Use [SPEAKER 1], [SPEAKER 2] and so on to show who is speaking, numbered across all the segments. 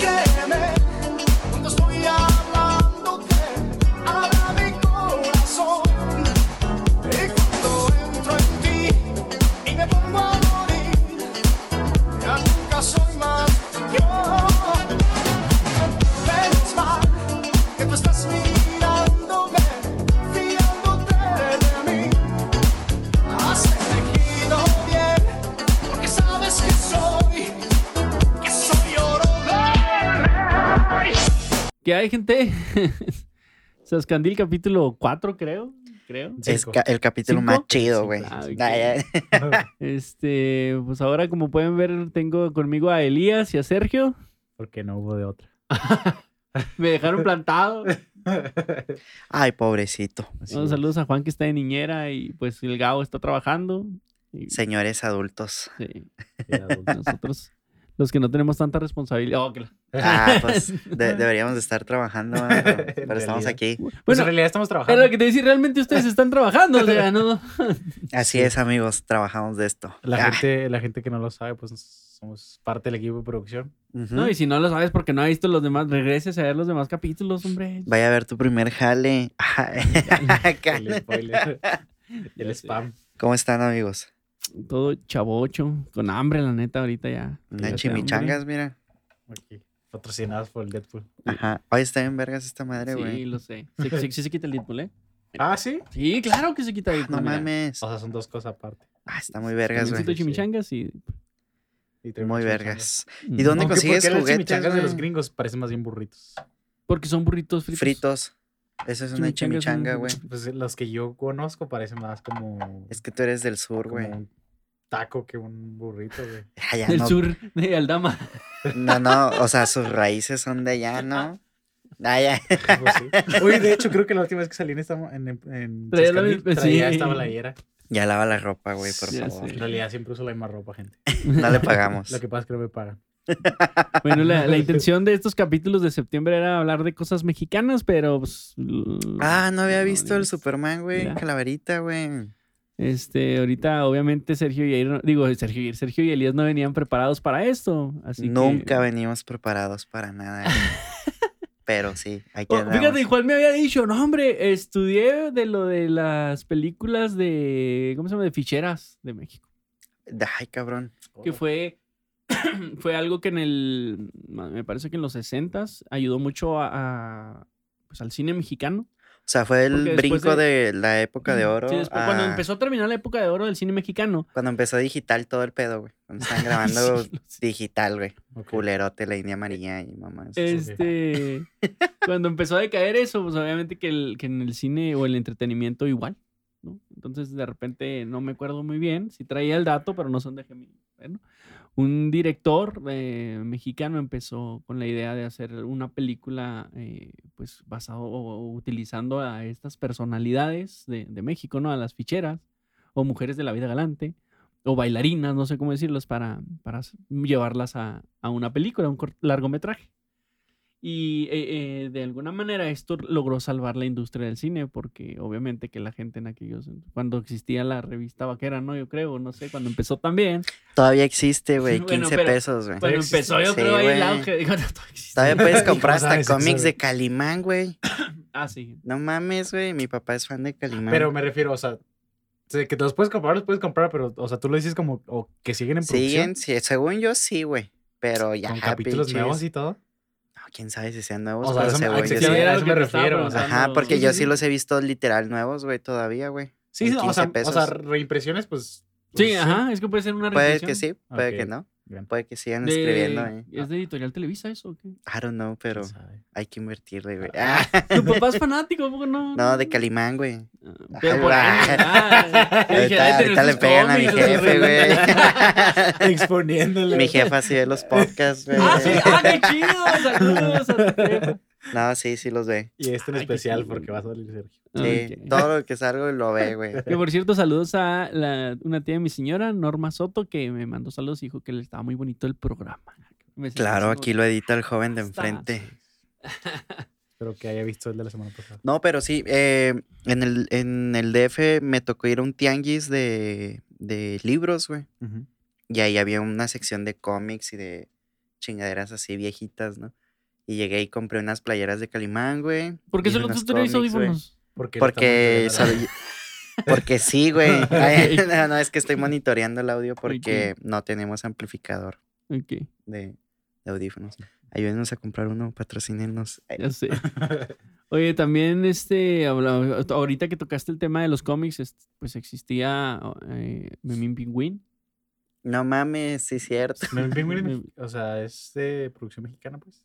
[SPEAKER 1] Créeme, cuando estoy hablándote, habla mi corazón. Y cuando entro en ti y me pongo a morir, ya nunca soy más yo. Menos mal que tú estás mirándome, fiándote de mí. Has elegido bien, porque sabes que soy, que soy oro verde.
[SPEAKER 2] ¿Qué hay, gente? Sascandil capítulo 4, creo. Creo.
[SPEAKER 3] Es
[SPEAKER 4] Cinco.
[SPEAKER 3] ca- el capítulo más
[SPEAKER 2] ¿Cinco?
[SPEAKER 3] chido,
[SPEAKER 4] Cinco.
[SPEAKER 3] güey.
[SPEAKER 2] Ah, ok.
[SPEAKER 3] Nah, ya-
[SPEAKER 2] Este, pues ahora como pueden ver, tengo conmigo a Elías y a Sergio.
[SPEAKER 4] Porque no hubo de otra.
[SPEAKER 2] Me dejaron plantado.
[SPEAKER 3] Ay, pobrecito.
[SPEAKER 4] Así
[SPEAKER 2] Bueno,
[SPEAKER 4] es.
[SPEAKER 2] saludos a Juan que está de niñera y pues el Gabo está trabajando. Y,
[SPEAKER 3] Señores adultos.
[SPEAKER 2] sí,
[SPEAKER 4] Sí, adulto.
[SPEAKER 2] nosotros, los que no tenemos tanta responsabilidad. Oh, que la-
[SPEAKER 3] Ah, pues de- deberíamos de estar trabajando, ¿verdad? pero,
[SPEAKER 4] En
[SPEAKER 3] pero estamos
[SPEAKER 4] realidad.
[SPEAKER 3] aquí.
[SPEAKER 4] Pues en
[SPEAKER 2] Bueno,
[SPEAKER 4] realidad estamos
[SPEAKER 2] es
[SPEAKER 4] trabajando.
[SPEAKER 2] lo que te decía, realmente ustedes están trabajando, o sea, no.
[SPEAKER 3] Así es, amigos, trabajamos de esto.
[SPEAKER 4] La,
[SPEAKER 3] Ah,
[SPEAKER 4] gente, la gente que no lo sabe, pues somos parte del equipo de producción.
[SPEAKER 3] ujú.
[SPEAKER 2] No, y si no lo sabes porque no ha visto los demás, regreses a ver los demás capítulos, hombre.
[SPEAKER 3] Vaya a ver tu primer jale. Ay, acá.
[SPEAKER 4] El spoiler. El spam.
[SPEAKER 3] ¿Cómo están, amigos?
[SPEAKER 2] Todo chavocho, con hambre, la neta, ahorita ya.
[SPEAKER 4] Pues
[SPEAKER 3] Unas
[SPEAKER 2] Ya está, hombre.
[SPEAKER 3] chimichangas, mira.
[SPEAKER 4] Aquí. Patrocinados por el Deadpool.
[SPEAKER 3] Ajá. Hoy está en vergas esta madre,
[SPEAKER 2] Sí,
[SPEAKER 3] güey.
[SPEAKER 2] lo sé. Sí, sí, sí se quita el Deadpool, ¿eh?
[SPEAKER 4] Ah, sí.
[SPEAKER 2] Sí, claro que se quita el
[SPEAKER 3] Ah, no
[SPEAKER 2] Deadpool. mira.
[SPEAKER 3] mames.
[SPEAKER 4] O sea, son dos cosas aparte.
[SPEAKER 3] Ah, está muy vergas,
[SPEAKER 2] También siento
[SPEAKER 4] Oh, sí,
[SPEAKER 3] güey.
[SPEAKER 4] sí.
[SPEAKER 2] chimichangas y...
[SPEAKER 4] Y tenemos
[SPEAKER 3] Muy
[SPEAKER 4] chimichangas.
[SPEAKER 3] vergas. ¿Y dónde
[SPEAKER 4] Aunque
[SPEAKER 3] consigues
[SPEAKER 4] porque eran
[SPEAKER 3] juguetes?
[SPEAKER 4] chimichangas de los
[SPEAKER 3] güey?
[SPEAKER 4] gringos parecen más bien burritos.
[SPEAKER 2] Porque son burritos fritos.
[SPEAKER 3] Fritos. Eso es una
[SPEAKER 2] Chimichangas son
[SPEAKER 3] chimichanga,
[SPEAKER 2] un
[SPEAKER 3] güey.
[SPEAKER 2] poquito-
[SPEAKER 4] Pues los que yo conozco parecen más como,
[SPEAKER 3] Es que tú eres del sur,
[SPEAKER 4] como
[SPEAKER 3] güey.
[SPEAKER 4] un taco que un burrito, güey.
[SPEAKER 3] Ah, ya
[SPEAKER 2] Del
[SPEAKER 3] no
[SPEAKER 2] sur de Aldama.
[SPEAKER 3] No, no, o sea, sus raíces son de allá, ¿no? Ah, ya.
[SPEAKER 4] Algo así. Oye, de hecho, creo que la última vez que salí en esta en, en
[SPEAKER 2] Traía la
[SPEAKER 4] Chascalí,
[SPEAKER 2] misma-
[SPEAKER 4] traía
[SPEAKER 2] sí.
[SPEAKER 4] esta balayera.
[SPEAKER 3] Ya lava la ropa, güey, por
[SPEAKER 2] Ya
[SPEAKER 3] favor.
[SPEAKER 2] sé.
[SPEAKER 4] En realidad siempre uso la misma ropa, gente.
[SPEAKER 3] No le pagamos.
[SPEAKER 4] Lo que pasa es que no me pagan.
[SPEAKER 2] Bueno, la, la intención de estos capítulos de septiembre era hablar de cosas mexicanas, pero pues,
[SPEAKER 3] Ah, no había
[SPEAKER 2] no,
[SPEAKER 3] visto
[SPEAKER 2] ni-
[SPEAKER 3] el Superman, güey.
[SPEAKER 2] Mira.
[SPEAKER 3] Calaverita, güey.
[SPEAKER 2] este, ahorita obviamente Sergio y Jair no- digo, Sergio y Jair, Sergio y Elías no venían preparados para esto, así que-
[SPEAKER 3] Nunca venimos preparados para nada. güey. Pero sí, hay que
[SPEAKER 2] Oh, fíjate, Juan me había dicho, no hombre, estudié de lo de las películas de, ¿cómo se llama? De ficheras de México,
[SPEAKER 3] Ay, cabrón.
[SPEAKER 2] que fue, fue algo que en el, me parece que en los 60s ayudó mucho a- a, pues, al cine mexicano.
[SPEAKER 3] O sea, fue
[SPEAKER 2] Porque
[SPEAKER 3] el
[SPEAKER 2] después
[SPEAKER 3] brinco
[SPEAKER 2] de-
[SPEAKER 3] de... la época de oro. ah.
[SPEAKER 2] Sí, después, Cuando
[SPEAKER 3] a-
[SPEAKER 2] empezó a terminar la época de oro del cine mexicano.
[SPEAKER 3] Cuando empezó digital todo el pedo, güey. Cuando estaban grabando
[SPEAKER 2] Sí, lo sé.
[SPEAKER 3] digital, güey.
[SPEAKER 4] Ok.
[SPEAKER 3] Culerote, la India Amarilla y mamá.
[SPEAKER 2] Este, cuando empezó a decaer eso, pues obviamente que, el- que en el cine o el entretenimiento igual, ¿no? Entonces de repente no me acuerdo muy bien, si traía el dato, pero no son de Gemini. Bueno, un director eh, mexicano empezó con la idea de hacer una película, eh, pues basado o, o utilizando a estas personalidades de, de México, ¿no? A las ficheras o mujeres de la vida galante. O bailarinas, no sé cómo decirlos, para, para llevarlas a, a una película, a un cort- largometraje. Y eh, eh, de alguna manera esto logró salvar la industria del cine, porque obviamente que la gente en aquellos, cuando existía la revista vaquera, ¿no? Yo creo, no sé, cuando empezó también.
[SPEAKER 3] Todavía existe, güey. 15
[SPEAKER 2] Bueno, pero-
[SPEAKER 3] pesos, güey.
[SPEAKER 2] Cuando
[SPEAKER 4] existe.
[SPEAKER 2] empezó, yo
[SPEAKER 3] Sí,
[SPEAKER 2] creo, ahí el
[SPEAKER 3] güey.
[SPEAKER 2] auge. Digo, no, todo existe.
[SPEAKER 3] Todavía puedes
[SPEAKER 4] ¿Cómo
[SPEAKER 3] comprar hasta
[SPEAKER 4] sabes eso,
[SPEAKER 3] cómics
[SPEAKER 4] güey?
[SPEAKER 3] de Calimán, güey.
[SPEAKER 2] Ah, sí.
[SPEAKER 3] No mames, güey. Mi papá es fan de Calimán.
[SPEAKER 4] Pero me refiero, o sea, sé que te los puedes comprar, los puedes comprar, pero, o sea, tú lo dices como o que siguen en producción.
[SPEAKER 3] Siguen, sí, según yo sí, güey. Pero ya,
[SPEAKER 4] Con capítulos
[SPEAKER 3] pinches-
[SPEAKER 4] nuevos y todo.
[SPEAKER 3] No, quién sabe si sean nuevos,
[SPEAKER 4] O sea,
[SPEAKER 3] pero
[SPEAKER 4] eso me-
[SPEAKER 3] según
[SPEAKER 4] ah,
[SPEAKER 3] yo
[SPEAKER 4] que
[SPEAKER 3] sí.
[SPEAKER 4] sea-
[SPEAKER 2] era
[SPEAKER 4] a
[SPEAKER 2] lo
[SPEAKER 4] eso me
[SPEAKER 2] te estaba
[SPEAKER 4] refiero, o sea.
[SPEAKER 3] Ajá,
[SPEAKER 2] preguntando.
[SPEAKER 3] porque
[SPEAKER 2] Sí,
[SPEAKER 3] yo
[SPEAKER 2] sí,
[SPEAKER 3] sí los he visto literal nuevos, güey, todavía, güey.
[SPEAKER 4] Sí,
[SPEAKER 3] En
[SPEAKER 4] o
[SPEAKER 3] 15
[SPEAKER 4] sea, o
[SPEAKER 3] pesos.
[SPEAKER 4] sea, reimpresiones, pues. pues,
[SPEAKER 2] Sí, ajá, es que puede ser una
[SPEAKER 3] Puede
[SPEAKER 2] reimpresión.
[SPEAKER 3] que sí, puede que
[SPEAKER 4] Ok,
[SPEAKER 3] no.
[SPEAKER 4] bien.
[SPEAKER 3] Puede que sigan
[SPEAKER 2] De-
[SPEAKER 3] escribiendo, eh.
[SPEAKER 2] ¿Es de Editorial Televisa eso o qué?
[SPEAKER 3] I don't know, pero
[SPEAKER 4] quién sabe.
[SPEAKER 3] hay que invertirle, güey.
[SPEAKER 4] Ah.
[SPEAKER 3] Ah,
[SPEAKER 2] Tu papá es fanático, ¿a poco no?
[SPEAKER 3] no, de Calimán, güey.
[SPEAKER 2] Ah, Pero por ahí.
[SPEAKER 3] Ay,
[SPEAKER 2] ah, yo dije, "Ha
[SPEAKER 3] Ahorita,
[SPEAKER 2] de tener
[SPEAKER 3] ahorita le
[SPEAKER 2] sus
[SPEAKER 3] pegan a mi
[SPEAKER 2] cómics,
[SPEAKER 3] jefe, güey.
[SPEAKER 4] Exponiéndole.
[SPEAKER 3] mi jefa sí ve los podcasts, güey.
[SPEAKER 2] Ah, sí, ah, qué chido. Saludos a tu jefe.
[SPEAKER 3] No, sí, sí los ve.
[SPEAKER 4] Y este en
[SPEAKER 2] Ay, qué
[SPEAKER 4] especial,
[SPEAKER 2] chido.
[SPEAKER 4] porque va a salir Sergio.
[SPEAKER 3] Sí,
[SPEAKER 2] Ok.
[SPEAKER 3] todo lo que salgo lo ve, güey.
[SPEAKER 2] Que por cierto, saludos a la- una tía de mi señora, Norma Soto, que me mandó saludos y dijo que le estaba muy bonito el programa. Me siento
[SPEAKER 3] Claro,
[SPEAKER 2] así como
[SPEAKER 3] aquí
[SPEAKER 2] que,
[SPEAKER 3] lo edita el joven de
[SPEAKER 2] "Estás".
[SPEAKER 3] enfrente.
[SPEAKER 4] Espero que haya visto el de la semana pasada.
[SPEAKER 3] No, pero sí, eh, en, el, en el DF me tocó ir a un tianguis de, de libros, güey. Y ahí había una sección de cómics y de chingaderas así viejitas, ¿no? Y llegué y compré unas playeras de Calimán, güey.
[SPEAKER 2] ¿Por qué
[SPEAKER 3] y
[SPEAKER 2] solo
[SPEAKER 3] unos
[SPEAKER 2] tú tenías
[SPEAKER 3] cómics, güey.
[SPEAKER 2] audífonos?
[SPEAKER 4] Porque,
[SPEAKER 3] Porque,
[SPEAKER 4] estamos en
[SPEAKER 3] sabe- porque sí, güey. Ay,
[SPEAKER 2] Ok.
[SPEAKER 3] no, no, es que estoy monitoreando el audio porque no tenemos amplificador
[SPEAKER 2] Ok,
[SPEAKER 3] de, de audífonos. Ayúdenos a comprar uno, patrocínenos. Ay,
[SPEAKER 2] ya sé.
[SPEAKER 4] la-
[SPEAKER 2] Oye, también este, habla- ahorita que tocaste el tema de los cómics, es- pues existía eh, Memín Pingüín.
[SPEAKER 3] No mames, sí es cierto.
[SPEAKER 4] Memín Pingüín, o sea, es de producción mexicana, pues.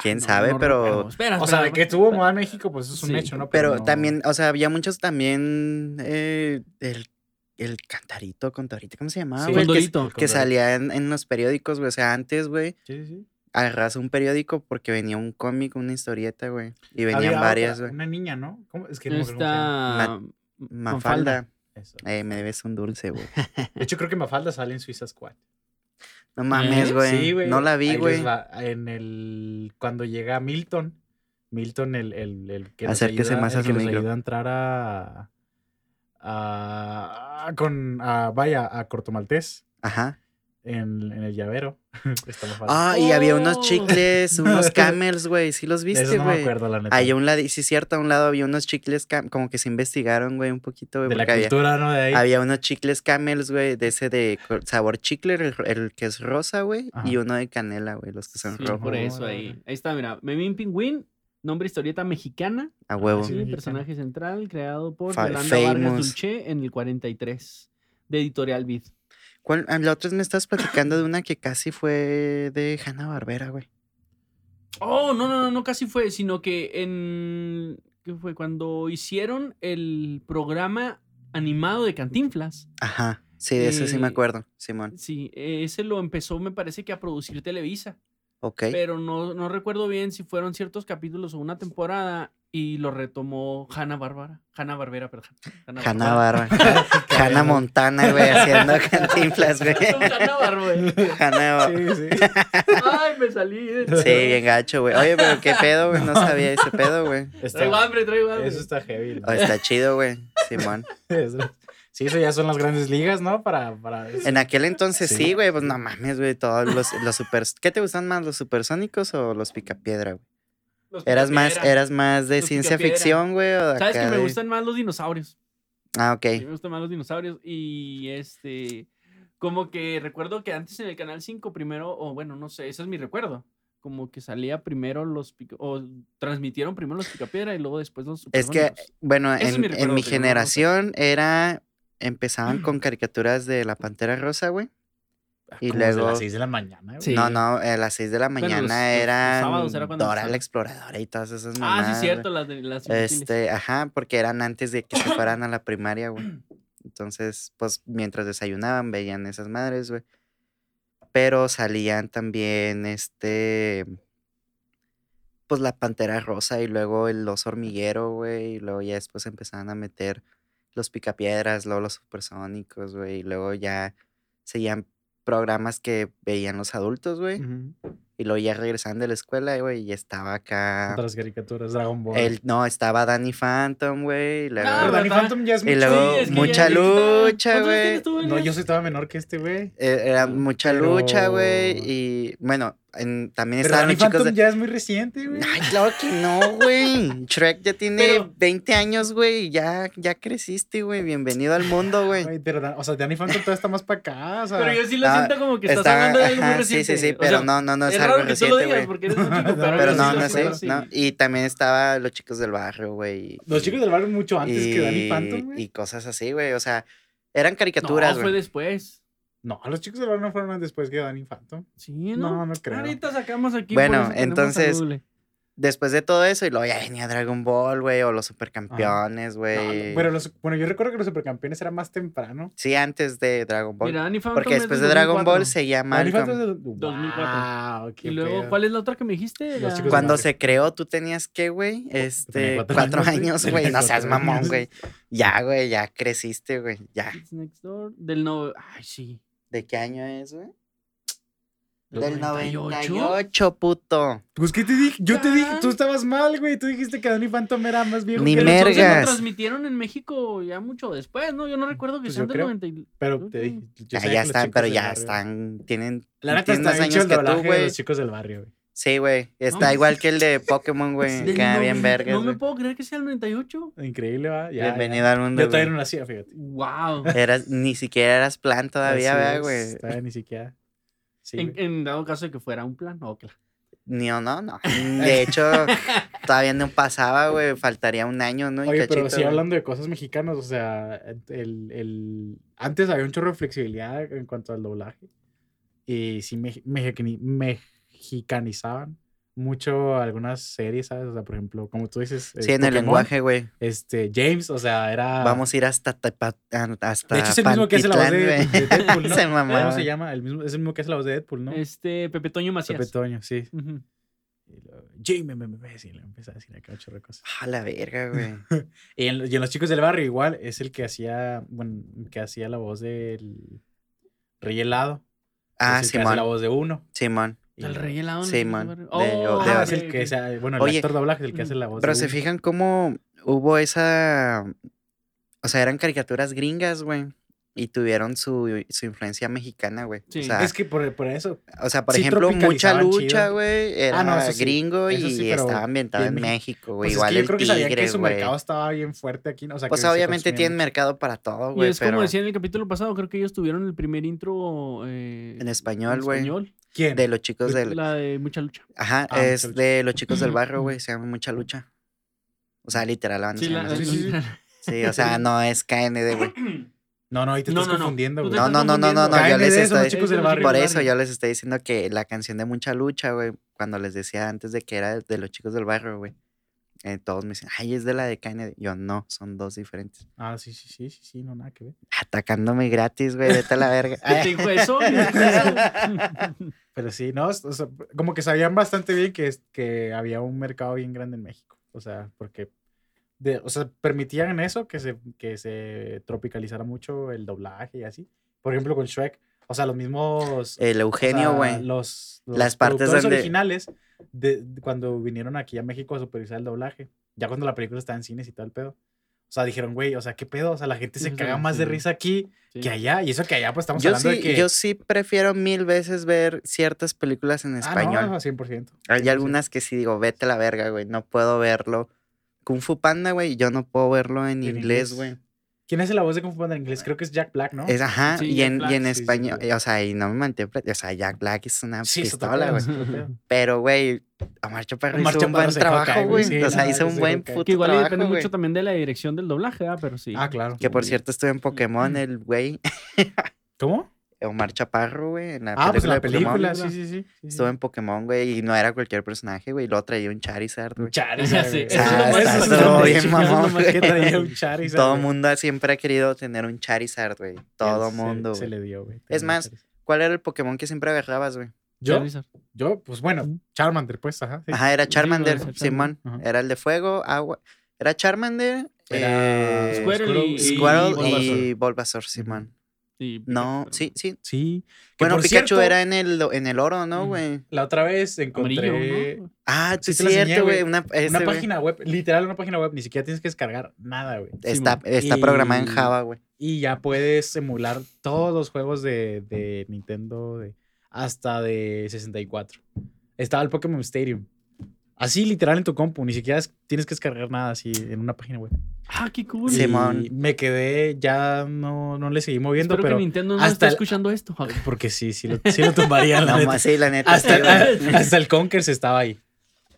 [SPEAKER 3] ¿Quién
[SPEAKER 2] No,
[SPEAKER 3] sabe?
[SPEAKER 2] no
[SPEAKER 3] Ah, pero
[SPEAKER 2] recuerdo. Espera,
[SPEAKER 4] O sea,
[SPEAKER 2] espera,
[SPEAKER 4] de que
[SPEAKER 2] espera.
[SPEAKER 4] tuvo moda en México, pues es un
[SPEAKER 2] Sí,
[SPEAKER 4] hecho, ¿no?
[SPEAKER 3] Pero
[SPEAKER 4] no-
[SPEAKER 3] también, o sea, había muchos también eh, el, el cantarito, contarito, ¿cómo se llamaba?
[SPEAKER 4] Sí,
[SPEAKER 3] güey? que,
[SPEAKER 2] Condorito.
[SPEAKER 3] que
[SPEAKER 4] Condorito.
[SPEAKER 3] salía en, en los periódicos, güey. O sea, antes, güey,
[SPEAKER 4] Sí, sí, sí.
[SPEAKER 3] agarras un periódico porque venía un cómic, una historieta, güey. Y venían
[SPEAKER 4] Había otra,
[SPEAKER 3] varias, güey.
[SPEAKER 4] Una niña, ¿no? ¿Cómo? Es que no me acuerdo cómo se llama.
[SPEAKER 2] Esta...
[SPEAKER 3] Mafalda,
[SPEAKER 4] Eso.
[SPEAKER 3] eh, me debes un dulce, güey.
[SPEAKER 4] De hecho, creo que Mafalda sale en Suiza Squad.
[SPEAKER 3] No mames,
[SPEAKER 2] ¿Eh?
[SPEAKER 3] güey. no la vi,
[SPEAKER 4] Ahí les
[SPEAKER 3] güey.
[SPEAKER 4] va. En el. Cuando llega Milton. Milton, el, el, el que
[SPEAKER 3] Acérquese más a
[SPEAKER 4] el
[SPEAKER 3] su
[SPEAKER 4] que nos
[SPEAKER 3] micro.
[SPEAKER 4] ayuda a entrar a. a- a- con. a- vaya, a Cortomaltés.
[SPEAKER 3] Ajá.
[SPEAKER 4] En, en el llavero. Está Mafalda.
[SPEAKER 3] Ah, y había unos
[SPEAKER 2] Oh.
[SPEAKER 3] chicles, unos camels, güey. Sí los
[SPEAKER 4] De eso
[SPEAKER 3] viste,
[SPEAKER 4] no me
[SPEAKER 3] güey.
[SPEAKER 4] acuerdo, la neta.
[SPEAKER 3] Ahí a un lado, sí, cierto, a un lado había unos chicles, cam- como que se investigaron, güey, un poquito, güey.
[SPEAKER 4] de la
[SPEAKER 3] porque había-
[SPEAKER 4] cultura, ¿no? De ahí.
[SPEAKER 3] Había unos chicles camels, güey, de ese de co- sabor chicle, el, el que es rosa, güey, y
[SPEAKER 4] Ajá.
[SPEAKER 3] uno de canela, güey, los que son
[SPEAKER 2] Sí,
[SPEAKER 3] rojos.
[SPEAKER 2] por eso
[SPEAKER 4] Órale.
[SPEAKER 2] ahí. Ahí está, mira. Memín Pingüín, nombre historieta mexicana.
[SPEAKER 3] A huevo.
[SPEAKER 4] Sí,
[SPEAKER 2] Sí,
[SPEAKER 4] mexicana.
[SPEAKER 2] personaje central creado por
[SPEAKER 3] Fa-
[SPEAKER 2] Yolanda Vargas
[SPEAKER 3] famous.
[SPEAKER 2] Dulce en el 43, de Editorial Vid.
[SPEAKER 3] ¿Cuál- ah, La otra vez me estabas platicando de una que casi fue de Hanna Barbera, güey.
[SPEAKER 2] Oh, no, no, no, no casi fue, sino que en. ¿Qué fue? Cuando hicieron el programa animado de Cantinflas.
[SPEAKER 3] Ajá. Sí, de eso sí me
[SPEAKER 2] Eh,
[SPEAKER 3] acuerdo, Simón.
[SPEAKER 2] Sí, e, ese lo empezó, me parece que a producir Televisa.
[SPEAKER 3] Ok.
[SPEAKER 2] Pero no, no recuerdo bien si fueron ciertos capítulos o una temporada y lo retomó Hanna Bárbara. Hanna Barbera, perdón.
[SPEAKER 3] Hanna Barbera. Hanna Montana, güey, haciendo cantinflas, güey.
[SPEAKER 2] Hanna Barbera.
[SPEAKER 3] Hanna Barbera.
[SPEAKER 4] Sí, sí.
[SPEAKER 2] Ay, me salí.
[SPEAKER 3] Sí, bien gacho, güey. Oye, pero qué pedo, güey. No sabía ese pedo, güey.
[SPEAKER 2] Traigo
[SPEAKER 4] Está-
[SPEAKER 2] hambre, traigo hambre.
[SPEAKER 4] eso está heavy. ¿no?
[SPEAKER 3] Oh, está chido, güey. Simón.
[SPEAKER 4] Eso- Sí, eso ya son las grandes ligas, ¿no? Para. para
[SPEAKER 3] En aquel entonces
[SPEAKER 4] Sí.
[SPEAKER 3] sí, güey, pues no mames, güey, todos los, los super... ¿Qué te gustan más, los supersónicos o los picapiedra, güey?
[SPEAKER 2] Los
[SPEAKER 3] ¿Eras más,
[SPEAKER 2] Picapiedra.
[SPEAKER 3] eras más de
[SPEAKER 2] Los
[SPEAKER 3] ciencia
[SPEAKER 2] Picapiedra.
[SPEAKER 3] ficción, güey? o de
[SPEAKER 2] ¿Sabes que
[SPEAKER 3] acá
[SPEAKER 2] me
[SPEAKER 3] de-
[SPEAKER 2] gustan más los dinosaurios?
[SPEAKER 3] Ah,
[SPEAKER 2] Sí, me
[SPEAKER 3] ok.
[SPEAKER 2] gustan más los dinosaurios. Y este, como que recuerdo que antes en el Canal 5 primero, o bueno, no sé, ese es mi recuerdo. Como que salía primero los pica- o transmitieron primero los picapiedra y luego después los
[SPEAKER 3] Es que,
[SPEAKER 2] supersónicos.
[SPEAKER 3] bueno,
[SPEAKER 2] Ese es
[SPEAKER 3] en
[SPEAKER 2] mi
[SPEAKER 3] en mi,
[SPEAKER 2] recuerdo, pero no, no sé.
[SPEAKER 3] generación era... Empezaban con caricaturas de la Pantera Rosa, güey.
[SPEAKER 2] Ah,
[SPEAKER 3] y
[SPEAKER 4] como desde
[SPEAKER 3] luego-
[SPEAKER 4] las 6 de la mañana, güey.
[SPEAKER 2] Sí.
[SPEAKER 3] No, no, a las 6 de la
[SPEAKER 2] Bueno, los-
[SPEAKER 3] mañana
[SPEAKER 2] los- los
[SPEAKER 3] eran
[SPEAKER 2] sábados era cuando
[SPEAKER 3] Dora
[SPEAKER 2] empezaban.
[SPEAKER 3] la Exploradora y todas esas
[SPEAKER 2] Ah,
[SPEAKER 3] mamadas.
[SPEAKER 2] sí, es
[SPEAKER 3] güey.
[SPEAKER 2] cierto, las de las infantiles.
[SPEAKER 3] Este, ajá, porque eran antes de que se fueran a la primaria, güey. Entonces, pues mientras desayunaban, veían esas madres, güey. Pero salían también, este, pues la pantera rosa y luego el oso hormiguero, güey. Y luego ya después empezaban a meter los picapiedras, luego los supersónicos, güey. Y luego ya seguían programas que veían los adultos,
[SPEAKER 2] Mm.
[SPEAKER 3] güey.
[SPEAKER 4] Ujú.
[SPEAKER 3] Y luego ya regresaban de la escuela, güey, y estaba acá.
[SPEAKER 4] Otras caricaturas, Dragon Ball.
[SPEAKER 3] Ah. El, no, estaba Danny Phantom, güey. y luego-
[SPEAKER 2] Ah,
[SPEAKER 4] Pero Danny
[SPEAKER 2] ¿verdad?
[SPEAKER 4] Phantom ya es
[SPEAKER 3] Y
[SPEAKER 4] mucho-
[SPEAKER 3] luego,
[SPEAKER 2] es que ya-
[SPEAKER 3] mucha
[SPEAKER 2] ya está-
[SPEAKER 3] lucha,
[SPEAKER 2] ¿Cuántos años
[SPEAKER 3] güey.
[SPEAKER 2] tienes tú,
[SPEAKER 4] No,
[SPEAKER 2] Elias?
[SPEAKER 4] yo sí estaba menor que este, güey.
[SPEAKER 3] eh, Era mucha lucha, güey.
[SPEAKER 4] Pero-
[SPEAKER 3] Y bueno, en- también
[SPEAKER 4] Pero
[SPEAKER 3] estaban
[SPEAKER 4] Danny
[SPEAKER 3] los chicos eh.
[SPEAKER 4] Phantom
[SPEAKER 3] de.
[SPEAKER 4] ya es muy reciente, güey.
[SPEAKER 3] Ay, claro que no, güey. Shrek ya tiene
[SPEAKER 2] Pero-
[SPEAKER 3] 20 años, güey. y Ya, ya creciste, güey. Bienvenido al mundo, güey.
[SPEAKER 4] Ay, pero, Dan- o sea, Danny Phantom todavía está más para acá. O sea,
[SPEAKER 2] Pero yo sí lo
[SPEAKER 3] Ah,
[SPEAKER 2] siento como que estás
[SPEAKER 3] Está-
[SPEAKER 2] hablando de algo muy
[SPEAKER 3] ajá, sí,
[SPEAKER 2] reciente.
[SPEAKER 3] sí, sí,
[SPEAKER 2] O
[SPEAKER 3] pero
[SPEAKER 2] sea,
[SPEAKER 3] no, no, no es,
[SPEAKER 2] es
[SPEAKER 3] algo
[SPEAKER 2] raro que tú lo
[SPEAKER 3] reciente,
[SPEAKER 2] digas
[SPEAKER 3] güey.
[SPEAKER 2] porque eres un chico, pero,
[SPEAKER 3] Pero
[SPEAKER 4] sí
[SPEAKER 3] no,
[SPEAKER 4] lo
[SPEAKER 3] no
[SPEAKER 4] es,
[SPEAKER 2] sí,
[SPEAKER 3] sé.
[SPEAKER 4] claro,
[SPEAKER 3] ¿no?
[SPEAKER 2] sí.
[SPEAKER 3] Y también estaba los chicos del barrio, güey.
[SPEAKER 4] Los
[SPEAKER 3] y-
[SPEAKER 4] chicos del barrio mucho antes que Danny Phantom,
[SPEAKER 3] y
[SPEAKER 4] güey.
[SPEAKER 3] cosas así, güey. O sea, eran
[SPEAKER 2] No,
[SPEAKER 3] caricaturas, güey.
[SPEAKER 2] fue después.
[SPEAKER 4] No, los chicos del barrio no fueron después que Danny Phantom.
[SPEAKER 2] Sí, ¿no?
[SPEAKER 4] No, no creo.
[SPEAKER 2] Ahorita sacamos aquí.
[SPEAKER 3] Bueno,
[SPEAKER 2] por eso tenemos a
[SPEAKER 3] entonces,
[SPEAKER 2] Google.
[SPEAKER 3] Después de todo eso, y luego ya venía Dragon Ball, güey, o los supercampeones, güey.
[SPEAKER 4] No, pero los- bueno, yo recuerdo que los supercampeones era más temprano.
[SPEAKER 3] Sí, antes de Dragon Ball.
[SPEAKER 2] Mira, Danny Phantom
[SPEAKER 3] porque
[SPEAKER 2] es
[SPEAKER 3] después de
[SPEAKER 2] del
[SPEAKER 3] Dragon Ball
[SPEAKER 2] 2004.
[SPEAKER 3] seguía
[SPEAKER 4] Danny Phantom es
[SPEAKER 3] Malcolm.
[SPEAKER 4] de
[SPEAKER 2] 2004.
[SPEAKER 4] Wow, qué
[SPEAKER 2] Y luego,
[SPEAKER 4] pedo.
[SPEAKER 2] ¿cuál es la otra que me dijiste?
[SPEAKER 4] Los
[SPEAKER 2] La-
[SPEAKER 4] chicos de
[SPEAKER 3] Cuando
[SPEAKER 4] Mario.
[SPEAKER 3] se creó, tú tenías que, güey, este,
[SPEAKER 4] cuatro
[SPEAKER 3] cuatro,
[SPEAKER 4] años, güey.
[SPEAKER 3] años, güey, no
[SPEAKER 4] Tenía
[SPEAKER 3] seas
[SPEAKER 4] cuatro
[SPEAKER 3] mamón,
[SPEAKER 4] años.
[SPEAKER 3] güey. Ya, güey, ya creciste, güey, ya.
[SPEAKER 2] Kids Next Door, Del no... Ay, sí.
[SPEAKER 3] ¿De qué año es, güey? Del
[SPEAKER 2] 98.
[SPEAKER 3] 98, puto.
[SPEAKER 4] Pues, ¿qué te dije? Yo te dije,
[SPEAKER 2] Ah.
[SPEAKER 4] tú estabas mal, güey. Tú dijiste que Danny Phantom era más viejo
[SPEAKER 3] Ni
[SPEAKER 4] que
[SPEAKER 2] Pero entonces
[SPEAKER 3] mergas.
[SPEAKER 2] lo transmitieron en México ya mucho después, ¿no? Yo no recuerdo que
[SPEAKER 4] Pues
[SPEAKER 2] sean
[SPEAKER 4] yo
[SPEAKER 2] del
[SPEAKER 4] creo.
[SPEAKER 2] 90. y-
[SPEAKER 4] Pero te dije. yo sabía
[SPEAKER 3] Ah, ya
[SPEAKER 4] que los
[SPEAKER 3] están,
[SPEAKER 4] chicos
[SPEAKER 3] pero
[SPEAKER 4] del
[SPEAKER 3] ya
[SPEAKER 4] barrio-
[SPEAKER 3] están. Tienen,
[SPEAKER 4] La neta
[SPEAKER 3] tienen
[SPEAKER 4] está
[SPEAKER 3] más
[SPEAKER 4] bien hecho el
[SPEAKER 3] años que tú,
[SPEAKER 4] doblaje de
[SPEAKER 3] güey.
[SPEAKER 4] los chicos del barrio, güey.
[SPEAKER 3] Sí, güey. Está
[SPEAKER 2] mames.
[SPEAKER 3] igual que el de Pokémon, güey.
[SPEAKER 2] Del
[SPEAKER 3] Queda
[SPEAKER 2] noven-
[SPEAKER 3] bien vergas.
[SPEAKER 2] No me
[SPEAKER 3] güey.
[SPEAKER 2] puedo creer que sea el 98.
[SPEAKER 4] Increíble, va. Ya,
[SPEAKER 3] Bienvenido al
[SPEAKER 4] ya.
[SPEAKER 3] mundo.
[SPEAKER 4] Yo todavía
[SPEAKER 3] güey.
[SPEAKER 4] no nacía, fíjate.
[SPEAKER 2] ¡Wow!
[SPEAKER 3] Eras, ni siquiera eras plan todavía,
[SPEAKER 4] Así
[SPEAKER 3] ¿verdad,
[SPEAKER 4] es,
[SPEAKER 3] güey?
[SPEAKER 4] Todavía ni siquiera. Sí.
[SPEAKER 2] en,
[SPEAKER 4] güey.
[SPEAKER 2] en dado caso de que fuera un plan, no, claro.
[SPEAKER 3] Ni no, no, no. De hecho, todavía no pasaba, güey. Faltaría un año, ¿no? Y
[SPEAKER 4] Oye, pero
[SPEAKER 3] cachito,
[SPEAKER 4] sí
[SPEAKER 3] güey.
[SPEAKER 4] hablando de cosas mexicanas, o sea, el, el... antes había un chorro de flexibilidad en cuanto al doblaje. Y sí me- mexicani- mexicanizaban mucho algunas series, ¿sabes? O sea, por ejemplo, como tú dices. eh,
[SPEAKER 3] Sí, en el
[SPEAKER 4] Pokémon,
[SPEAKER 3] lenguaje, güey.
[SPEAKER 4] Este, James, o sea, era.
[SPEAKER 3] Vamos a ir hasta Tepa- a- hasta
[SPEAKER 4] De hecho, es el mismo que hace la voz de,
[SPEAKER 3] Pantitlán,
[SPEAKER 4] de
[SPEAKER 3] güey.
[SPEAKER 4] Deadpool, ¿no?
[SPEAKER 3] Se
[SPEAKER 4] ¿Cómo
[SPEAKER 3] mamaba.
[SPEAKER 4] se llama? El mismo, es el mismo que hace la voz de Deadpool, ¿no?
[SPEAKER 2] Este, Pepe Toño Macías.
[SPEAKER 4] Pepe Toño, sí.
[SPEAKER 2] Ujú.
[SPEAKER 4] Y luego, James, me, me, me", sí, le empieza a decir acá un chorro de cosas.
[SPEAKER 3] A la verga, güey.
[SPEAKER 4] Y en, y en Los Chicos del Barrio igual es el que hacía, bueno, que hacía la voz del Rey Helado.
[SPEAKER 3] Ah,
[SPEAKER 4] es el que hace la
[SPEAKER 3] Simón.
[SPEAKER 4] voz de uno.
[SPEAKER 3] Simón.
[SPEAKER 4] Y-
[SPEAKER 2] El rey helado. no
[SPEAKER 3] Sí,
[SPEAKER 2] sé cómo
[SPEAKER 3] man.
[SPEAKER 2] se llama.
[SPEAKER 3] De- o- de-
[SPEAKER 4] Ah,
[SPEAKER 2] ok,
[SPEAKER 4] es el que,
[SPEAKER 2] ok.
[SPEAKER 4] es, ah, bueno, el
[SPEAKER 3] Oye,
[SPEAKER 4] actor doblaje es el que hace la voz
[SPEAKER 3] Pero
[SPEAKER 4] de
[SPEAKER 3] se
[SPEAKER 4] uno.
[SPEAKER 3] fijan cómo hubo esa. O sea, eran caricaturas gringas, güey. Y tuvieron su, su influencia mexicana, güey.
[SPEAKER 2] Sí.
[SPEAKER 3] O, sea,
[SPEAKER 4] Es que por, por eso,
[SPEAKER 3] o sea, por
[SPEAKER 4] sí
[SPEAKER 3] ejemplo, mucha
[SPEAKER 4] tropicalizaban
[SPEAKER 3] lucha,
[SPEAKER 4] chido.
[SPEAKER 3] güey, era
[SPEAKER 4] Ah, no, eso sí.
[SPEAKER 3] gringo
[SPEAKER 4] Eso
[SPEAKER 3] y
[SPEAKER 4] sí, pero
[SPEAKER 3] estaba ambientado
[SPEAKER 4] bien
[SPEAKER 3] en
[SPEAKER 4] Mex-
[SPEAKER 3] México,
[SPEAKER 4] pues
[SPEAKER 3] güey.
[SPEAKER 4] es
[SPEAKER 3] Igual
[SPEAKER 4] que yo
[SPEAKER 3] el
[SPEAKER 4] creo que sabían que
[SPEAKER 3] tigre,
[SPEAKER 4] su
[SPEAKER 3] güey.
[SPEAKER 4] mercado estaba bien fuerte aquí. ¿no? O sea,
[SPEAKER 3] Pues
[SPEAKER 4] que se
[SPEAKER 3] obviamente
[SPEAKER 4] consumía
[SPEAKER 3] tienen
[SPEAKER 4] mucho.
[SPEAKER 3] mercado para todo,
[SPEAKER 2] Y
[SPEAKER 3] güey.
[SPEAKER 2] es
[SPEAKER 3] Pero
[SPEAKER 2] como decía en el capítulo pasado, creo que ellos tuvieron el primer intro eh,
[SPEAKER 3] en español, güey.
[SPEAKER 2] español,
[SPEAKER 4] ¿Quién?
[SPEAKER 3] De los chicos del.
[SPEAKER 2] La de mucha lucha.
[SPEAKER 3] Ajá,
[SPEAKER 4] pues, Ah, Mucha
[SPEAKER 3] es
[SPEAKER 4] Lucha.
[SPEAKER 3] de los chicos del barrio, güey. Se llama Mucha Lucha. O sea, literal, la banda
[SPEAKER 2] Sí,
[SPEAKER 3] se
[SPEAKER 2] la,
[SPEAKER 3] llama
[SPEAKER 4] sí,
[SPEAKER 3] así.
[SPEAKER 4] sí, sí.
[SPEAKER 3] Sí, o sea, no es KND, güey.
[SPEAKER 4] No, no, ahí te
[SPEAKER 2] No,
[SPEAKER 4] estás
[SPEAKER 2] no, no.
[SPEAKER 4] confundiendo,
[SPEAKER 2] Tú
[SPEAKER 4] güey.
[SPEAKER 2] te
[SPEAKER 3] No,
[SPEAKER 2] estás
[SPEAKER 3] no, no, no, no, no. Yo
[SPEAKER 4] confundiendo.
[SPEAKER 3] les
[SPEAKER 4] KND son los
[SPEAKER 3] estoy.
[SPEAKER 4] chicos del barrio.
[SPEAKER 3] Por eso yo les estoy diciendo que la canción de Mucha Lucha, güey, cuando les decía antes de que era de los chicos del barrio, güey, eh, todos me dicen, ay, es de la de KND. Yo, no, son dos diferentes.
[SPEAKER 4] Ah, sí, sí, sí, sí, sí, no, nada que ver.
[SPEAKER 3] Atacándome gratis, güey, vete a la verga.
[SPEAKER 2] ¿Quién te dijo eso? ¿Quién te dijo eso?
[SPEAKER 4] Pero sí, no, o sea, como que sabían bastante bien que, es- que había un mercado bien grande en México. O sea, porque de, o sea, permitían eso, que se, que se tropicalizara mucho el doblaje y así. Por ejemplo, con Shrek, o sea, los mismos... o
[SPEAKER 3] El Eugenio,
[SPEAKER 4] sea,
[SPEAKER 3] güey.
[SPEAKER 4] los, los
[SPEAKER 3] Las partes
[SPEAKER 4] productores
[SPEAKER 3] donde-
[SPEAKER 4] originales, de, de cuando vinieron aquí a México a supervisar el doblaje, ya cuando la película estaba en cines y todo el pedo. O sea, dijeron, güey, o sea, ¿qué pedo? O sea, la gente se
[SPEAKER 2] Sí,
[SPEAKER 4] caga más de
[SPEAKER 2] sí.
[SPEAKER 4] risa aquí
[SPEAKER 2] Sí.
[SPEAKER 4] que allá. Y eso que allá, pues estamos
[SPEAKER 3] Yo
[SPEAKER 4] hablando
[SPEAKER 3] sí,
[SPEAKER 4] de que...
[SPEAKER 3] yo sí prefiero mil veces ver ciertas películas en
[SPEAKER 4] Ah, no,
[SPEAKER 3] español.
[SPEAKER 4] no, 100%.
[SPEAKER 3] Hay
[SPEAKER 4] 100%.
[SPEAKER 3] algunas que sí digo, vete a la verga, güey. No puedo verlo. Kung Fu Panda, güey, yo no puedo verlo en,
[SPEAKER 4] En
[SPEAKER 3] inglés,
[SPEAKER 4] inglés.
[SPEAKER 3] güey.
[SPEAKER 4] ¿Quién hace la voz de Kung Fu Panda en inglés? Creo que es Jack Black, ¿no?
[SPEAKER 3] Es ajá,
[SPEAKER 2] Sí,
[SPEAKER 3] y,
[SPEAKER 2] Jack
[SPEAKER 3] en, y
[SPEAKER 2] Black,
[SPEAKER 3] en
[SPEAKER 4] sí, sí,
[SPEAKER 3] español,
[SPEAKER 4] sí.
[SPEAKER 3] eh, o sea, y no me mantengo, o sea, Jack Black es una
[SPEAKER 4] Sí, es otro
[SPEAKER 3] pistola,
[SPEAKER 4] pedo,
[SPEAKER 3] güey.
[SPEAKER 4] es otro pedo.
[SPEAKER 3] Pero, güey, Omar Chaparro
[SPEAKER 4] Omar
[SPEAKER 3] hizo un
[SPEAKER 4] Chaparro
[SPEAKER 3] buen
[SPEAKER 4] se dejó
[SPEAKER 3] trabajo,
[SPEAKER 4] caer, güey.
[SPEAKER 3] güey.
[SPEAKER 4] Sí,
[SPEAKER 3] o sea,
[SPEAKER 4] no,
[SPEAKER 3] hizo
[SPEAKER 4] se
[SPEAKER 3] un
[SPEAKER 4] dejó
[SPEAKER 3] buen
[SPEAKER 4] caer.
[SPEAKER 3] puto
[SPEAKER 2] Que igual y
[SPEAKER 3] trabajo,
[SPEAKER 2] depende
[SPEAKER 3] güey.
[SPEAKER 2] mucho también de la dirección del doblaje, ¿verdad? Pero sí.
[SPEAKER 4] Ah, claro.
[SPEAKER 3] Que, por cierto, estuve en Pokémon, el güey,
[SPEAKER 4] ¿Cómo?
[SPEAKER 3] Omar Chaparro, güey, en la
[SPEAKER 4] Ah, pues en
[SPEAKER 3] película
[SPEAKER 4] la
[SPEAKER 3] de Pokémon.
[SPEAKER 4] película, sí, sí, sí. sí, sí.
[SPEAKER 3] Estuvo en Pokémon, güey, y no era cualquier personaje, güey. Luego traía un Charizard, güey.
[SPEAKER 2] Ya
[SPEAKER 4] Charizard.
[SPEAKER 2] sé,
[SPEAKER 4] güey.
[SPEAKER 2] eso es lo
[SPEAKER 3] Ah,
[SPEAKER 2] más
[SPEAKER 4] Eso es
[SPEAKER 2] gracioso,
[SPEAKER 4] lo más
[SPEAKER 2] bien
[SPEAKER 4] chido,
[SPEAKER 2] mamón,
[SPEAKER 4] eso es lo más que
[SPEAKER 3] güey.
[SPEAKER 4] traía un Charizard.
[SPEAKER 3] Todo
[SPEAKER 4] güey. eh,
[SPEAKER 3] mundo siempre ha querido tener un Charizard, güey. Todo
[SPEAKER 4] Se-
[SPEAKER 3] mundo,
[SPEAKER 4] Se
[SPEAKER 3] güey.
[SPEAKER 4] le dio, güey.
[SPEAKER 3] Es
[SPEAKER 4] tenía
[SPEAKER 3] más,
[SPEAKER 4] Charizard.
[SPEAKER 3] ¿Cuál era el Pokémon que siempre agarrabas, güey?
[SPEAKER 4] Yo,
[SPEAKER 2] Charizard.
[SPEAKER 4] yo, pues bueno, Charmander, pues, ajá. sí.
[SPEAKER 3] Ajá, era
[SPEAKER 2] Sí, bueno,
[SPEAKER 3] Charmander,
[SPEAKER 2] era
[SPEAKER 3] Simón.
[SPEAKER 2] Charmander.
[SPEAKER 4] Ajá.
[SPEAKER 3] Era el de fuego, agua. Era Charmander,
[SPEAKER 4] Era
[SPEAKER 3] eh,
[SPEAKER 2] Squirtle y-
[SPEAKER 3] Squirtle
[SPEAKER 2] Bulbasaur.
[SPEAKER 3] y Bulbasaur, Simón.
[SPEAKER 2] Sí,
[SPEAKER 3] No,
[SPEAKER 2] Pikachu.
[SPEAKER 3] sí, sí.
[SPEAKER 4] Sí. Que
[SPEAKER 3] Bueno,
[SPEAKER 4] por
[SPEAKER 3] Pikachu
[SPEAKER 4] cierto,
[SPEAKER 3] era en el, en el oro, ¿no,
[SPEAKER 4] Ujú.
[SPEAKER 3] güey?
[SPEAKER 4] La otra vez
[SPEAKER 2] Amarillo,
[SPEAKER 4] encontré
[SPEAKER 2] ¿no?
[SPEAKER 3] Ah, sí,
[SPEAKER 4] Sí
[SPEAKER 3] es
[SPEAKER 4] te la enseñé,
[SPEAKER 3] cierto, güey.
[SPEAKER 4] güey.
[SPEAKER 3] Una, ese,
[SPEAKER 4] una
[SPEAKER 3] güey,
[SPEAKER 4] página web, literal una página web, ni siquiera tienes que descargar nada, güey.
[SPEAKER 3] Está,
[SPEAKER 2] Simón.
[SPEAKER 3] está programada en
[SPEAKER 4] Y-
[SPEAKER 3] Java, güey.
[SPEAKER 4] y ya puedes emular todos los juegos de, de Nintendo de- hasta de 64. Estaba el Pokémon Stadium. Así literal en tu compu, ni siquiera es- tienes que descargar nada así en una página web.
[SPEAKER 2] Ah, qué cool.
[SPEAKER 3] Sí, Simón.
[SPEAKER 4] Y me quedé, ya no, no le seguí moviendo,
[SPEAKER 2] Espero que
[SPEAKER 4] pero...
[SPEAKER 2] Nintendo no
[SPEAKER 4] hasta
[SPEAKER 2] esté
[SPEAKER 4] el-
[SPEAKER 2] escuchando esto.
[SPEAKER 4] Porque sí, sí lo, sí lo tumbaría. la
[SPEAKER 3] No,
[SPEAKER 4] neta.
[SPEAKER 3] más, sí, la neta. sí,
[SPEAKER 4] hasta,
[SPEAKER 3] güey.
[SPEAKER 4] hasta el Conkers estaba ahí.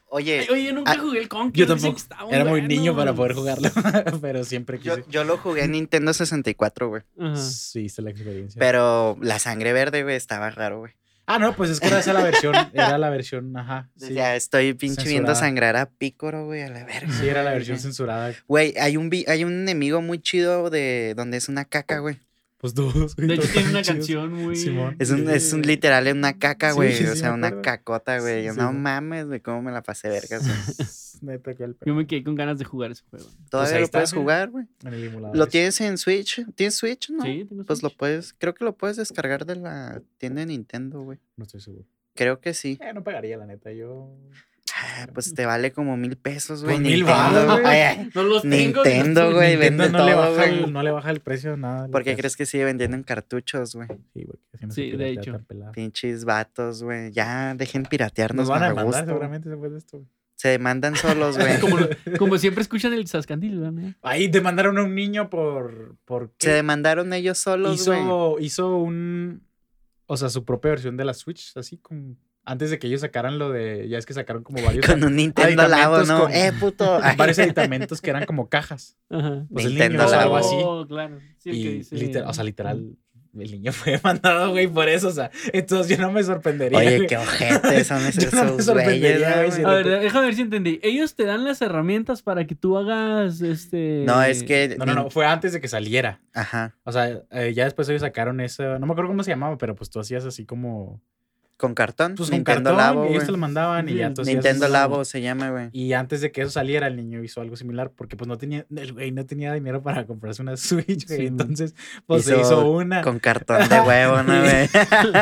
[SPEAKER 3] Oye,
[SPEAKER 2] Oye, yo nunca
[SPEAKER 3] ah,
[SPEAKER 2] jugué el Conker.
[SPEAKER 4] Yo
[SPEAKER 2] dicen que
[SPEAKER 4] tampoco.
[SPEAKER 2] está
[SPEAKER 4] Era muy
[SPEAKER 2] Ah, bueno.
[SPEAKER 4] niño para poder jugarlo, pero siempre
[SPEAKER 3] yo,
[SPEAKER 4] quise.
[SPEAKER 3] yo lo jugué en Nintendo 64, güey.
[SPEAKER 2] Ajá.
[SPEAKER 4] Sí, esta es la experiencia.
[SPEAKER 3] Pero la sangre verde, güey, estaba raro, güey.
[SPEAKER 4] Ah, no, pues es que era esa la versión. Era la versión, ajá. sí.
[SPEAKER 3] Ya estoy pinche viendo
[SPEAKER 4] Censurada.
[SPEAKER 3] sangrar a Pícoro, güey, a la verga.
[SPEAKER 4] Sí, era la versión
[SPEAKER 3] güey.
[SPEAKER 4] censurada.
[SPEAKER 3] Güey, hay un, vi- hay un enemigo muy chido de donde es una caca, güey.
[SPEAKER 4] Pues todos. güey,
[SPEAKER 2] De hecho,
[SPEAKER 4] todos
[SPEAKER 2] tiene una
[SPEAKER 4] chidos.
[SPEAKER 2] canción muy.
[SPEAKER 4] Simón.
[SPEAKER 3] Es un, es un
[SPEAKER 2] eh,
[SPEAKER 3] literal una caca,
[SPEAKER 4] Sí,
[SPEAKER 3] güey.
[SPEAKER 4] sí,
[SPEAKER 3] o
[SPEAKER 4] sí,
[SPEAKER 3] sea,
[SPEAKER 4] me
[SPEAKER 3] una
[SPEAKER 4] acuerdo.
[SPEAKER 3] cacota, güey.
[SPEAKER 4] Sí,
[SPEAKER 3] Yo,
[SPEAKER 4] sí,
[SPEAKER 3] no
[SPEAKER 4] sí.
[SPEAKER 3] mames, güey, cómo me la pasé vergas, güey.
[SPEAKER 4] Neta, qué al
[SPEAKER 2] Yo
[SPEAKER 4] pedo.
[SPEAKER 2] me quedé con ganas de jugar ese juego.
[SPEAKER 3] Todavía
[SPEAKER 4] Pues ahí
[SPEAKER 3] lo
[SPEAKER 4] está,
[SPEAKER 3] puedes
[SPEAKER 4] güey.
[SPEAKER 3] jugar, güey.
[SPEAKER 4] En el emulador.
[SPEAKER 3] ¿Lo
[SPEAKER 4] ese.
[SPEAKER 3] tienes en Switch? ¿Tienes Switch, no?
[SPEAKER 2] Sí, tengo
[SPEAKER 3] Pues lo
[SPEAKER 2] Switch.
[SPEAKER 3] puedes, creo que lo puedes descargar de la tienda de Nintendo, güey.
[SPEAKER 4] No estoy seguro.
[SPEAKER 3] Creo que sí.
[SPEAKER 4] Eh, no pagaría, la neta. Yo.
[SPEAKER 3] Ah, Pues te vale como mil pesos, güey.
[SPEAKER 4] Pues, mil
[SPEAKER 3] Nintendo,
[SPEAKER 4] varos, ¿eh? güey.
[SPEAKER 3] Ay,
[SPEAKER 2] No los tengo.
[SPEAKER 3] Nintendo, güey.
[SPEAKER 4] Nintendo
[SPEAKER 3] Vende
[SPEAKER 4] no, le
[SPEAKER 3] todo,
[SPEAKER 4] baja
[SPEAKER 3] güey.
[SPEAKER 4] el, no le baja el precio nada.
[SPEAKER 3] ¿Por qué crees que sigue vendiendo en cartuchos, güey?
[SPEAKER 4] Sí, güey, que si no se
[SPEAKER 2] Sí, de
[SPEAKER 4] piratea
[SPEAKER 2] hecho.
[SPEAKER 4] tan pelada.
[SPEAKER 3] Pinches vatos, güey. Ya, dejen
[SPEAKER 4] Nos
[SPEAKER 3] piratearnos
[SPEAKER 4] van a
[SPEAKER 3] a
[SPEAKER 4] demandar
[SPEAKER 3] gusto.
[SPEAKER 4] seguramente después de esto. güey.
[SPEAKER 3] Se demandan solos, güey.
[SPEAKER 2] Como, como siempre escuchan el Sascandil, ¿verdad?
[SPEAKER 4] Ahí demandaron a un niño por. por
[SPEAKER 3] Se demandaron ellos solos, güey.
[SPEAKER 4] hizo, hizo un. O sea, su propia versión de la Switch, así como. Antes de que ellos sacaran lo de. Ya es que sacaron como varios.
[SPEAKER 3] Con un Nintendo Labo,
[SPEAKER 4] aditamentos
[SPEAKER 3] ¿no?
[SPEAKER 4] con-
[SPEAKER 3] Eh, puto. Ay,
[SPEAKER 4] varios editamentos que eran como cajas.
[SPEAKER 2] Ajá.
[SPEAKER 4] Pues el
[SPEAKER 3] Nintendo
[SPEAKER 4] niño o algo
[SPEAKER 3] Labo.
[SPEAKER 4] así.
[SPEAKER 2] Oh, claro. Sí, el que
[SPEAKER 4] y
[SPEAKER 2] dice-
[SPEAKER 4] literal, o sea, literal, el niño fue mandado, güey, por eso. O sea, entonces yo no me sorprendería.
[SPEAKER 3] Oye,
[SPEAKER 4] güey.
[SPEAKER 3] qué ojete son
[SPEAKER 4] Yo
[SPEAKER 3] esos
[SPEAKER 4] no me
[SPEAKER 3] güeyes,
[SPEAKER 4] sorprendería,
[SPEAKER 3] ¿no,
[SPEAKER 4] güey,
[SPEAKER 3] güey?
[SPEAKER 4] si
[SPEAKER 2] A ver, déjame ver si entendí. Ellos te dan las herramientas para que tú hagas este.
[SPEAKER 3] No, es que.
[SPEAKER 4] No, no, no, fue antes de que saliera.
[SPEAKER 3] Ajá.
[SPEAKER 4] O sea, eh, ya después ellos sacaron eso. No me acuerdo cómo se llamaba, pero pues tú hacías así como.
[SPEAKER 3] Con cartón.
[SPEAKER 4] Pues con
[SPEAKER 3] Nintendo
[SPEAKER 4] cartón,
[SPEAKER 3] Labo,
[SPEAKER 4] y ellos
[SPEAKER 3] güey.
[SPEAKER 4] te lo mandaban y
[SPEAKER 2] Sí,
[SPEAKER 4] ya tú hacías
[SPEAKER 3] Nintendo
[SPEAKER 4] eso.
[SPEAKER 3] Labo se llama, güey.
[SPEAKER 4] Y antes de que eso saliera, el niño hizo algo similar porque pues no tenía, el güey no tenía dinero para comprarse una Switch, güey.
[SPEAKER 2] Sí, güey.
[SPEAKER 4] entonces, pues
[SPEAKER 3] Hizo
[SPEAKER 4] se hizo una.
[SPEAKER 3] Con cartón de huevo, ¿no, güey?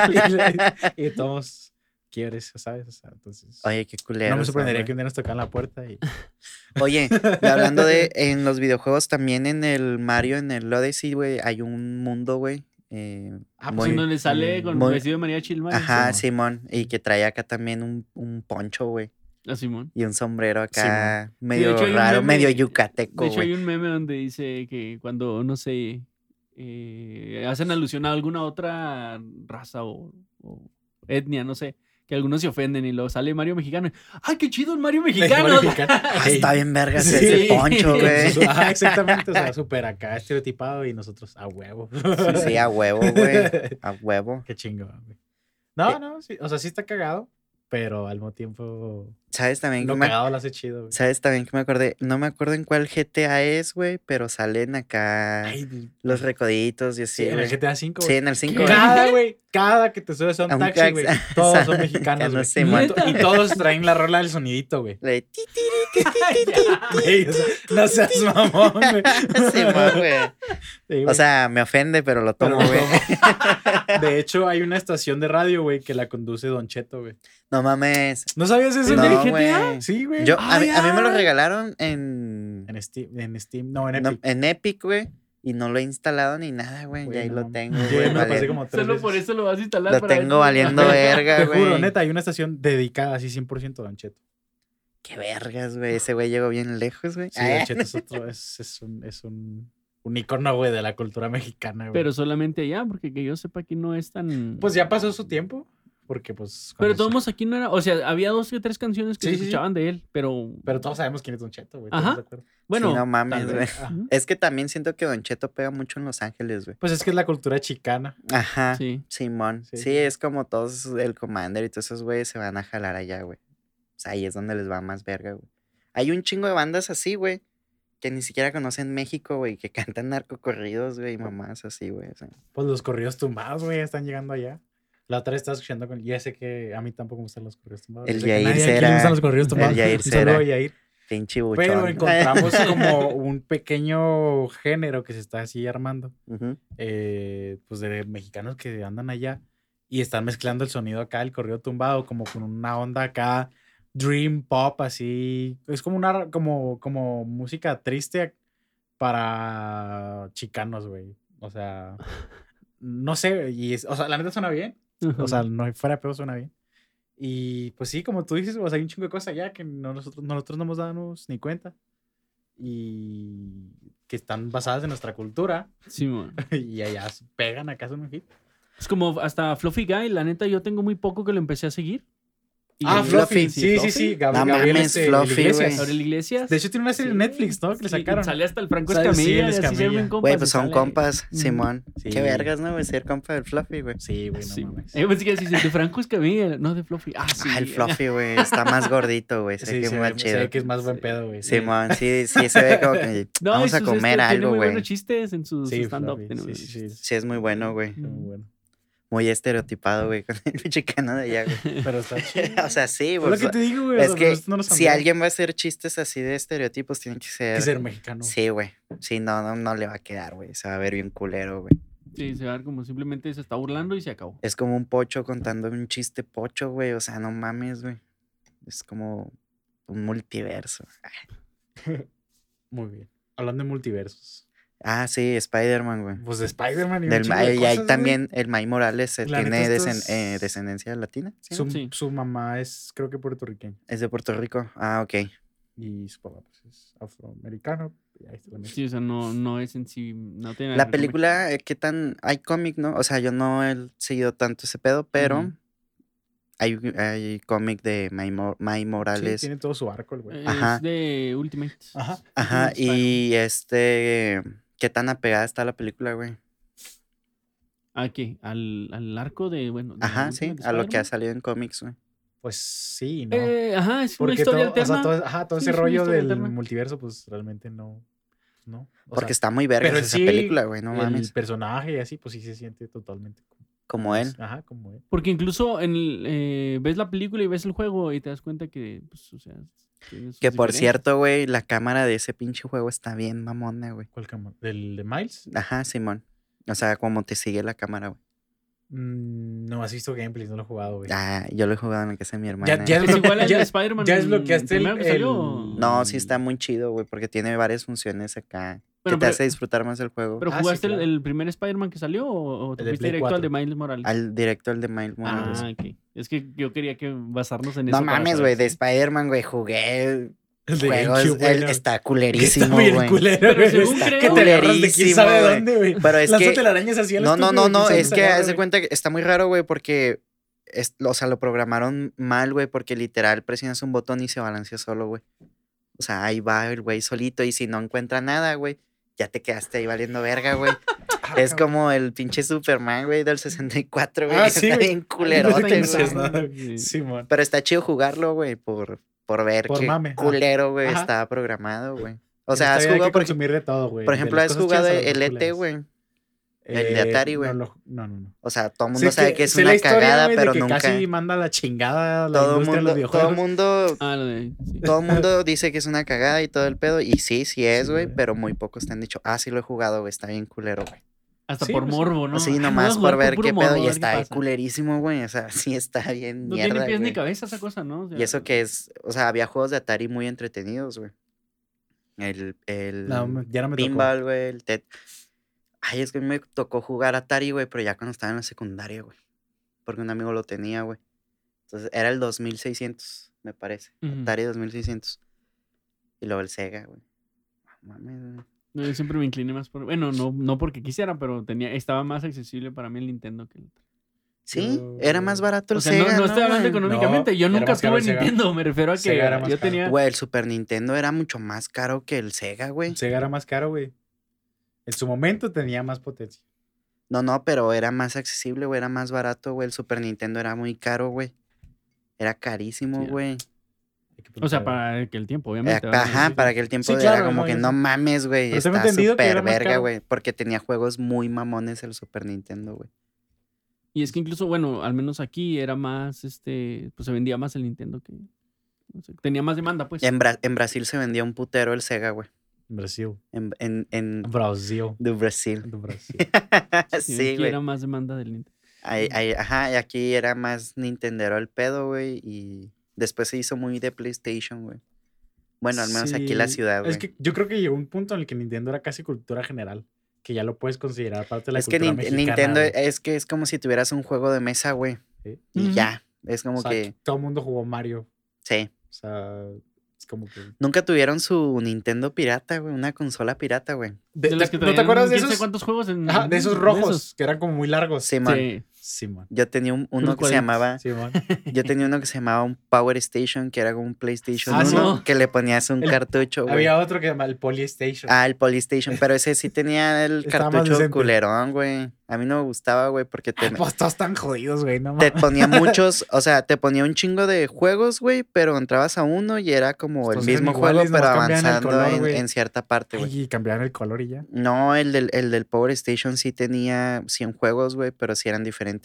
[SPEAKER 4] y, le- y todos quieres, ¿sabes? O sea, entonces.
[SPEAKER 3] Oye, qué culero.
[SPEAKER 4] no me sorprendería que un día nos tocaran la puerta y.
[SPEAKER 3] Oye, y hablando de en los videojuegos, también en el Mario, en el Odyssey, güey, hay un mundo, güey. eh,
[SPEAKER 4] Ah, pues
[SPEAKER 3] muy- Mm,
[SPEAKER 2] En donde sale con
[SPEAKER 3] muy-
[SPEAKER 2] vestido de María Chilma.
[SPEAKER 3] Ajá,
[SPEAKER 2] sí.
[SPEAKER 3] Simón. Y que trae acá también un, un poncho, güey.
[SPEAKER 2] A Ah, Simón.
[SPEAKER 3] Y un sombrero acá
[SPEAKER 2] de
[SPEAKER 3] medio
[SPEAKER 2] hecho, hay un
[SPEAKER 3] raro,
[SPEAKER 2] meme-
[SPEAKER 3] medio
[SPEAKER 2] De
[SPEAKER 3] yucateco,
[SPEAKER 2] hecho, hay
[SPEAKER 3] güey.
[SPEAKER 2] un meme donde dice que cuando, no sé, eh, hacen alusión a alguna otra raza o, o etnia, no sé, que algunos se ofenden y luego sale Mario Mexicano. y, ¡Ay, qué chido el Mario Mexicano!
[SPEAKER 3] Ah, está bien verga
[SPEAKER 4] Sí.
[SPEAKER 3] ese poncho, güey.
[SPEAKER 4] Su- ajá, exactamente, o sea, súper acá, estereotipado y nosotros a huevo.
[SPEAKER 3] Sí, sí, a huevo, güey. Eh, A huevo.
[SPEAKER 4] Qué chingo, güey. No, no, sí, o sea, sí está cagado, pero al mismo tiempo
[SPEAKER 3] ¿Sabes también que
[SPEAKER 4] lo
[SPEAKER 3] me,
[SPEAKER 4] cagado lo hace chido, güey.
[SPEAKER 3] ¿Sabes también que me acordé? No me acuerdo en cuál GTA es, güey, pero salen acá
[SPEAKER 4] Ay,
[SPEAKER 3] los recoditos y
[SPEAKER 4] sí,
[SPEAKER 3] así,
[SPEAKER 4] en el
[SPEAKER 3] güey.
[SPEAKER 4] GTA V,
[SPEAKER 3] Sí,
[SPEAKER 4] güey.
[SPEAKER 3] en el 5,
[SPEAKER 2] ¿Qué?
[SPEAKER 3] güey.
[SPEAKER 4] Cada, güey, cada que te subes a un
[SPEAKER 3] A un
[SPEAKER 4] taxi,
[SPEAKER 3] taxi.
[SPEAKER 4] güey, todos son mexicanos,
[SPEAKER 3] Mexicanos,
[SPEAKER 4] güey.
[SPEAKER 3] sí,
[SPEAKER 4] Y
[SPEAKER 2] man.
[SPEAKER 4] to- y todos traen la rola del sonidito, güey.
[SPEAKER 3] Le- ti, ti,
[SPEAKER 4] Güey, o sea, no seas mamón, güey.
[SPEAKER 3] sí, mo, güey.
[SPEAKER 4] Sí,
[SPEAKER 3] O
[SPEAKER 4] güey.
[SPEAKER 3] sea, me ofende, pero lo
[SPEAKER 4] Pero
[SPEAKER 3] tomo, güey.
[SPEAKER 4] no. De hecho, hay una estación de radio, güey, que la conduce Don Cheto, güey.
[SPEAKER 3] No mames.
[SPEAKER 4] ¿No sabías eso
[SPEAKER 3] No,
[SPEAKER 4] del
[SPEAKER 3] güey.
[SPEAKER 4] Sí, güey.
[SPEAKER 3] Yo, a,
[SPEAKER 2] Ah,
[SPEAKER 3] mí, a mí me lo
[SPEAKER 2] ya.
[SPEAKER 3] regalaron en,
[SPEAKER 4] En Steam, en Steam, no, en
[SPEAKER 3] no,
[SPEAKER 4] Epic.
[SPEAKER 3] en Epic, güey. Y no lo he instalado ni nada, güey. Y
[SPEAKER 4] Güey,
[SPEAKER 3] ahí
[SPEAKER 4] no
[SPEAKER 3] lo
[SPEAKER 4] mames.
[SPEAKER 3] tengo,
[SPEAKER 4] Yo ya
[SPEAKER 3] güey.
[SPEAKER 4] me lo pasé
[SPEAKER 3] valen-
[SPEAKER 4] como tres
[SPEAKER 2] Solo por
[SPEAKER 4] veces.
[SPEAKER 2] eso lo vas a instalar.
[SPEAKER 3] Lo
[SPEAKER 2] para ver
[SPEAKER 3] tengo
[SPEAKER 2] si-
[SPEAKER 3] valiendo verga,
[SPEAKER 4] Te juro,
[SPEAKER 3] güey.
[SPEAKER 4] neta, hay una estación dedicada así 100% a Don Cheto.
[SPEAKER 3] Qué vergas, güey. Ese güey llegó bien lejos, güey.
[SPEAKER 4] Sí,
[SPEAKER 3] Ah,
[SPEAKER 4] Don Cheto es otro, es, es un, es un, un icono, güey, de la cultura mexicana, güey.
[SPEAKER 2] Pero solamente allá, porque que yo sepa que no es tan.
[SPEAKER 4] pues ya pasó su tiempo, porque pues... cuando
[SPEAKER 2] Pero
[SPEAKER 4] se-
[SPEAKER 2] todos aquí no era. O sea, había dos o tres canciones que
[SPEAKER 4] Sí,
[SPEAKER 2] se
[SPEAKER 4] sí, sí.
[SPEAKER 2] escuchaban de él, pero.
[SPEAKER 4] Pero todos sabemos quién es Don Cheto, güey.
[SPEAKER 2] Ajá.
[SPEAKER 4] ¿estás de acuerdo?
[SPEAKER 2] Bueno.
[SPEAKER 3] sí, no mames,
[SPEAKER 4] Tal
[SPEAKER 3] güey.
[SPEAKER 4] vez. Ah,
[SPEAKER 2] Ujú.
[SPEAKER 3] Es que también siento que Don Cheto pega mucho en Los Ángeles, güey.
[SPEAKER 4] Pues es que es la cultura chicana.
[SPEAKER 3] Ajá.
[SPEAKER 2] Sí.
[SPEAKER 3] Simón.
[SPEAKER 4] Sí,
[SPEAKER 3] Sí,
[SPEAKER 4] sí.
[SPEAKER 3] es como todos esos- el Commander y todos esos güeyes se van a jalar allá, güey. O sea, ahí es donde les va más verga, güey. Hay un chingo de bandas así, güey. Que ni siquiera conocen México, güey. Que cantan narcocorridos, güey. Y mamás así, güey. o sea.
[SPEAKER 4] Pues los corridos tumbados, güey, están llegando allá. La otra vez estaba escuchando con... Ya sé que a mí tampoco me gustan los corridos tumbados. Yo
[SPEAKER 3] El
[SPEAKER 4] sé que
[SPEAKER 3] Yair
[SPEAKER 4] nadie aquí le
[SPEAKER 3] Cera.
[SPEAKER 4] gustan los corridos tumbados.
[SPEAKER 3] Yair
[SPEAKER 4] Un saludo,
[SPEAKER 3] Cera.
[SPEAKER 4] Yair.
[SPEAKER 3] pinche buchón.
[SPEAKER 4] Pero encontramos como un pequeño género que se está así armando,
[SPEAKER 3] Ujú.
[SPEAKER 4] eh, pues de mexicanos que andan allá y están mezclando el sonido acá, el corrido tumbado, como con una onda acá, dream pop, así. Es como una, como, como música triste para chicanos, güey. O sea, no sé, y es- o sea, la neta suena bien, o sea, no fuera de pedo suena bien. Y pues sí, como tú dices, o sea, hay un chingo de cosas allá que no- nosotros, nosotros no nos damos ni cuenta. Y que están basadas en nuestra cultura.
[SPEAKER 2] Sí, man.
[SPEAKER 4] Y allá s- pegan acá son un hit.
[SPEAKER 2] Es como hasta Fluffy Guy, la neta, yo tengo muy poco que lo empecé a seguir. Y
[SPEAKER 4] Ah,
[SPEAKER 2] el-
[SPEAKER 3] Fluffy,
[SPEAKER 4] Sí, sí, sí. Gab-
[SPEAKER 3] No
[SPEAKER 4] Gabriel
[SPEAKER 3] mames,
[SPEAKER 4] este,
[SPEAKER 3] Fluffy,
[SPEAKER 4] Iglesias.
[SPEAKER 3] güey.
[SPEAKER 2] Gabriel Iglesias.
[SPEAKER 4] De hecho, tiene una serie
[SPEAKER 2] Sí,
[SPEAKER 4] en Netflix, ¿no? Que le
[SPEAKER 2] sí,
[SPEAKER 4] sacaron.
[SPEAKER 2] Sale hasta el Franco
[SPEAKER 4] Sale- sí,
[SPEAKER 2] Escamilla.
[SPEAKER 4] el
[SPEAKER 2] y así se
[SPEAKER 4] Escamilla.
[SPEAKER 2] ven compas
[SPEAKER 3] Güey,
[SPEAKER 2] y
[SPEAKER 3] pues son
[SPEAKER 2] sale-
[SPEAKER 3] compas,
[SPEAKER 2] Mm.
[SPEAKER 3] Simón.
[SPEAKER 4] Sí.
[SPEAKER 3] Qué vergas, ¿no, güey? Ser compa del Fluffy, güey.
[SPEAKER 4] Sí, güey, no
[SPEAKER 2] Sí.
[SPEAKER 4] mames.
[SPEAKER 2] Eh, pensé que así, de Franco Escamilla, no de Fluffy. Ah, sí.
[SPEAKER 3] Ah, el Fluffy, güey. Está más gordito, güey.
[SPEAKER 4] Sí,
[SPEAKER 3] Se
[SPEAKER 4] sí,
[SPEAKER 3] ve
[SPEAKER 4] se
[SPEAKER 3] más
[SPEAKER 4] ve- se
[SPEAKER 3] chido.
[SPEAKER 4] ve que es más buen pedo, güey. sí.
[SPEAKER 3] Simón, sí, sí, se ve como que
[SPEAKER 2] No,
[SPEAKER 3] vamos
[SPEAKER 2] y
[SPEAKER 3] a
[SPEAKER 2] sus,
[SPEAKER 3] comer
[SPEAKER 2] este,
[SPEAKER 3] algo,
[SPEAKER 2] Tiene muy
[SPEAKER 3] güey.
[SPEAKER 2] buenos chistes en sus
[SPEAKER 4] Sí,
[SPEAKER 2] stand-up.
[SPEAKER 4] Fluffy,
[SPEAKER 2] tiene muy buenos
[SPEAKER 4] sí, sí, sí,
[SPEAKER 2] chistes.
[SPEAKER 3] Sí, es muy bueno, güey.
[SPEAKER 4] Está muy bueno.
[SPEAKER 3] Muy estereotipado, güey, con el chicano de allá, güey.
[SPEAKER 4] Pero está chido.
[SPEAKER 3] o sea, sí,
[SPEAKER 4] Es
[SPEAKER 3] güey.
[SPEAKER 4] lo que te digo, güey. o
[SPEAKER 3] Es
[SPEAKER 4] sea,
[SPEAKER 3] que
[SPEAKER 4] nosotros no nos
[SPEAKER 3] si
[SPEAKER 4] andamos-
[SPEAKER 3] alguien va a hacer chistes así de estereotipos, tiene que ser.
[SPEAKER 4] que ser mexicano.
[SPEAKER 3] Sí, güey. Sí, no, no, no le va a quedar, güey. Se va a ver bien culero, güey.
[SPEAKER 2] Sí, se va a ver como simplemente se está burlando y se acabó.
[SPEAKER 3] Es como un pocho contando un chiste pocho, güey. O sea, no mames, güey. Es como un multiverso.
[SPEAKER 4] Muy bien. Hablando de multiversos.
[SPEAKER 3] Ah, sí, Spider-Man, güey.
[SPEAKER 4] Pues de Spider-Man y un
[SPEAKER 3] Ah. Del
[SPEAKER 4] chingo
[SPEAKER 3] Ma-
[SPEAKER 4] de
[SPEAKER 3] y
[SPEAKER 4] cosas,
[SPEAKER 3] ahí
[SPEAKER 4] güey.
[SPEAKER 3] también el May Morales eh,
[SPEAKER 4] La neta,
[SPEAKER 3] tiene
[SPEAKER 4] estos-
[SPEAKER 3] descen- eh, descendencia latina. ¿sí, no?
[SPEAKER 4] Su,
[SPEAKER 2] Sí.
[SPEAKER 4] su mamá es, creo que puertorriqueña.
[SPEAKER 3] Es de Puerto Rico. Ah, ok.
[SPEAKER 4] Y su papá pues, es afroamericano. Y ahí está la mezcla.
[SPEAKER 2] Sí, o sea, no, no es en sí. No tiene nada
[SPEAKER 4] Ah,
[SPEAKER 2] que ver
[SPEAKER 3] La
[SPEAKER 2] con
[SPEAKER 3] película, eh, ¿qué tan? Hay cómic, ¿no? O sea, yo no he seguido tanto ese pedo, pero
[SPEAKER 2] Ujú.
[SPEAKER 3] hay, hay cómic de May, Mo- May
[SPEAKER 4] Sí,
[SPEAKER 3] Morales.
[SPEAKER 4] tiene todo su arco el
[SPEAKER 2] México.
[SPEAKER 4] güey.
[SPEAKER 2] Eh,
[SPEAKER 3] Ajá. Ah.
[SPEAKER 2] Es de Ultimate.
[SPEAKER 4] Ajá.
[SPEAKER 3] Ajá,
[SPEAKER 2] Spider-Man.
[SPEAKER 3] y este, ¿qué tan apegada está la película, güey?
[SPEAKER 2] ¿A qué? Al, al arco de, bueno.
[SPEAKER 4] Mm,
[SPEAKER 2] de
[SPEAKER 3] Ajá, sí,
[SPEAKER 2] Ultimate
[SPEAKER 3] a lo que ha
[SPEAKER 2] Spider-Man.
[SPEAKER 3] salido en cómics, güey.
[SPEAKER 4] Pues sí, ¿no?
[SPEAKER 2] Eh, ajá, es una
[SPEAKER 4] Porque
[SPEAKER 2] historia
[SPEAKER 4] todo, o sea,
[SPEAKER 2] alterna.
[SPEAKER 4] todo- ajá, todo
[SPEAKER 2] Sí,
[SPEAKER 4] ese
[SPEAKER 2] es una
[SPEAKER 4] rollo
[SPEAKER 2] historia
[SPEAKER 4] del
[SPEAKER 2] alterna.
[SPEAKER 4] multiverso, pues realmente no. pues, no. O
[SPEAKER 3] Porque
[SPEAKER 4] sea,
[SPEAKER 3] está muy verga
[SPEAKER 4] pero en
[SPEAKER 3] esa
[SPEAKER 4] sí,
[SPEAKER 3] película, güey, no
[SPEAKER 4] el
[SPEAKER 3] mames.
[SPEAKER 4] personaje y así, pues sí se siente totalmente como, pues,
[SPEAKER 3] Como él.
[SPEAKER 4] Ajá, como él.
[SPEAKER 2] Porque incluso en el, eh, ves la película y ves el juego y te das cuenta que, pues, o sea. tiene sus
[SPEAKER 3] Que por
[SPEAKER 2] diferencias.
[SPEAKER 3] cierto, güey, la cámara de ese pinche juego está bien mamona, güey.
[SPEAKER 4] ¿Cuál cámara? ¿Del de Miles?
[SPEAKER 3] Ajá, Simón. O sea, como te sigue la cámara, güey.
[SPEAKER 4] Mm, no has visto gameplays, no lo he jugado, güey.
[SPEAKER 3] Ah, yo lo he jugado en la casa de mi hermana.
[SPEAKER 4] ya
[SPEAKER 2] Es igual al
[SPEAKER 4] Ya-
[SPEAKER 2] de Spider-Man.
[SPEAKER 4] ya desbloqueaste el-
[SPEAKER 2] primero que salió.
[SPEAKER 4] el-
[SPEAKER 3] No, sí está muy chido, güey, porque tiene varias funciones acá que
[SPEAKER 2] Bueno,
[SPEAKER 3] te
[SPEAKER 2] pero-
[SPEAKER 3] hace disfrutar más el juego.
[SPEAKER 2] ¿Pero
[SPEAKER 4] Ah, sí,
[SPEAKER 2] jugaste el-
[SPEAKER 4] claro.
[SPEAKER 2] el, primer Spider-Man que salió o, o te
[SPEAKER 4] El de
[SPEAKER 2] fuiste
[SPEAKER 4] Play
[SPEAKER 2] directo al de
[SPEAKER 4] 4.
[SPEAKER 2] Miles Morales?
[SPEAKER 3] Al directo al de Miles Morales.
[SPEAKER 2] ah, ok. Es que yo quería que basarnos en eso.
[SPEAKER 3] no
[SPEAKER 2] para
[SPEAKER 3] mames,
[SPEAKER 2] saber
[SPEAKER 3] güey, de
[SPEAKER 2] si-
[SPEAKER 3] Spider-Man, güey, jugué
[SPEAKER 4] El de
[SPEAKER 3] juegos,
[SPEAKER 4] GameCube, güey,
[SPEAKER 3] el-
[SPEAKER 4] no.
[SPEAKER 3] está
[SPEAKER 4] Está
[SPEAKER 3] culerísimo,
[SPEAKER 4] bien
[SPEAKER 3] güey.
[SPEAKER 4] culero,
[SPEAKER 2] Pero
[SPEAKER 4] güey,
[SPEAKER 2] según
[SPEAKER 4] está
[SPEAKER 2] creo-
[SPEAKER 4] que te agarras de quién
[SPEAKER 3] Culerísimo,
[SPEAKER 4] sabe
[SPEAKER 3] güey.
[SPEAKER 4] dónde, güey.
[SPEAKER 3] Pero es
[SPEAKER 4] Las
[SPEAKER 3] que
[SPEAKER 4] telarañas así a lo
[SPEAKER 3] No, no,
[SPEAKER 4] estúpido,
[SPEAKER 3] no,
[SPEAKER 4] quién
[SPEAKER 3] no,
[SPEAKER 4] sabe
[SPEAKER 3] es
[SPEAKER 4] esa
[SPEAKER 3] que
[SPEAKER 4] madre,
[SPEAKER 3] haz de
[SPEAKER 4] güey.
[SPEAKER 3] cuenta que está muy raro, güey, porque es, o sea, lo programaron mal, güey, porque literal presionas un botón y se balancea solo, güey. O sea, ahí va el güey solito y si no encuentra nada, güey, ya te quedaste ahí valiendo verga, güey. es como el pinche Superman, güey, del 64, güey.
[SPEAKER 4] Ah,
[SPEAKER 3] que
[SPEAKER 4] sí,
[SPEAKER 3] está
[SPEAKER 4] güey.
[SPEAKER 3] bien
[SPEAKER 2] No
[SPEAKER 3] culerote,
[SPEAKER 2] tengo
[SPEAKER 3] güey.
[SPEAKER 4] piensas
[SPEAKER 2] idea.
[SPEAKER 4] nada,
[SPEAKER 2] Sí.
[SPEAKER 4] Simón.
[SPEAKER 3] Pero está chido jugarlo, güey, por, por ver
[SPEAKER 4] Por
[SPEAKER 3] qué
[SPEAKER 4] mame, ajá.
[SPEAKER 3] culero, güey,
[SPEAKER 4] Ajá.
[SPEAKER 3] está programado, güey.
[SPEAKER 4] En
[SPEAKER 3] O sea,
[SPEAKER 4] esta
[SPEAKER 3] has
[SPEAKER 4] vida hay
[SPEAKER 3] jugado,
[SPEAKER 4] que
[SPEAKER 3] por, ej-
[SPEAKER 4] consumir de todo, güey.
[SPEAKER 3] por
[SPEAKER 4] de
[SPEAKER 3] ejemplo,
[SPEAKER 4] las
[SPEAKER 3] has
[SPEAKER 4] cosas
[SPEAKER 3] jugado
[SPEAKER 4] chidas a las
[SPEAKER 3] el
[SPEAKER 4] cosas
[SPEAKER 3] ET,
[SPEAKER 4] culeras.
[SPEAKER 3] güey. el de
[SPEAKER 4] Eh,
[SPEAKER 3] Atari, güey.
[SPEAKER 4] No, lo- no, no. no.
[SPEAKER 3] O sea, todo el
[SPEAKER 4] Sí,
[SPEAKER 3] mundo sabe que, es
[SPEAKER 4] sé la
[SPEAKER 3] una
[SPEAKER 4] historia,
[SPEAKER 3] cagada,
[SPEAKER 4] güey, de
[SPEAKER 3] pero
[SPEAKER 4] que
[SPEAKER 3] nunca.
[SPEAKER 4] Casi manda la chingada a la
[SPEAKER 3] todo
[SPEAKER 4] industria de los
[SPEAKER 3] mundo, todo
[SPEAKER 4] videojuegos.
[SPEAKER 3] mundo,
[SPEAKER 2] Ah, lo de. sí.
[SPEAKER 3] todo mundo dice que es una cagada y todo el pedo. Y sí, sí es,
[SPEAKER 4] Sí,
[SPEAKER 3] güey,
[SPEAKER 4] güey.
[SPEAKER 3] pero muy pocos te han dicho, ah, sí lo he jugado, güey, está bien culero, güey.
[SPEAKER 2] Hasta
[SPEAKER 4] Sí,
[SPEAKER 2] por
[SPEAKER 4] pues,
[SPEAKER 2] morbo, ¿no?
[SPEAKER 3] Así
[SPEAKER 2] Ay, voy
[SPEAKER 3] nomás
[SPEAKER 2] a
[SPEAKER 3] por
[SPEAKER 2] jugar
[SPEAKER 3] ver
[SPEAKER 2] puro
[SPEAKER 3] qué
[SPEAKER 2] morbo,
[SPEAKER 3] pedo
[SPEAKER 2] a
[SPEAKER 3] y
[SPEAKER 2] ver qué
[SPEAKER 3] está bien
[SPEAKER 2] pasa.
[SPEAKER 3] culerísimo, güey. O sea, sí está bien
[SPEAKER 2] No
[SPEAKER 3] mierda,
[SPEAKER 2] tiene pies ni
[SPEAKER 3] güey.
[SPEAKER 2] cabeza esa cosa, ¿no? O sea,
[SPEAKER 3] Y eso que es, o sea, había juegos de Atari muy entretenidos, güey. El, el
[SPEAKER 4] No, ya no me tocó.
[SPEAKER 3] pinball, güey, el TED. Ay, es que a mí me tocó jugar Atari, güey, pero ya cuando estaba en la secundaria, güey. Porque un amigo lo tenía, güey. Entonces era el 2600, me parece.
[SPEAKER 4] Mm.
[SPEAKER 2] Ujú.
[SPEAKER 3] Atari 2600. Y luego el Sega, güey. No mames, güey.
[SPEAKER 2] No, yo siempre me incliné más por. Bueno, no, no porque quisiera, pero tenía, estaba más accesible para mí el Nintendo que el otro.
[SPEAKER 3] Sí, era más
[SPEAKER 4] Yo-
[SPEAKER 3] barato el
[SPEAKER 2] O sea, no,
[SPEAKER 3] Sega.
[SPEAKER 2] no estoy hablando
[SPEAKER 3] güey?
[SPEAKER 2] económicamente. yo
[SPEAKER 4] era
[SPEAKER 2] nunca
[SPEAKER 4] más caro
[SPEAKER 2] tuve
[SPEAKER 4] el Sega.
[SPEAKER 2] Nintendo. Me refiero a que
[SPEAKER 4] Sega era más
[SPEAKER 2] yo
[SPEAKER 4] caro.
[SPEAKER 2] tenía.
[SPEAKER 3] Güey, el Super Nintendo era mucho más caro que el Sega, güey.
[SPEAKER 4] El Sega era más caro, güey. En su momento tenía más potencia.
[SPEAKER 3] No, no, pero era más accesible, güey, era más barato, güey. El Super Nintendo era muy caro, güey. Era carísimo,
[SPEAKER 2] Sí, ya.
[SPEAKER 3] güey.
[SPEAKER 4] Hay que
[SPEAKER 2] O sea,
[SPEAKER 4] pensar, güey.
[SPEAKER 2] para que el tiempo,
[SPEAKER 3] Eh,
[SPEAKER 2] obviamente. ¿verdad?
[SPEAKER 3] Ajá,
[SPEAKER 2] Sí,
[SPEAKER 3] para aquel tiempo
[SPEAKER 4] Sí,
[SPEAKER 3] era
[SPEAKER 4] claro,
[SPEAKER 3] como
[SPEAKER 4] no,
[SPEAKER 3] que
[SPEAKER 4] yo
[SPEAKER 3] no
[SPEAKER 4] sé.
[SPEAKER 3] mames, güey.
[SPEAKER 4] Pero tengo
[SPEAKER 3] Está
[SPEAKER 4] entendido que era
[SPEAKER 3] súper
[SPEAKER 4] más
[SPEAKER 3] verga,
[SPEAKER 4] caro.
[SPEAKER 3] güey. Porque tenía juegos muy mamones el Super Nintendo, güey.
[SPEAKER 2] Y es que incluso, bueno, al menos aquí era más, este, pues se vendía más el Nintendo que... no sé, tenía más demanda, pues.
[SPEAKER 3] En, Bra- en Brasil se vendía un putero el Sega, güey.
[SPEAKER 4] Brasil.
[SPEAKER 3] En, en, en
[SPEAKER 4] Ah, Brasil.
[SPEAKER 3] de Brasil.
[SPEAKER 4] Brasil.
[SPEAKER 3] sí,
[SPEAKER 2] aquí
[SPEAKER 3] güey.
[SPEAKER 2] era más demanda del Nintendo.
[SPEAKER 3] Ahí- ahí- ajá, y aquí era más Nintendero el pedo, güey. Y después se hizo muy de PlayStation, güey. Bueno, al menos aquí la
[SPEAKER 4] Sí,
[SPEAKER 3] ciudad, güey.
[SPEAKER 4] Es que yo creo que llegó un punto en el que Nintendo era casi cultura general. Que ya lo puedes considerar parte de la
[SPEAKER 3] Es que
[SPEAKER 4] cultura
[SPEAKER 3] Nin-
[SPEAKER 4] mexicana.
[SPEAKER 3] Nintendo
[SPEAKER 4] güey.
[SPEAKER 3] es que es como si tuvieras un juego de mesa, güey.
[SPEAKER 4] Sí.
[SPEAKER 3] Y
[SPEAKER 2] Ujú.
[SPEAKER 3] ya. Es como
[SPEAKER 4] O sea,
[SPEAKER 3] que.
[SPEAKER 4] Todo el mundo jugó Mario.
[SPEAKER 3] Sí.
[SPEAKER 4] O sea, es como que.
[SPEAKER 3] Nunca tuvieron su Nintendo pirata, güey. Una consola pirata, güey.
[SPEAKER 2] De los que
[SPEAKER 4] ¿No te acuerdas
[SPEAKER 2] traían
[SPEAKER 4] de
[SPEAKER 2] quién sabe
[SPEAKER 4] esos?
[SPEAKER 2] cuántos juegos en...
[SPEAKER 4] Ajá, de esos rojos que eran como muy largos.
[SPEAKER 3] Sí, Ah. man.
[SPEAKER 2] Sí.
[SPEAKER 4] Simón.
[SPEAKER 3] Yo tenía un- uno que
[SPEAKER 2] cuadritos,
[SPEAKER 3] se llamaba.
[SPEAKER 4] Simón.
[SPEAKER 3] Yo tenía uno que se llamaba un Power Station, que era como un PlayStation
[SPEAKER 2] Ah,
[SPEAKER 3] 1,
[SPEAKER 2] no.
[SPEAKER 3] que le ponías un
[SPEAKER 4] El-
[SPEAKER 3] cartucho, güey.
[SPEAKER 4] Había otro que se llama el Polystation.
[SPEAKER 3] Ah, el Polystation, pero ese sí tenía el
[SPEAKER 4] Estaba más
[SPEAKER 3] cartucho
[SPEAKER 4] decente.
[SPEAKER 3] culerón, güey. A mí no me gustaba, güey, porque te,
[SPEAKER 4] Ah, pues todos están jodidos, güey. No
[SPEAKER 3] te
[SPEAKER 4] mames.
[SPEAKER 3] ponía muchos, o sea, te ponía un chingo de juegos, güey, pero entrabas a uno y era como
[SPEAKER 4] Todos
[SPEAKER 3] el
[SPEAKER 4] eran
[SPEAKER 3] mismo
[SPEAKER 4] iguales,
[SPEAKER 3] juego, pero
[SPEAKER 4] nomás cambiaban el
[SPEAKER 3] avanzando
[SPEAKER 4] color,
[SPEAKER 3] en,
[SPEAKER 4] güey.
[SPEAKER 3] en cierta parte, güey.
[SPEAKER 4] Ay, Y cambiaron el color y ya.
[SPEAKER 3] No, el del, el del Power Station sí tenía 100 juegos, güey, pero sí eran diferentes.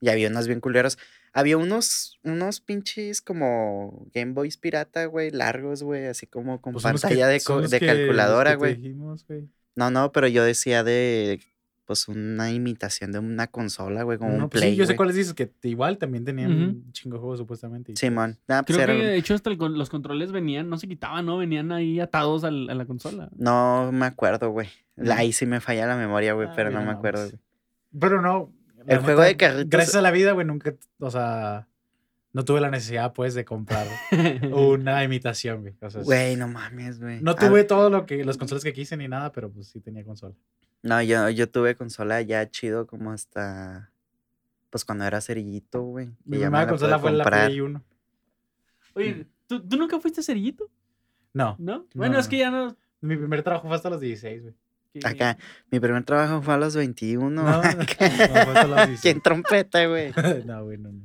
[SPEAKER 3] Y había unos bien culeros. Había unos, unos pinches como Game Boys pirata, güey, largos, güey, así como con
[SPEAKER 4] Pues son los que-
[SPEAKER 3] pantalla de,
[SPEAKER 4] son
[SPEAKER 3] co-
[SPEAKER 4] los
[SPEAKER 3] de
[SPEAKER 4] que- los
[SPEAKER 3] calculadora,
[SPEAKER 4] que te
[SPEAKER 3] güey.
[SPEAKER 4] dijimos, güey.
[SPEAKER 3] No, no, pero yo decía de pues una imitación de una consola, güey, como
[SPEAKER 4] No,
[SPEAKER 3] un
[SPEAKER 4] pues
[SPEAKER 3] Play.
[SPEAKER 4] sí, yo sé
[SPEAKER 3] güey.
[SPEAKER 4] cuáles dices que t- igual también tenían
[SPEAKER 2] Ujú.
[SPEAKER 4] un chingo de juegos supuestamente. y
[SPEAKER 3] Simón. Ah, pues
[SPEAKER 2] Creo que
[SPEAKER 3] era-
[SPEAKER 2] de hecho hasta el con- los controles venían, no se quitaban, ¿no? Venían ahí atados al- a la consola.
[SPEAKER 3] No me acuerdo, güey. La- Ahí sí me falla la memoria, güey,
[SPEAKER 4] Ah,
[SPEAKER 3] pero
[SPEAKER 4] mira
[SPEAKER 3] no me
[SPEAKER 4] nomás.
[SPEAKER 3] acuerdo. güey.
[SPEAKER 4] Pero no. la
[SPEAKER 3] El juego de carritos-
[SPEAKER 4] Gracias a la vida, güey, nunca, o sea, no tuve la necesidad, pues, de comprar una imitación, güey. O sea,
[SPEAKER 3] Güey, no mames, güey.
[SPEAKER 4] no
[SPEAKER 3] Ah,
[SPEAKER 4] tuve todo lo que, los consolas que quise ni nada, pero pues sí tenía consola.
[SPEAKER 3] No, yo, yo tuve consola ya chido como hasta. Pues cuando era cerillito, güey.
[SPEAKER 4] Mi
[SPEAKER 3] y
[SPEAKER 4] primera
[SPEAKER 3] ya me la pude
[SPEAKER 4] consola fue Pues, la
[SPEAKER 3] comprar.
[SPEAKER 4] Play 1.
[SPEAKER 2] Oye, ¿tú, tú nunca fuiste cerillito?
[SPEAKER 4] Mm. No,
[SPEAKER 2] ¿No? Bueno,
[SPEAKER 4] No.
[SPEAKER 2] es que ya no...
[SPEAKER 4] mi primer trabajo fue hasta los 16, güey.
[SPEAKER 2] que-
[SPEAKER 3] Acá, mi primer trabajo fue a los 21.
[SPEAKER 4] No, no, fue hasta los 16.
[SPEAKER 3] ¿Quién trompeta, güey?
[SPEAKER 4] no, güey, no, no.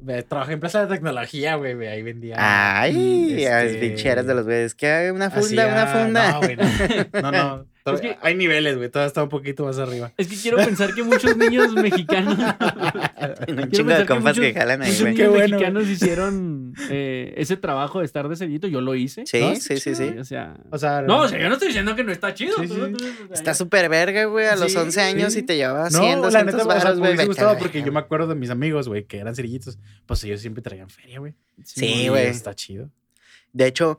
[SPEAKER 4] Ve, Trabajé en Plaza de Tecnología, güey, güey, ahí vendía.
[SPEAKER 3] Ay, a las
[SPEAKER 4] este,
[SPEAKER 3] pincheras de los güeyes. Que hay una funda, una
[SPEAKER 4] hacía-
[SPEAKER 3] funda.
[SPEAKER 4] No, güey, no. no, no, to-
[SPEAKER 2] Es que-
[SPEAKER 4] hay niveles, güey, todavía está un poquito más arriba.
[SPEAKER 2] Es que quiero pensar que muchos niños mexicanos...
[SPEAKER 3] Tengo un
[SPEAKER 2] Quiero
[SPEAKER 3] chingo de
[SPEAKER 2] pensar que
[SPEAKER 3] compas que
[SPEAKER 2] muchos-
[SPEAKER 3] jalan ahí,
[SPEAKER 2] muchos
[SPEAKER 3] güey.
[SPEAKER 4] Qué
[SPEAKER 2] niños
[SPEAKER 4] bueno.
[SPEAKER 2] mexicanos hicieron eh, ese trabajo de estar de cerillito. Yo lo hice.
[SPEAKER 3] Sí,
[SPEAKER 4] ¿no?
[SPEAKER 3] sí, sí, sí.
[SPEAKER 2] O sea...
[SPEAKER 4] O sea,
[SPEAKER 2] No, o sea, yo no estoy diciendo que no está chido.
[SPEAKER 4] Sí,
[SPEAKER 2] tú-
[SPEAKER 4] sí.
[SPEAKER 2] tú- tú- o sea,
[SPEAKER 3] Está súper verga, güey, a los
[SPEAKER 2] Sí,
[SPEAKER 3] 11 años
[SPEAKER 4] sí.
[SPEAKER 3] y te llevaba
[SPEAKER 4] no,
[SPEAKER 3] 100,
[SPEAKER 4] la neta, o
[SPEAKER 3] 200
[SPEAKER 4] sea, me
[SPEAKER 3] baros, güey.
[SPEAKER 4] hubiese
[SPEAKER 3] vete a
[SPEAKER 4] gustado
[SPEAKER 3] la
[SPEAKER 4] porque yo me
[SPEAKER 3] verga.
[SPEAKER 4] acuerdo de mis amigos, güey, que eran cerillitos. Pues ellos siempre traían feria, güey.
[SPEAKER 3] Sí,
[SPEAKER 4] Y
[SPEAKER 3] güey.
[SPEAKER 4] Está chido.
[SPEAKER 3] De hecho,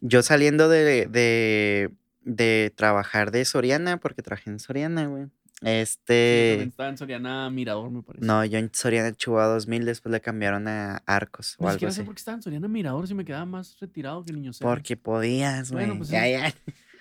[SPEAKER 3] yo saliendo de, de, de trabajar de Soriana, porque trabajé en Soriana, güey.
[SPEAKER 2] Sí, también
[SPEAKER 3] Este.
[SPEAKER 2] estaba en Soriana Mirador, me parece.
[SPEAKER 3] No, yo en Soriana Chihuahua 2000, después le cambiaron a Arcos o
[SPEAKER 2] Ni
[SPEAKER 3] algo
[SPEAKER 2] siquiera sé
[SPEAKER 3] así.
[SPEAKER 2] por qué estaba en Soriana Mirador si me quedaba más retirado que niño Cero.
[SPEAKER 3] Porque podías, güey.
[SPEAKER 2] Bueno, pues sí.
[SPEAKER 3] ya, ya.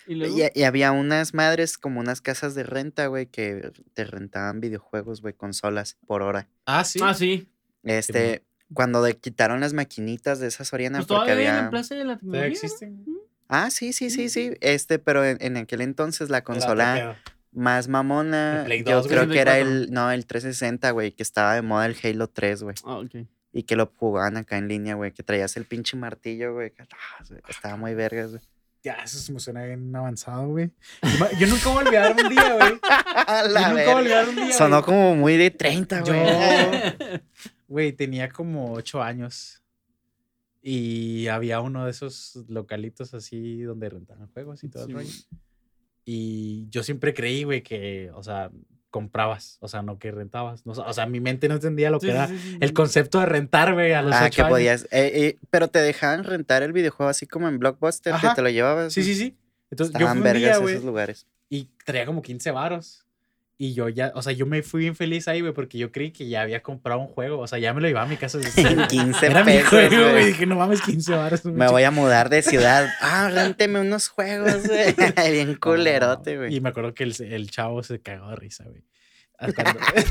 [SPEAKER 2] Y luego,
[SPEAKER 3] Y, y había unas madres como unas casas de renta, güey, que te rentaban videojuegos, güey, consolas por hora.
[SPEAKER 4] Ah, sí.
[SPEAKER 2] Ah, sí.
[SPEAKER 3] Este, cuando de- quitaron las maquinitas de esa Soriana,
[SPEAKER 2] Pues
[SPEAKER 3] porque
[SPEAKER 2] todavía
[SPEAKER 3] había.
[SPEAKER 2] en Plaza de la
[SPEAKER 4] Todavía
[SPEAKER 2] Tecnología.
[SPEAKER 4] existen.
[SPEAKER 3] Ah, sí, sí, sí, sí. Este, pero en, en aquel entonces la consola
[SPEAKER 4] Era otro pedo.
[SPEAKER 3] más mamona,
[SPEAKER 4] El Play
[SPEAKER 3] yo
[SPEAKER 4] 2, güey.
[SPEAKER 3] creo que era el, no, el 360, güey, que estaba de moda el Halo 3, güey.
[SPEAKER 2] Ah, ok.
[SPEAKER 3] Y que lo jugaban acá en línea, güey, que traías el pinche martillo, güey. que, ah, güey, Estaba muy vergas, güey.
[SPEAKER 4] Ya, eso se me suena bien avanzado, güey. Yo me- Yo nunca voy a olvidar un día, güey.
[SPEAKER 3] A
[SPEAKER 4] Yo
[SPEAKER 3] la
[SPEAKER 4] nunca voy a
[SPEAKER 3] verga.
[SPEAKER 4] olvidar un día. güey.
[SPEAKER 3] Sonó como muy de 30,
[SPEAKER 4] Yo,
[SPEAKER 3] güey.
[SPEAKER 4] güey, tenía como ocho años. Y había uno de esos localitos así donde rentaban juegos y todo
[SPEAKER 2] Sí,
[SPEAKER 4] el rollo.
[SPEAKER 2] güey.
[SPEAKER 4] Y yo siempre creí, güey, que, o sea, comprabas, o sea, no que rentabas. No, o sea, mi mente no entendía lo
[SPEAKER 2] Sí,
[SPEAKER 4] que
[SPEAKER 2] sí,
[SPEAKER 4] era
[SPEAKER 2] sí, sí,
[SPEAKER 4] el
[SPEAKER 2] sí.
[SPEAKER 4] concepto de rentar, güey, a los
[SPEAKER 3] Ah,
[SPEAKER 4] ocho
[SPEAKER 3] que
[SPEAKER 4] años.
[SPEAKER 3] podías. eh, eh, pero te dejaban rentar el videojuego así como en Blockbuster,
[SPEAKER 4] Ajá.
[SPEAKER 3] que te lo llevabas.
[SPEAKER 4] Sí, sí, sí. Entonces, yo
[SPEAKER 3] Estaban
[SPEAKER 4] fui un día,
[SPEAKER 3] vergas
[SPEAKER 4] güey,
[SPEAKER 3] esos lugares.
[SPEAKER 4] y traía como 15 varos. Y yo ya, o sea, yo me fui bien feliz ahí, güey, porque yo creí que ya había comprado un juego. O sea, ya me lo llevaba a mi casa.
[SPEAKER 3] En 15
[SPEAKER 4] Era mi
[SPEAKER 3] pesos,
[SPEAKER 4] juego, güey.
[SPEAKER 3] güey.
[SPEAKER 4] Dije, no mames, 15 varos.
[SPEAKER 3] Me voy a mudar de ciudad. Ah, rénteme unos juegos, güey. Bien culerote, güey.
[SPEAKER 4] Y me acuerdo que el, el chavo se cagó de risa, güey. Ah,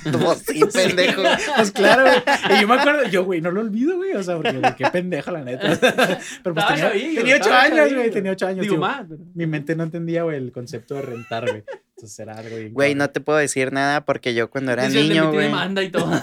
[SPEAKER 4] cuando-
[SPEAKER 3] Vos sí, pendejo.
[SPEAKER 4] pues claro, güey. Y yo me acuerdo, yo, güey, no lo olvido, güey. O sea, porque güey, qué pendejo, la neta. Pero pues
[SPEAKER 2] Estaba
[SPEAKER 4] tenía,
[SPEAKER 2] chavillo,
[SPEAKER 4] tenía ocho
[SPEAKER 2] estaba
[SPEAKER 4] años, güey.
[SPEAKER 2] chavillo.
[SPEAKER 4] Tenía ocho años.
[SPEAKER 2] Digo,
[SPEAKER 4] tío.
[SPEAKER 2] más.
[SPEAKER 4] Mi mente no entendía, güey, el concepto de rentar, güey. Entonces era algo. bien
[SPEAKER 3] Güey, no
[SPEAKER 4] cabrón.
[SPEAKER 3] te puedo decir nada porque yo cuando era
[SPEAKER 2] Dice, le
[SPEAKER 3] niño,
[SPEAKER 2] metí
[SPEAKER 3] güey.
[SPEAKER 2] demanda y todo.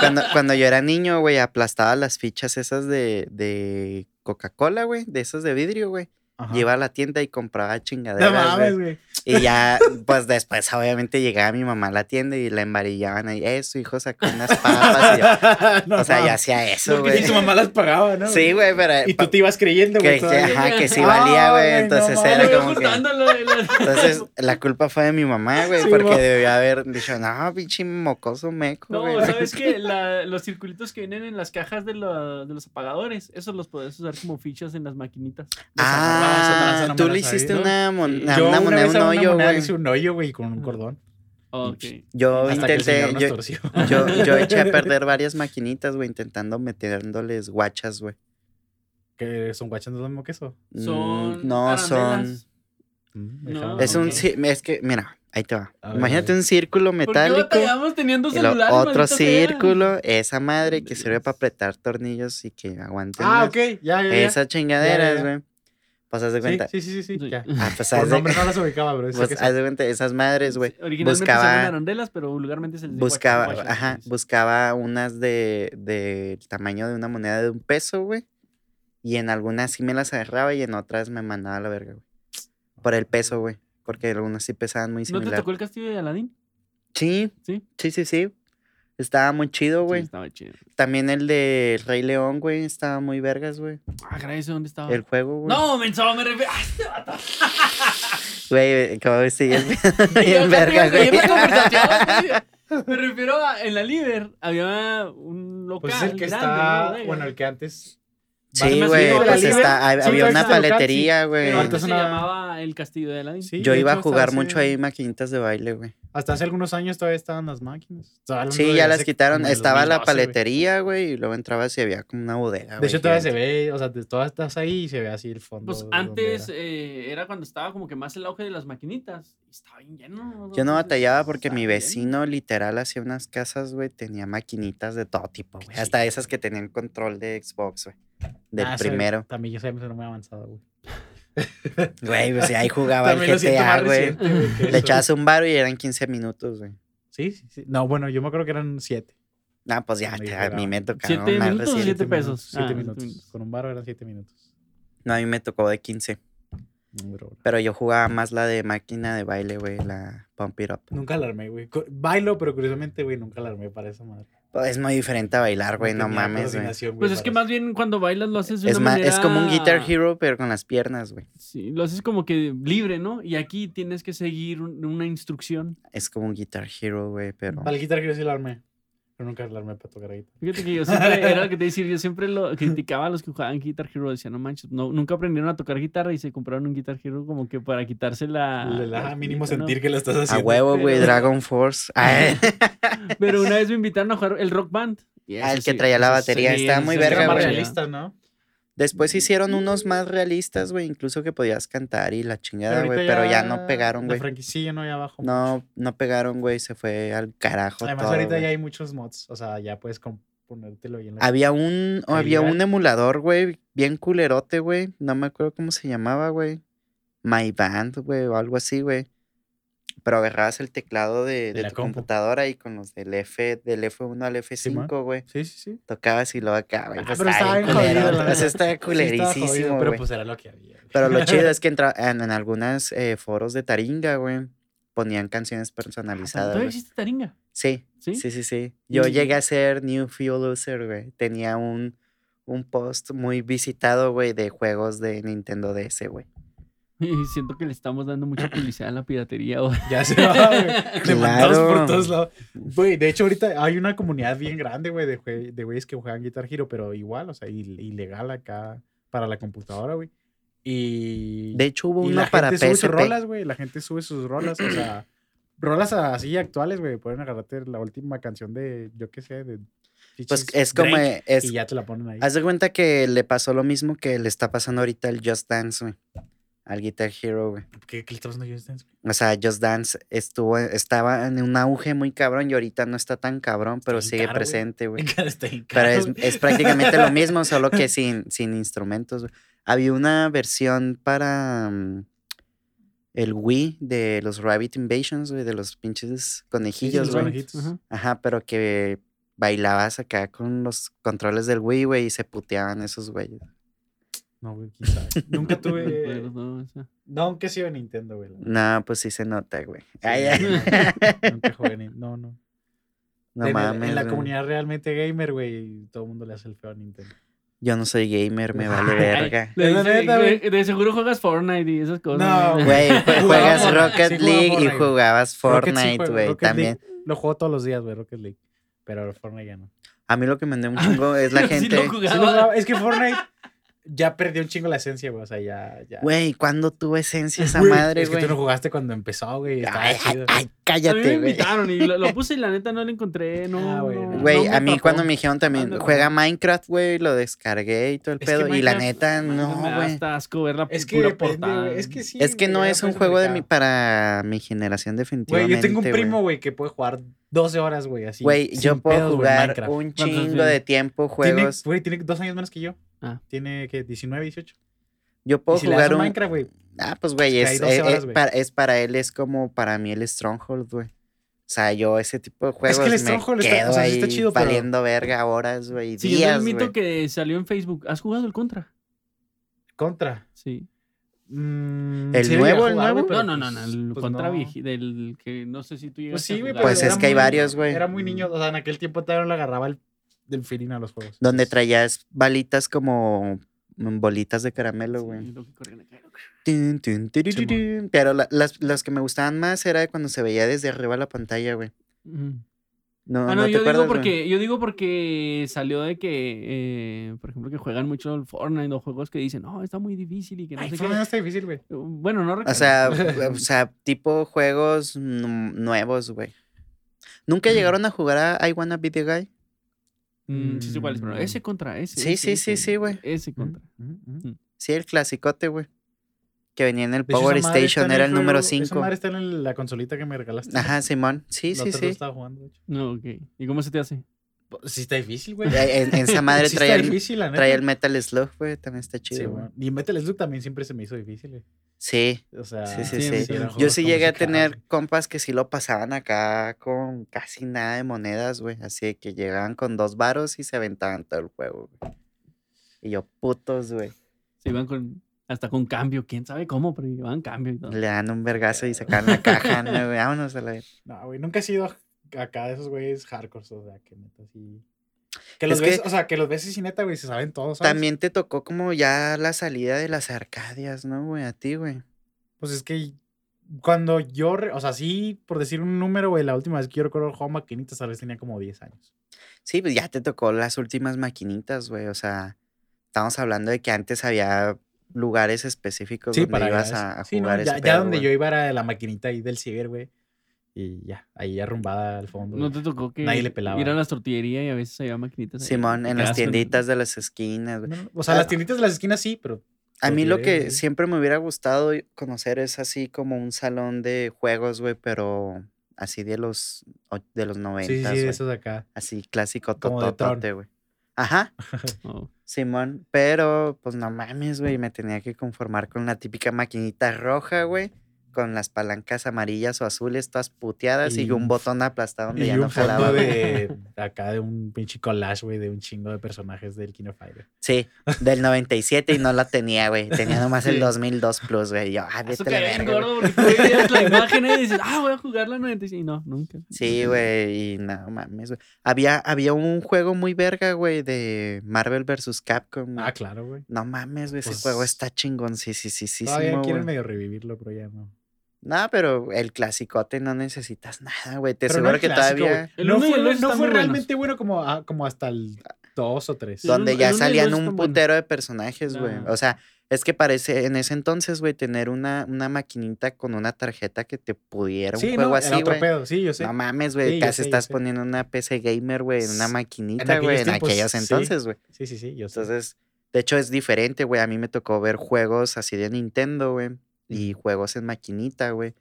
[SPEAKER 3] Cuando, cuando yo era niño, güey, aplastaba las fichas esas de, de Coca-Cola, güey. De esas de vidrio, güey.
[SPEAKER 4] Ajá.
[SPEAKER 3] Lleva a la tienda y compraba chingaderas.
[SPEAKER 4] No mames,
[SPEAKER 3] güey.
[SPEAKER 4] güey.
[SPEAKER 3] Y ya, pues después, obviamente, llegaba mi mamá a la tienda y la embarillaban ahí. Eh, su hijo sacó unas papas. y yo-
[SPEAKER 4] No
[SPEAKER 3] o sea,
[SPEAKER 4] mames.
[SPEAKER 3] ya hacía eso,
[SPEAKER 4] Lo que
[SPEAKER 3] güey.
[SPEAKER 4] sí tu mamá las pagaba, ¿no?
[SPEAKER 3] Sí, güey, pero.
[SPEAKER 4] Y tú te ibas creyendo, güey.
[SPEAKER 3] que, que,
[SPEAKER 4] todavía.
[SPEAKER 3] ajá, que sí
[SPEAKER 4] Ah,
[SPEAKER 3] valía, güey.
[SPEAKER 4] güey, no
[SPEAKER 3] Entonces
[SPEAKER 4] mames.
[SPEAKER 3] era
[SPEAKER 2] Lo iba
[SPEAKER 3] como que.
[SPEAKER 2] juntando, lo- lo-
[SPEAKER 3] Entonces la culpa fue de mi mamá, güey,
[SPEAKER 4] Sí,
[SPEAKER 3] porque
[SPEAKER 4] mo-
[SPEAKER 3] debió haber dicho, no, pinche mocoso meco,
[SPEAKER 2] No,
[SPEAKER 3] güey.
[SPEAKER 2] ¿sabes qué? La- los circulitos que vienen en las cajas de, la- de los apagadores, esos los puedes usar como fichas en las maquinitas.
[SPEAKER 4] Desarmaba esa
[SPEAKER 3] Ah,
[SPEAKER 4] tranza, no
[SPEAKER 3] tú
[SPEAKER 4] me la
[SPEAKER 3] le hiciste
[SPEAKER 4] sabía.
[SPEAKER 3] una, mon- una-
[SPEAKER 4] Yo una
[SPEAKER 3] una moneda,
[SPEAKER 4] vez
[SPEAKER 3] un
[SPEAKER 4] a una
[SPEAKER 3] hoyo,
[SPEAKER 4] moneda le
[SPEAKER 3] güey.
[SPEAKER 4] hice un hoyo, güey, con un cordón.
[SPEAKER 2] Ok.
[SPEAKER 3] Yo
[SPEAKER 4] Hasta que el
[SPEAKER 3] intenté,
[SPEAKER 4] señor nos
[SPEAKER 3] yo,
[SPEAKER 4] torció.
[SPEAKER 3] yo, yo eché a perder varias maquinitas, güey, intentando metiéndoles guachas, güey.
[SPEAKER 4] Que son guachas no es lo mismo que eso.
[SPEAKER 3] Mm,
[SPEAKER 2] Son.
[SPEAKER 3] no,
[SPEAKER 2] arandelas.
[SPEAKER 3] son.
[SPEAKER 4] Mm,
[SPEAKER 2] No,
[SPEAKER 4] déjame
[SPEAKER 3] Es un,
[SPEAKER 4] ver.
[SPEAKER 2] sí-
[SPEAKER 3] ci- es que, mira, ahí te va.
[SPEAKER 4] A ver,
[SPEAKER 3] Imagínate
[SPEAKER 4] a ver.
[SPEAKER 3] un círculo
[SPEAKER 2] ¿Por qué
[SPEAKER 3] metálico.
[SPEAKER 2] batallamos teniendo ¿eh?
[SPEAKER 3] y lo-
[SPEAKER 2] celular?
[SPEAKER 3] otro
[SPEAKER 2] maldita sea?
[SPEAKER 3] círculo, esa madre que sirve para apretar tornillos y que aguante.
[SPEAKER 4] Ah,
[SPEAKER 3] más.
[SPEAKER 4] ok. Ya, ya, ya.
[SPEAKER 3] Esas chingaderas,
[SPEAKER 4] ya.
[SPEAKER 3] güey. Pues haz de
[SPEAKER 4] Sí,
[SPEAKER 3] cuenta.
[SPEAKER 4] Sí, sí, sí, sí.
[SPEAKER 2] Sí.
[SPEAKER 4] ya.
[SPEAKER 3] Ah, pues, haz
[SPEAKER 4] Por
[SPEAKER 3] de-
[SPEAKER 4] nombre no las ubicaba, bro. sé
[SPEAKER 3] pues,
[SPEAKER 4] que son.
[SPEAKER 3] haz de cuenta, esas madres, güey.
[SPEAKER 2] Sí, Originalmente se
[SPEAKER 3] buscaba-
[SPEAKER 2] llaman arandelas, pero vulgarmente se les dice
[SPEAKER 3] Buscaba,
[SPEAKER 2] guachas, guachas,
[SPEAKER 3] ajá,
[SPEAKER 2] sí, sí.
[SPEAKER 3] buscaba unas de, del tamaño de una moneda de un peso, güey. Y en algunas sí me las agarraba y en otras me mandaba a la verga, güey. Por el peso, güey. Porque algunas sí pesaban muy
[SPEAKER 2] ¿No te
[SPEAKER 3] similar.
[SPEAKER 2] tocó el castillo de Aladín?
[SPEAKER 3] Sí,
[SPEAKER 2] Sí.
[SPEAKER 3] sí, sí, sí. Estaba muy chido,
[SPEAKER 2] Sí,
[SPEAKER 3] güey.
[SPEAKER 2] estaba chido.
[SPEAKER 3] También el de Rey León, güey, estaba muy vergas, güey.
[SPEAKER 2] Ah, caray, ¿eso dónde estaba?
[SPEAKER 3] El juego, güey.
[SPEAKER 2] No, menso, me refiero. Ah, este vato.
[SPEAKER 3] Güey, eh, como ves, sí, es bien-
[SPEAKER 2] Yo
[SPEAKER 3] bien
[SPEAKER 2] también,
[SPEAKER 3] verga,
[SPEAKER 2] güey,
[SPEAKER 3] güey.
[SPEAKER 2] en la conversación, güey. Me refiero a en la Liber había un local
[SPEAKER 4] Pues es el que
[SPEAKER 2] grande, una
[SPEAKER 4] está.
[SPEAKER 2] bodega.
[SPEAKER 4] Bueno, el que antes.
[SPEAKER 3] Sí,
[SPEAKER 2] Más
[SPEAKER 3] güey,
[SPEAKER 2] bien,
[SPEAKER 3] pues
[SPEAKER 2] la
[SPEAKER 3] está,
[SPEAKER 4] libre,
[SPEAKER 3] hab-
[SPEAKER 4] sí,
[SPEAKER 3] había
[SPEAKER 4] está
[SPEAKER 3] una
[SPEAKER 4] ese local, sí.
[SPEAKER 3] paletería, güey.
[SPEAKER 2] Pero antes se
[SPEAKER 4] Una-
[SPEAKER 2] llamaba el Castillo de Aladdin.
[SPEAKER 4] Sí,
[SPEAKER 3] Yo
[SPEAKER 4] de
[SPEAKER 3] iba a
[SPEAKER 4] hecho, hasta
[SPEAKER 3] jugar
[SPEAKER 4] hace-
[SPEAKER 3] mucho ahí maquinitas de baile, güey.
[SPEAKER 4] Hasta hace algunos años todavía estaban las máquinas. Estaba hablando
[SPEAKER 3] Sí,
[SPEAKER 4] de
[SPEAKER 3] ya
[SPEAKER 4] hace
[SPEAKER 3] las quitaron.
[SPEAKER 4] como el
[SPEAKER 3] Estaba la
[SPEAKER 4] 2012, güey.
[SPEAKER 3] paletería, güey, y luego entrabas y había como una bodega, güey.
[SPEAKER 4] De hecho, todavía se
[SPEAKER 3] gigante.
[SPEAKER 4] ve, o sea, de todas estás ahí y se ve así el fondo.
[SPEAKER 2] Pues
[SPEAKER 4] donde
[SPEAKER 2] antes
[SPEAKER 4] era.
[SPEAKER 2] eh, era cuando estaba como que más el auge de las maquinitas. y Estaba bien lleno.
[SPEAKER 3] Yo no
[SPEAKER 2] Entonces,
[SPEAKER 3] batallaba porque mi
[SPEAKER 2] estaba bien.
[SPEAKER 3] vecino literal hacía unas casas, güey, tenía maquinitas de todo tipo, güey. Hasta esas que tenían control de Xbox, güey. Del
[SPEAKER 4] Ah, ese
[SPEAKER 3] primero.
[SPEAKER 4] También yo sé, eso no me ha avanzado, güey.
[SPEAKER 3] Güey, pues ahí jugaba el
[SPEAKER 4] También lo siento
[SPEAKER 3] GTA,
[SPEAKER 4] más
[SPEAKER 3] güey.
[SPEAKER 4] reciente, güey, que
[SPEAKER 3] Le
[SPEAKER 4] eso.
[SPEAKER 3] echabas un baro y eran 15 minutos, güey.
[SPEAKER 4] Sí, sí, sí. No, bueno, yo me acuerdo que eran siete.
[SPEAKER 3] No, pues ya,
[SPEAKER 4] Cuando yo
[SPEAKER 3] ya a mí
[SPEAKER 4] jugaba.
[SPEAKER 3] me tocaron
[SPEAKER 2] ¿Siete
[SPEAKER 3] más
[SPEAKER 2] minutos o
[SPEAKER 3] recientes.
[SPEAKER 2] siete pesos?
[SPEAKER 4] minutos, Siete
[SPEAKER 2] Ah,
[SPEAKER 4] minutos.
[SPEAKER 2] siete minutos.
[SPEAKER 4] Con un barro eran siete minutos.
[SPEAKER 3] No, a mí me tocó de 15.
[SPEAKER 4] No, bro, bro.
[SPEAKER 3] Pero yo jugaba más la de máquina de baile, güey, la Pump It Up.
[SPEAKER 4] Nunca la armé, güey. Co- Bailo, pero curiosamente, güey, nunca la armé para esa madre.
[SPEAKER 3] Pues es muy diferente a bailar, Ah, güey, no
[SPEAKER 4] tenía
[SPEAKER 3] mames, güey.
[SPEAKER 4] coordinación, güey,
[SPEAKER 2] Pues es que
[SPEAKER 4] para
[SPEAKER 2] más bien cuando bailas lo haces de
[SPEAKER 3] Es,
[SPEAKER 2] una
[SPEAKER 3] ma- es como un Guitar
[SPEAKER 2] manera-
[SPEAKER 3] Hero, pero con las piernas, güey.
[SPEAKER 2] Sí, lo haces como que libre, ¿no? Y aquí tienes que seguir un- una instrucción.
[SPEAKER 3] Es como un Guitar Hero, güey, pero...
[SPEAKER 4] eso. Para el guitar Hero sí la armé. Pero nunca la armé para tocar guitarra.
[SPEAKER 2] Fíjate que yo siempre, era lo que te decía, yo siempre lo criticaba a los que jugaban Guitar Hero. Decía, no manches, no, nunca aprendieron a tocar guitarra y se compraron un Guitar Hero como que para quitarse la.
[SPEAKER 4] Le da
[SPEAKER 2] la espinita,
[SPEAKER 4] mínimo
[SPEAKER 2] Ah, pues ¿no?
[SPEAKER 4] sentir que la estás
[SPEAKER 3] A
[SPEAKER 4] haciendo.
[SPEAKER 3] huevo, güey,
[SPEAKER 2] pero-
[SPEAKER 3] Dragon Force. Ah, Ay,
[SPEAKER 2] Pero una vez me invitaron a jugar el Rock Band. Y
[SPEAKER 3] Ah,
[SPEAKER 2] ese
[SPEAKER 3] el que traía la
[SPEAKER 2] ese
[SPEAKER 3] batería, estaba
[SPEAKER 2] ese
[SPEAKER 3] muy
[SPEAKER 2] sí
[SPEAKER 3] verga,
[SPEAKER 2] era más
[SPEAKER 3] güey.
[SPEAKER 2] realista.
[SPEAKER 4] realista, ¿no?
[SPEAKER 3] Después hicieron unos más realistas, güey, incluso que podías cantar y la chingada,
[SPEAKER 4] ahorita
[SPEAKER 3] güey, pero ya no pegaron,
[SPEAKER 4] la
[SPEAKER 3] güey.
[SPEAKER 4] franquicia no, ya abajo.
[SPEAKER 3] No, no pegaron, güey, se fue al carajo
[SPEAKER 4] Además,
[SPEAKER 3] todo,
[SPEAKER 4] ahorita
[SPEAKER 3] güey.
[SPEAKER 4] ya hay muchos mods. O sea, ya puedes com- ponértelo bien.
[SPEAKER 3] Había un, o
[SPEAKER 4] Ahí
[SPEAKER 3] había
[SPEAKER 4] ya.
[SPEAKER 3] un emulador, güey, bien culerote, güey. No me acuerdo cómo se llamaba, güey. My Band, güey, o algo así, güey. Pero agarrabas el teclado de, de
[SPEAKER 4] la
[SPEAKER 3] tu
[SPEAKER 4] compu.
[SPEAKER 3] computadora y con los del F, del F1 al
[SPEAKER 4] Simón.
[SPEAKER 3] F5, güey.
[SPEAKER 4] Sí, sí, sí.
[SPEAKER 3] Tocabas y luego acá, güey.
[SPEAKER 4] Ah,
[SPEAKER 3] pues
[SPEAKER 4] pero estaba bien
[SPEAKER 3] culero,
[SPEAKER 4] jodido, la neta.
[SPEAKER 3] o sea, estaba
[SPEAKER 4] Sí, estaba jodido,
[SPEAKER 3] culerísimo,
[SPEAKER 4] Pero
[SPEAKER 3] güey.
[SPEAKER 4] pues era lo que había. güey.
[SPEAKER 3] Pero lo chido es que entra- en, en algunos foros de Taringa, güey, ponían canciones personalizadas.
[SPEAKER 2] Todavía
[SPEAKER 3] güey.
[SPEAKER 2] existe Taringa.
[SPEAKER 3] Sí,
[SPEAKER 2] ¿Sí?
[SPEAKER 3] sí, sí, sí, Yo
[SPEAKER 2] Mm.
[SPEAKER 3] llegué a ser New Fuel User, güey. Tenía un, un post muy visitado, güey, de juegos de Nintendo DS, güey.
[SPEAKER 2] Y siento que le estamos dando mucha publicidad a la piratería. güey.
[SPEAKER 4] Ya se va, güey. Demandados
[SPEAKER 3] Claro.
[SPEAKER 4] por todos lados. Güey, de hecho, ahorita hay una comunidad bien grande, güey, de jue- de güeyes que juegan Guitar Hero, pero igual, o sea, il- ilegal acá para la computadora, güey. Y.
[SPEAKER 3] De hecho, hubo
[SPEAKER 4] y
[SPEAKER 3] uno para
[SPEAKER 4] gente sube sus
[SPEAKER 3] PSP.
[SPEAKER 4] rolas, güey. La gente sube sus rolas, o sea. Rolas así actuales, güey. Pueden agarrarte la última canción de, yo qué sé, de.
[SPEAKER 3] Pues
[SPEAKER 4] pinches
[SPEAKER 3] es como.
[SPEAKER 4] Drake,
[SPEAKER 3] eh, Es,
[SPEAKER 4] Y ya te la ponen ahí.
[SPEAKER 3] Haz de cuenta que le pasó lo mismo que le está pasando ahorita al Just Dance, güey. Al Guitar Hero, güey.
[SPEAKER 4] ¿Qué, qué le estás haciendo yo Dance? güey?
[SPEAKER 3] O sea, Just Dance estuvo, estaba en un auge muy cabrón y ahorita no está tan cabrón, pero
[SPEAKER 4] bien
[SPEAKER 3] sigue
[SPEAKER 4] caro, güey.
[SPEAKER 3] presente, güey.
[SPEAKER 4] Está bien
[SPEAKER 3] Pero
[SPEAKER 4] caro,
[SPEAKER 3] es,
[SPEAKER 4] güey.
[SPEAKER 3] es prácticamente lo mismo, solo que sin, sin instrumentos. güey. Había una versión para mm, el Wii de los Rabbit Invasions, güey, de los pinches
[SPEAKER 4] Sí, sí,
[SPEAKER 3] conejillos,
[SPEAKER 4] los
[SPEAKER 3] güey.
[SPEAKER 4] conejitos.
[SPEAKER 2] Ajá.
[SPEAKER 3] Ajá, pero que bailabas acá con los controles del Wii, güey, y se puteaban esos güeyes.
[SPEAKER 4] No, güey, quién sabe. Nunca
[SPEAKER 2] No me
[SPEAKER 4] tuve.
[SPEAKER 2] acuerdo, o sea.
[SPEAKER 4] No, aunque he sido Nintendo, güey. la neta.
[SPEAKER 3] No, pues sí se nota, güey. Ay,
[SPEAKER 4] Sí,
[SPEAKER 3] ay,
[SPEAKER 4] no, no, nunca jugué ni- No, no.
[SPEAKER 3] no
[SPEAKER 4] en, el-
[SPEAKER 3] mames.
[SPEAKER 4] en la
[SPEAKER 3] güey.
[SPEAKER 4] comunidad realmente gamer, güey, todo el mundo le hace el feo a Nintendo.
[SPEAKER 3] Yo no soy gamer, me vale
[SPEAKER 2] Ay,
[SPEAKER 4] Ay,
[SPEAKER 3] verga.
[SPEAKER 2] le
[SPEAKER 4] Es la
[SPEAKER 2] dice,
[SPEAKER 4] neta,
[SPEAKER 2] "Güey,
[SPEAKER 4] güey".
[SPEAKER 2] de seguro juegas Fortnite y esas cosas.
[SPEAKER 4] No,
[SPEAKER 2] güey".
[SPEAKER 3] Güey, jue- juegas
[SPEAKER 4] Jugaba Fortnite,
[SPEAKER 3] Rocket
[SPEAKER 4] sí, jugaba
[SPEAKER 3] League y
[SPEAKER 4] Fortnite, güey.
[SPEAKER 3] jugabas
[SPEAKER 4] Rocket sí
[SPEAKER 3] Fortnite,
[SPEAKER 4] juego,
[SPEAKER 3] güey,
[SPEAKER 4] Rocket
[SPEAKER 3] también.
[SPEAKER 4] League Lo juego todos los días, güey, Rocket League. Pero Fortnite ya no.
[SPEAKER 3] A mí lo que me anda un chingo es la
[SPEAKER 2] Sí lo
[SPEAKER 3] gente.
[SPEAKER 4] Ah, Sí lo
[SPEAKER 2] jugaba.
[SPEAKER 4] jugaba- es que Fortnite ya perdió un chingo la esencia, güey. O sea, ya. ya.
[SPEAKER 3] Güey, ¿cuándo tuvo esencia esa
[SPEAKER 4] Güey,
[SPEAKER 3] madre,
[SPEAKER 4] Es que
[SPEAKER 3] güey?
[SPEAKER 4] tú no jugaste cuando empezó, güey. Estaba
[SPEAKER 3] Ay, ay,
[SPEAKER 4] chido.
[SPEAKER 3] ay,
[SPEAKER 2] A mí me
[SPEAKER 3] cállate, güey.
[SPEAKER 2] invitaron y lo, lo puse y la neta no lo encontré. No,
[SPEAKER 4] Ah, güey,
[SPEAKER 2] no,
[SPEAKER 4] no. Ah,
[SPEAKER 3] Güey,
[SPEAKER 2] no
[SPEAKER 3] a mí cuando
[SPEAKER 2] atrapó.
[SPEAKER 3] me dijeron también,
[SPEAKER 2] me
[SPEAKER 3] juega
[SPEAKER 2] atrapó.
[SPEAKER 3] Minecraft, güey, lo descargué y todo el
[SPEAKER 4] Es que
[SPEAKER 3] pedo. Y la
[SPEAKER 4] Minecraft-
[SPEAKER 3] neta, no,
[SPEAKER 2] me da
[SPEAKER 3] güey.
[SPEAKER 2] hasta asco ver la
[SPEAKER 4] Es que
[SPEAKER 2] pura
[SPEAKER 4] depende,
[SPEAKER 2] portada.
[SPEAKER 4] güey. Es que sí.
[SPEAKER 3] Es que no
[SPEAKER 4] güey,
[SPEAKER 3] es un
[SPEAKER 4] pues,
[SPEAKER 3] juego de mi,
[SPEAKER 4] mercado.
[SPEAKER 3] para mi generación, definitivamente.
[SPEAKER 4] Güey, yo tengo un
[SPEAKER 3] güey.
[SPEAKER 4] primo, güey, que puede jugar 12 horas, güey, así.
[SPEAKER 3] Güey, yo
[SPEAKER 4] sin
[SPEAKER 3] puedo
[SPEAKER 4] pedos, güey,
[SPEAKER 3] jugar
[SPEAKER 4] Minecraft.
[SPEAKER 3] un
[SPEAKER 2] ¿Cuántos
[SPEAKER 3] chingo
[SPEAKER 2] tiene?
[SPEAKER 3] de tiempo
[SPEAKER 4] Tiene-
[SPEAKER 3] juegos.
[SPEAKER 4] Güey, tiene dos años menos que yo.
[SPEAKER 2] Ah.
[SPEAKER 4] Tiene que 19, 18.
[SPEAKER 3] Yo
[SPEAKER 4] Y
[SPEAKER 3] puedo
[SPEAKER 4] si le das
[SPEAKER 3] jugar
[SPEAKER 4] a
[SPEAKER 3] un.
[SPEAKER 4] Minecraft, güey.
[SPEAKER 3] Ah, pues, güey,
[SPEAKER 4] Es que
[SPEAKER 3] es,
[SPEAKER 4] hay 12
[SPEAKER 3] eh, eh,
[SPEAKER 4] horas, güey.
[SPEAKER 3] para, es para él, es como para mí el Stronghold, güey. O sea, yo ese tipo de juegos
[SPEAKER 4] el
[SPEAKER 3] me
[SPEAKER 4] Stronghold está- o
[SPEAKER 3] quedo
[SPEAKER 4] sea, sí
[SPEAKER 3] ahí
[SPEAKER 4] está chido, pero-
[SPEAKER 3] valiendo verga horas, güey,
[SPEAKER 2] Siguiendo
[SPEAKER 3] días,
[SPEAKER 2] el mito
[SPEAKER 3] güey.
[SPEAKER 2] que salió en Facebook. ¿Has jugado el Contra?
[SPEAKER 4] Contra.
[SPEAKER 2] Sí.
[SPEAKER 4] Mm,
[SPEAKER 3] ¿El
[SPEAKER 4] llegué a
[SPEAKER 3] nuevo, el
[SPEAKER 4] jugar, güey,
[SPEAKER 3] nuevo?
[SPEAKER 4] pero
[SPEAKER 2] no, no, no,
[SPEAKER 4] pues-
[SPEAKER 2] no, el
[SPEAKER 4] pues
[SPEAKER 2] contra
[SPEAKER 4] no.
[SPEAKER 2] vieji- del que no sé si tú llegaste
[SPEAKER 4] Pues sí,
[SPEAKER 2] a
[SPEAKER 4] güey,
[SPEAKER 2] jugar.
[SPEAKER 3] Pues
[SPEAKER 4] pero
[SPEAKER 3] es
[SPEAKER 4] era
[SPEAKER 3] que hay
[SPEAKER 4] muy-
[SPEAKER 3] varios, güey.
[SPEAKER 4] Era muy niño, o sea, en aquel tiempo todavía no le agarraba el, del feeling a los juegos.
[SPEAKER 3] Donde
[SPEAKER 4] traía
[SPEAKER 3] traías balitas como mm, bolitas de caramelo, güey.
[SPEAKER 2] Sí, lo que corrían acá.
[SPEAKER 3] Tun, tun, tiririririn. Pero la- las, las que me gustaban más era de cuando se veía desde arriba la pantalla, güey.
[SPEAKER 2] Ujú.
[SPEAKER 3] No,
[SPEAKER 2] Ah,
[SPEAKER 3] ¿no
[SPEAKER 2] no,
[SPEAKER 3] te
[SPEAKER 2] yo,
[SPEAKER 3] acuerdas,
[SPEAKER 2] digo
[SPEAKER 3] güey?
[SPEAKER 2] porque, yo digo porque salió de que, eh, por ejemplo, que juegan mucho el Fortnite o juegos que dicen, no, está muy difícil y que no
[SPEAKER 4] Ay,
[SPEAKER 2] sé
[SPEAKER 4] Fortnite
[SPEAKER 2] qué.
[SPEAKER 4] está difícil, güey.
[SPEAKER 2] Bueno, no recuerdo.
[SPEAKER 3] O sea, pues, o sea, tipo juegos nu- nuevos, güey. ¿Nunca llegaron a jugar a I Wanna Be the Guy?
[SPEAKER 2] Mm, sí sé cuál es, pero
[SPEAKER 4] Mm.
[SPEAKER 2] ese contra ese.
[SPEAKER 3] Sí,
[SPEAKER 2] ese,
[SPEAKER 3] sí, sí,
[SPEAKER 2] ese,
[SPEAKER 3] sí, güey.
[SPEAKER 2] Ese contra.
[SPEAKER 3] Sí, el clasicote, güey. Que venía en el
[SPEAKER 4] De hecho,
[SPEAKER 3] Power
[SPEAKER 4] esa madre está
[SPEAKER 3] Station,
[SPEAKER 4] en
[SPEAKER 3] era el número
[SPEAKER 4] juego- Esa
[SPEAKER 3] 5.
[SPEAKER 4] madre está en el- la consolita que me regalaste.
[SPEAKER 3] Ajá, Simón.
[SPEAKER 4] La
[SPEAKER 3] Sí, sí,
[SPEAKER 4] otra lo
[SPEAKER 3] sí.
[SPEAKER 4] estaba jugando, de hecho. Pues
[SPEAKER 2] No, ok. ¿Y cómo se te hace?
[SPEAKER 4] Sí está difícil, güey.
[SPEAKER 3] Eh, En, en esa madre
[SPEAKER 4] Sí
[SPEAKER 3] traía
[SPEAKER 4] está
[SPEAKER 3] el,
[SPEAKER 4] difícil, la neta.
[SPEAKER 3] traía el Metal Slug, güey. También está
[SPEAKER 4] Sí,
[SPEAKER 3] chido, güey.
[SPEAKER 4] bueno. Y Metal Slug también siempre se me hizo difícil, güey.
[SPEAKER 3] Sí.
[SPEAKER 4] O sea,
[SPEAKER 3] Sí, sí,
[SPEAKER 2] sí.
[SPEAKER 4] Ah, eran
[SPEAKER 2] Yo
[SPEAKER 3] Yo
[SPEAKER 4] juegos
[SPEAKER 3] sí
[SPEAKER 4] como
[SPEAKER 3] llegué a
[SPEAKER 4] que, ah,
[SPEAKER 3] tener
[SPEAKER 4] güey.
[SPEAKER 3] compas que sí lo pasaban acá con casi nada de monedas, güey. Así de que llegaban con dos varos y se aventaban todo el juego, güey. Y yo, putos, güey.
[SPEAKER 2] Se iban con, hasta con cambio, quién sabe cómo, pero llevaban cambio y todo.
[SPEAKER 3] Le dan un vergazo y sacan la caja, ¿no, güey? Vámonos a la ver-
[SPEAKER 4] No, güey, nunca he sido acá de esos güeyes hardcore, o sea, que neta sí. Que
[SPEAKER 3] Es
[SPEAKER 4] los
[SPEAKER 3] que-
[SPEAKER 4] ves, o sea, que los ves así neta, güey, se saben todos, ¿sabes?
[SPEAKER 3] También te tocó como ya la salida de las Arcadias, ¿no, güey? A ti, güey.
[SPEAKER 4] Pues es que cuando yo, re- o sea, sí, por decir un número, güey, la última vez que yo recuerdo el juego maquinitas, tal vez tenía como 10 años.
[SPEAKER 3] Sí, pues ya te tocó las últimas maquinitas, güey. O sea, estamos hablando de que antes había lugares específicos
[SPEAKER 4] Sí,
[SPEAKER 3] Pues donde
[SPEAKER 4] para
[SPEAKER 3] ibas
[SPEAKER 4] allá
[SPEAKER 3] a, a
[SPEAKER 4] es- sí, no,
[SPEAKER 3] jugar
[SPEAKER 4] ya,
[SPEAKER 3] ese
[SPEAKER 4] ya
[SPEAKER 3] pedo,
[SPEAKER 4] donde
[SPEAKER 3] güey.
[SPEAKER 4] yo iba era la maquinita ahí del ciber, güey. Y ya, ahí arrumbada al fondo.
[SPEAKER 2] No
[SPEAKER 4] güey.
[SPEAKER 2] te tocó que
[SPEAKER 4] Nadie le pelaba.
[SPEAKER 2] ir a las tortillerías y a veces había maquinitas. ahí,
[SPEAKER 3] Simón,
[SPEAKER 2] te
[SPEAKER 3] en las
[SPEAKER 2] quedas con-
[SPEAKER 3] tienditas de las esquinas, güey.
[SPEAKER 4] pues, No, pues. o sea, las tienditas de las esquinas sí, pero
[SPEAKER 3] A mí lo
[SPEAKER 4] Tortillería,
[SPEAKER 3] que
[SPEAKER 4] sí.
[SPEAKER 3] siempre me hubiera gustado y- conocer es así como un salón de juegos, güey, pero así de los och- de los
[SPEAKER 4] sí, sí,
[SPEAKER 3] noventas,
[SPEAKER 4] sí,
[SPEAKER 3] güey.
[SPEAKER 4] eso de acá.
[SPEAKER 3] así clásico
[SPEAKER 4] Como de Tron.
[SPEAKER 3] tototote, güey. Ajá,
[SPEAKER 2] Oh.
[SPEAKER 3] Simón, pero pues no mames, güey, me tenía que conformar con la típica maquinita roja, güey, con las palancas amarillas o azules todas puteadas y,
[SPEAKER 4] Y
[SPEAKER 3] un
[SPEAKER 4] un-
[SPEAKER 3] botón aplastado donde
[SPEAKER 4] Y
[SPEAKER 3] ya
[SPEAKER 4] un
[SPEAKER 3] no jalaba.
[SPEAKER 4] fondo
[SPEAKER 3] güey.
[SPEAKER 4] de acá de un pinche collage, güey, de un chingo de personajes del King of Fire.
[SPEAKER 3] Sí, del 97 y no la tenía, güey. Tenía nomás el
[SPEAKER 4] Sí.
[SPEAKER 3] 2002 Plus, güey. Yo, ah,
[SPEAKER 2] Eso
[SPEAKER 3] vete a la
[SPEAKER 2] cae bien
[SPEAKER 3] verga, güey.
[SPEAKER 2] gordo porque tú veías la imagen y dices, ah, voy a jugar la 96. Y no, nunca.
[SPEAKER 3] Sí, güey, y no mames, güey. Había, había un juego muy verga, güey, de Marvel vs. Capcom. güey.
[SPEAKER 4] Ah, claro, güey.
[SPEAKER 3] No mames, güey, ese juego
[SPEAKER 4] Pues,
[SPEAKER 3] está chingón, sí, sí, sí, sí.
[SPEAKER 4] Todavía
[SPEAKER 3] güey.
[SPEAKER 4] quieren medio revivirlo, pero ya no.
[SPEAKER 3] No, pero el clasicote no necesitas nada, güey. Te
[SPEAKER 4] Pero
[SPEAKER 3] aseguro
[SPEAKER 4] el
[SPEAKER 3] que
[SPEAKER 4] clásico, güey.
[SPEAKER 3] todavía...
[SPEAKER 2] El
[SPEAKER 4] No
[SPEAKER 2] uno y
[SPEAKER 4] fue,
[SPEAKER 2] el dos
[SPEAKER 4] no
[SPEAKER 2] están
[SPEAKER 4] fue
[SPEAKER 2] muy buenos.
[SPEAKER 4] realmente bueno como, ah, como hasta el 2 o 3.
[SPEAKER 2] Sí. el uno-
[SPEAKER 3] Donde ya
[SPEAKER 2] el uno y el
[SPEAKER 3] salían
[SPEAKER 2] dos
[SPEAKER 3] un
[SPEAKER 2] están buenos.
[SPEAKER 3] putero de personajes, güey.
[SPEAKER 2] Ajá.
[SPEAKER 3] O sea, es que parece, en ese entonces, güey, tener una, una maquinita con una tarjeta que te pudiera un
[SPEAKER 4] Sí,
[SPEAKER 3] juego
[SPEAKER 4] no,
[SPEAKER 3] así,
[SPEAKER 4] era otro
[SPEAKER 3] güey.
[SPEAKER 4] pedo, sí, yo sé.
[SPEAKER 3] No mames, güey.
[SPEAKER 4] Sí, yo
[SPEAKER 3] casi
[SPEAKER 4] sé, yo
[SPEAKER 3] estás
[SPEAKER 4] sé.
[SPEAKER 3] poniendo una PC gamer, güey, en una
[SPEAKER 4] S-
[SPEAKER 3] maquinita, güey,
[SPEAKER 4] aquellos
[SPEAKER 3] en
[SPEAKER 4] tiempos,
[SPEAKER 3] aquellos
[SPEAKER 4] sí.
[SPEAKER 3] entonces, güey.
[SPEAKER 4] Sí, sí, sí, yo sé.
[SPEAKER 3] Entonces, de hecho es diferente, güey. A mí me tocó ver juegos así de Nintendo, güey. Y juegos en maquinita, güey.